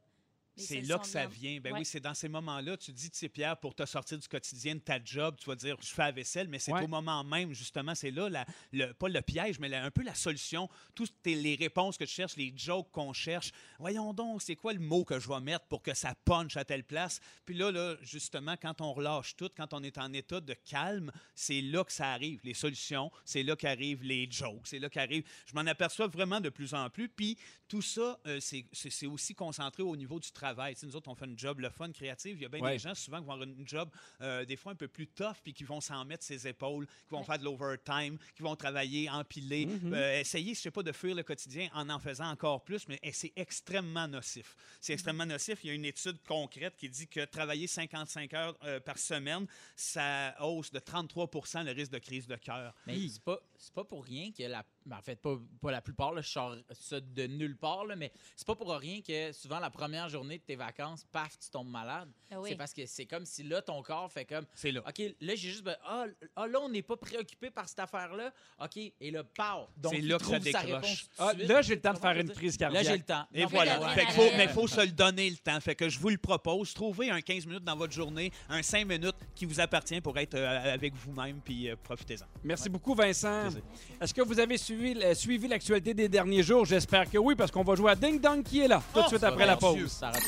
Speaker 3: les
Speaker 1: C'est
Speaker 3: sels
Speaker 1: là
Speaker 3: sont
Speaker 1: que ça
Speaker 3: mis en-
Speaker 1: vient. Ben
Speaker 3: Ouais.
Speaker 1: oui, c'est dans ces moments-là, tu dis, tu sais, Pierre, pour te sortir du quotidien de ta job, tu vas dire, je fais la vaisselle, mais c'est
Speaker 2: Ouais.
Speaker 1: au moment même, justement, c'est là, la- le, pas le piège, mais la- un peu la solution. Toutes tes- les réponses que tu cherches, les jokes qu'on cherche. Voyons donc, c'est quoi le mot que je vais mettre pour que ça punch à telle place? Puis là, là, justement, quand on relâche tout, quand on est en état de calme, c'est là que ça arrive, les solutions, c'est là qu'arrivent les jokes, c'est là qu'arrive. Je m'en aperçois vraiment de plus en plus. Puis tout ça, euh, c'est- c'est c'est aussi concentré au niveau du travail. Tu sais, nous autres, on fait une job le fun, créative. Il y a bien
Speaker 2: Ouais.
Speaker 1: des gens souvent qui vont avoir une job, euh, des fois un peu plus tough, puis qui vont s'en mettre ses épaules, qui vont
Speaker 3: Ouais.
Speaker 1: faire de l'overtime, qui vont travailler, empiler, euh, essayer, je sais pas, de fuir le quotidien en en faisant encore plus, mais eh, c'est extrêmement nocif. C'est extrêmement nocif. Il y a une étude concrète qui dit que travailler 55 heures euh, par semaine, ça hausse de 33 le risque de crise de cœur.
Speaker 4: Mais c'est pas, c'est pas pour rien que la. ben, en fait, pas, pas la plupart, là, je sors ça de nulle part, là, mais c'est pas pour rien que souvent la première journée de tes vacances, paf, tu tombes malade.
Speaker 3: Ah oui.
Speaker 4: C'est parce que c'est comme si là, ton corps fait comme.
Speaker 1: C'est là.
Speaker 4: OK, là, j'ai juste. ben, Ah, l- ah, là, on n'est pas préoccupé par cette affaire-là. OK, et là, pow. Donc,
Speaker 1: C'est
Speaker 4: il
Speaker 1: là que ça
Speaker 4: trouve sa
Speaker 1: décroche.
Speaker 4: réponse tout de
Speaker 2: Ah,
Speaker 4: suite.
Speaker 2: là, j'ai le temps de
Speaker 4: Comment
Speaker 2: faire
Speaker 4: je
Speaker 2: une
Speaker 4: dis?
Speaker 2: crise
Speaker 4: Là,
Speaker 2: cardiaque.
Speaker 4: j'ai le temps.
Speaker 1: Et
Speaker 4: Non, mais
Speaker 1: voilà.
Speaker 3: l'adrénaline.
Speaker 1: Fait que faut- mais il faut se le donner le temps. Fait que je vous le propose. Trouvez un 15 minutes dans votre journée, un 5 minutes qui vous appartient pour être euh, avec vous-même, puis euh, profitez-en.
Speaker 2: Merci beaucoup, Vincent.
Speaker 1: Plaisir.
Speaker 2: Est-ce que vous avez suivi la- suivi l'actualité des derniers jours? J'espère que oui, parce qu'on va jouer à Ding Dong qui est là, tout de
Speaker 1: Oh,
Speaker 2: suite
Speaker 1: ça
Speaker 2: après
Speaker 1: va,
Speaker 2: la
Speaker 1: monsieur.
Speaker 2: pause.
Speaker 4: Ça rate-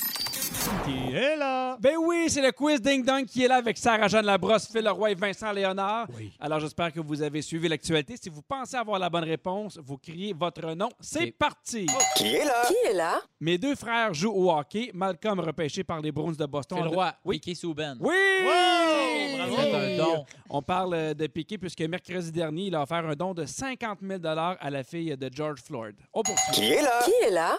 Speaker 1: Qui est là?
Speaker 2: Ben oui, c'est le quiz Ding Dong qui est là avec Sarah-Jeanne Labrosse, Phil Leroy et Vincent Léonard. Alors, j'espère que vous avez suivi l'actualité. Si vous pensez avoir la bonne réponse, vous criez votre nom. C'est
Speaker 4: Ok.
Speaker 2: parti!
Speaker 6: Qui est là?
Speaker 2: Mes deux frères jouent au hockey. Malcolm repêché par les Bruins de Boston.
Speaker 4: Phil Roy,
Speaker 2: Oui.
Speaker 4: Piqué Souben.
Speaker 2: Oui!
Speaker 1: Wow!
Speaker 4: C'est un don.
Speaker 2: On parle euh, de Piqué puisque mercredi dernier, il a offert un don de 50 000 à la fille de George Floyd. On poursuit.
Speaker 6: Qui est là? Qui est là?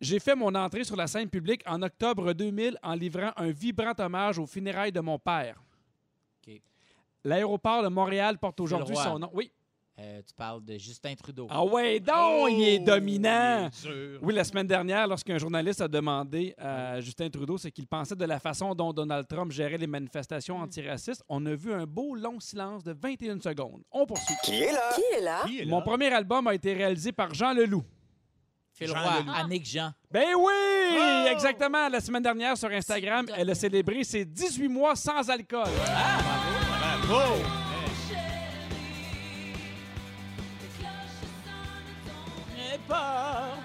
Speaker 2: J'ai fait mon entrée sur la scène publique en octobre 2000 en livrant un vibrant hommage aux funérailles de mon père.
Speaker 4: OK.
Speaker 2: L'aéroport de Montréal porte aujourd'hui
Speaker 4: Roy.
Speaker 2: son nom. Oui.
Speaker 4: Euh, tu parles de Justin Trudeau.
Speaker 2: Ah ouais, donc, il est dominant.
Speaker 1: Oh, il est dur.
Speaker 2: Oui, la semaine dernière, lorsqu'un journaliste a demandé à Justin Trudeau ce qu'il pensait de la façon dont Donald Trump gérait les manifestations antiracistes, on a vu un beau long silence de 21 secondes. On poursuit.
Speaker 6: Qui est là? Qui est là?
Speaker 1: Qui est là?
Speaker 2: Mon premier album a été réalisé par Jean Leloup.
Speaker 4: Phil
Speaker 1: Jean
Speaker 4: Roy,
Speaker 1: Leloup.
Speaker 4: Annick Jean.
Speaker 2: Ben oui!
Speaker 1: Ah!
Speaker 2: Exactement. La semaine dernière, sur Instagram,
Speaker 3: C'est
Speaker 2: elle a célébré ses 18 mois sans alcool.
Speaker 1: Bravo!
Speaker 6: Qui est là?
Speaker 2: peur.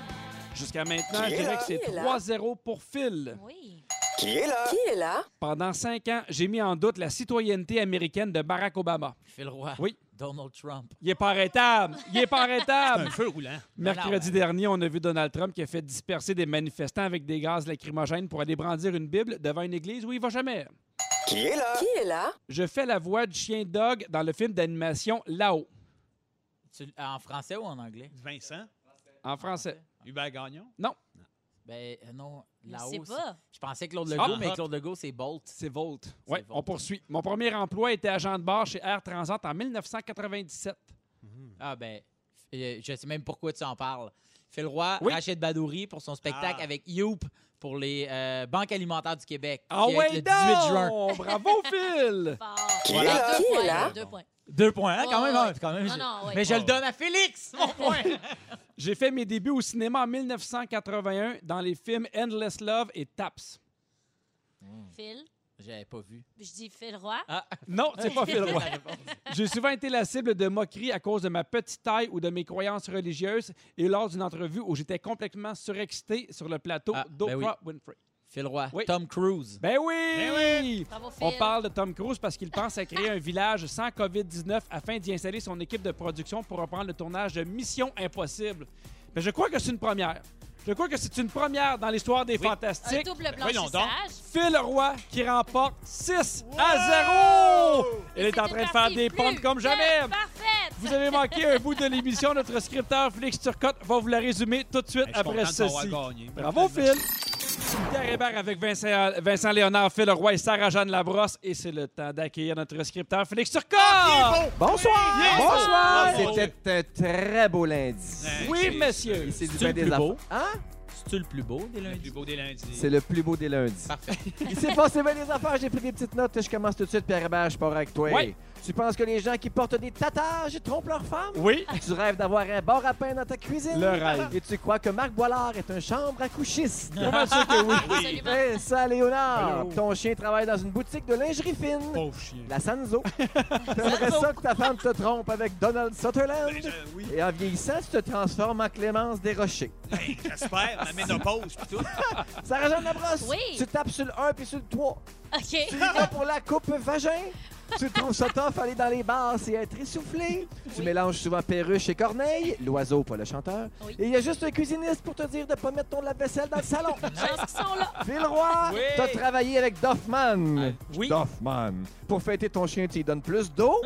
Speaker 2: Jusqu'à maintenant,
Speaker 6: Qui
Speaker 2: je
Speaker 6: est
Speaker 2: dirais
Speaker 6: là?
Speaker 2: que c'est
Speaker 6: Qui est là?
Speaker 2: 3-0 pour Phil.
Speaker 3: Oui.
Speaker 6: Qui est là? Qui est là?
Speaker 2: Pendant cinq ans, j'ai mis en doute la citoyenneté américaine de Barack Obama.
Speaker 4: Phil Roy.
Speaker 2: Oui.
Speaker 4: Donald Trump.
Speaker 2: Il est pas arrêtable! Il est pas arrêtable!
Speaker 1: Un feu roulant.
Speaker 2: Mercredi
Speaker 4: Alors,
Speaker 2: dernier, on a vu Donald Trump qui a fait disperser des manifestants avec des gaz lacrymogènes pour aller brandir une Bible devant une église où il va jamais.
Speaker 6: Qui est là? Qui est là?
Speaker 2: Je fais la voix du chien Dog dans le film d'animation Là-haut,
Speaker 4: Tu- en français ou en anglais?
Speaker 1: Vincent,
Speaker 2: en français.
Speaker 1: Hubert Gagnon.
Speaker 4: Ben euh, non,
Speaker 3: Je
Speaker 4: là-haut.
Speaker 3: sais
Speaker 4: c'est-
Speaker 3: pas.
Speaker 4: Je pensais Claude
Speaker 2: Ah,
Speaker 4: Legault,
Speaker 2: hop.
Speaker 4: mais Claude Legault, c'est Bolt.
Speaker 2: C'est Volt. Oui,
Speaker 4: Volt.
Speaker 2: on poursuit. Mon premier emploi était agent de bar chez Air Transat en 1997.
Speaker 4: Ah ben, euh, je sais même pourquoi tu en parles. Phil Roy
Speaker 2: Oui.
Speaker 4: rachète Badouri pour son spectacle
Speaker 1: Ah.
Speaker 4: avec Youp pour les euh, banques alimentaires du Québec.
Speaker 2: Ah
Speaker 4: qui va être
Speaker 2: ouais,
Speaker 4: le 18 juin.
Speaker 2: donc! Bravo, (laughs) Phil!
Speaker 3: Fort.
Speaker 6: Qui
Speaker 4: Voilà.
Speaker 6: est là?
Speaker 3: Deux
Speaker 6: Qui est
Speaker 3: points,
Speaker 6: là?
Speaker 3: deux points.
Speaker 4: Deux points, hein, quand
Speaker 3: Ouais,
Speaker 4: même.
Speaker 3: Oh, ouais.
Speaker 4: hein, quand même
Speaker 3: Non,
Speaker 4: je-
Speaker 3: non, ouais.
Speaker 4: Mais je
Speaker 2: Oh.
Speaker 1: Ouais.
Speaker 4: le donne à Félix,
Speaker 2: (laughs)
Speaker 4: mon point.
Speaker 2: J'ai fait mes débuts au cinéma en 1981 dans les films Endless Love et Taps.
Speaker 3: Phil.
Speaker 4: J'avais pas vu.
Speaker 3: Je dis Phil Roy.
Speaker 4: Ah,
Speaker 2: Non, c'est pas Phil Roy.
Speaker 4: la réponse.
Speaker 2: J'ai souvent été la cible de moqueries à cause de ma petite taille ou de mes croyances religieuses et lors d'une entrevue où j'étais complètement surexcité sur le plateau
Speaker 4: Ah, ben
Speaker 2: d'Oprah Winfrey.
Speaker 4: Phil Roy,
Speaker 2: Oui.
Speaker 4: Tom Cruise.
Speaker 2: Ben oui!
Speaker 3: Bravo, Phil.
Speaker 2: On parle de Tom Cruise parce qu'il pense à créer un village sans COVID-19 afin d'y installer son équipe de production pour reprendre le tournage de Mission Impossible. Mais je crois que c'est une première. Je crois que c'est une première dans l'histoire des
Speaker 3: Un
Speaker 2: Fantastiques.
Speaker 3: double
Speaker 1: Voyons donc.
Speaker 3: blanchissage.
Speaker 2: Phil Roy qui remporte 6 à 0! Elle est en train
Speaker 3: C'est une
Speaker 2: de faire
Speaker 3: partie
Speaker 2: des
Speaker 3: plus
Speaker 2: pompes comme
Speaker 3: que
Speaker 2: jamais!
Speaker 3: Parfaite.
Speaker 2: Vous avez manqué un bout de l'émission. Notre scripteur Félix Turcotte va vous la résumer tout de suite
Speaker 1: Ben, je suis
Speaker 2: après
Speaker 1: content de t'avoir
Speaker 2: ceci.
Speaker 1: gagné.
Speaker 2: Bravo, Phil! Pierre Hébert avec Vincent, Vincent Léonard, Phil Roy et Sarah-Jeanne Labrosse. Et c'est le temps d'accueillir notre scripteur Félix Turcotte!
Speaker 11: Bonsoir!
Speaker 1: Yes!
Speaker 4: Ah,
Speaker 11: Bonsoir!
Speaker 1: Bravo!
Speaker 11: C'était un très beau lundi.
Speaker 1: Ouais.
Speaker 2: Oui, monsieur!
Speaker 11: Et c'est du
Speaker 4: C'est
Speaker 11: bien
Speaker 4: le
Speaker 11: des
Speaker 4: plus beau.
Speaker 11: affaires. Hein?
Speaker 4: C'est-tu le plus beau des
Speaker 1: Le
Speaker 4: lundis?
Speaker 1: plus beau des lundis.
Speaker 11: C'est le plus beau des lundis.
Speaker 4: Parfait.
Speaker 11: Il s'est passé bien des affaires, j'ai pris des petites notes. Je commence tout de suite, Pierre Hébert, je pars avec toi.
Speaker 2: Ouais.
Speaker 11: Tu penses que les gens qui portent des tatages trompent leur femme?
Speaker 2: Oui,
Speaker 11: Tu rêves d'avoir un bar à pain dans ta cuisine?
Speaker 2: Le rêve.
Speaker 11: Et tu crois que Marc Boilard est un chambre à couchiste?
Speaker 2: pas mal sûr que oui.
Speaker 3: (laughs) Absolument.
Speaker 11: Vincent Léonard, ton chien travaille dans une boutique de lingerie fine.
Speaker 2: Oh,
Speaker 1: Pauvre chien.
Speaker 2: (laughs)
Speaker 11: La Sanzo. T'aimerais ça que ta femme te trompe avec Donald Sutherland.
Speaker 1: Ben, je- oui,
Speaker 11: Et en vieillissant, tu te transformes en Clémence Desrochers.
Speaker 1: ben, j'espère. Ma ménopause, pis tout.
Speaker 11: Sarah-Jeanne Labrosse,
Speaker 3: Oui.
Speaker 11: tu tapes sur le 1 puis sur le 3. Tu y
Speaker 2: (laughs)
Speaker 3: OK.
Speaker 11: vas pour la coupe vagin. Tu trouves ça tough aller dans les bars et être essoufflé. Tu mélanges souvent perruche et corneille. L'oiseau, pas le chanteur.
Speaker 3: Oui.
Speaker 11: Et il y a juste un cuisiniste pour te dire de pas mettre ton lave-vaisselle dans
Speaker 2: (laughs)
Speaker 11: le salon.
Speaker 3: Je pense qu'ils sont là.
Speaker 11: Villeroy,
Speaker 2: Oui.
Speaker 11: t'as travaillé avec Doffman.
Speaker 2: oui.
Speaker 11: Doffman. Pour fêter ton chien, tu lui donnes plus d'eau.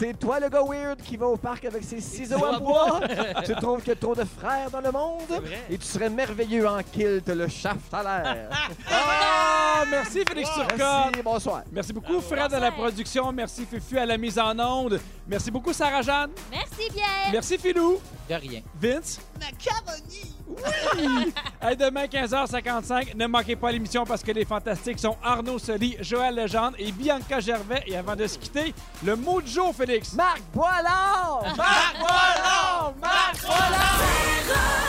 Speaker 11: C'est toi le gars weird qui va au parc avec ses ciseaux à bois.
Speaker 2: (laughs)
Speaker 11: tu trouves qu'il y a trop de frères dans le monde. Et tu serais merveilleux en kilt, le shaft à l'air.
Speaker 2: (laughs) Ah, merci Félix Turcotte!
Speaker 11: Merci, bonsoir.
Speaker 2: Merci beaucoup, Fred, à la production. Merci, Fufu, à la mise en onde. Merci beaucoup, Sarah-Jeanne.
Speaker 3: Merci, Pierre.
Speaker 2: Merci, Philou.
Speaker 4: De rien.
Speaker 2: Vince. Macaroni. Oui. À demain, 15h55. Ne manquez pas l'émission parce que les fantastiques sont Arnaud Soli, Joël Legendre et Bianca Gervais. Et avant de se quitter, le mot du jour, Félix.
Speaker 11: Marc Boilard!
Speaker 2: Marc Boilard! Marc Boilard!
Speaker 6: Erreur!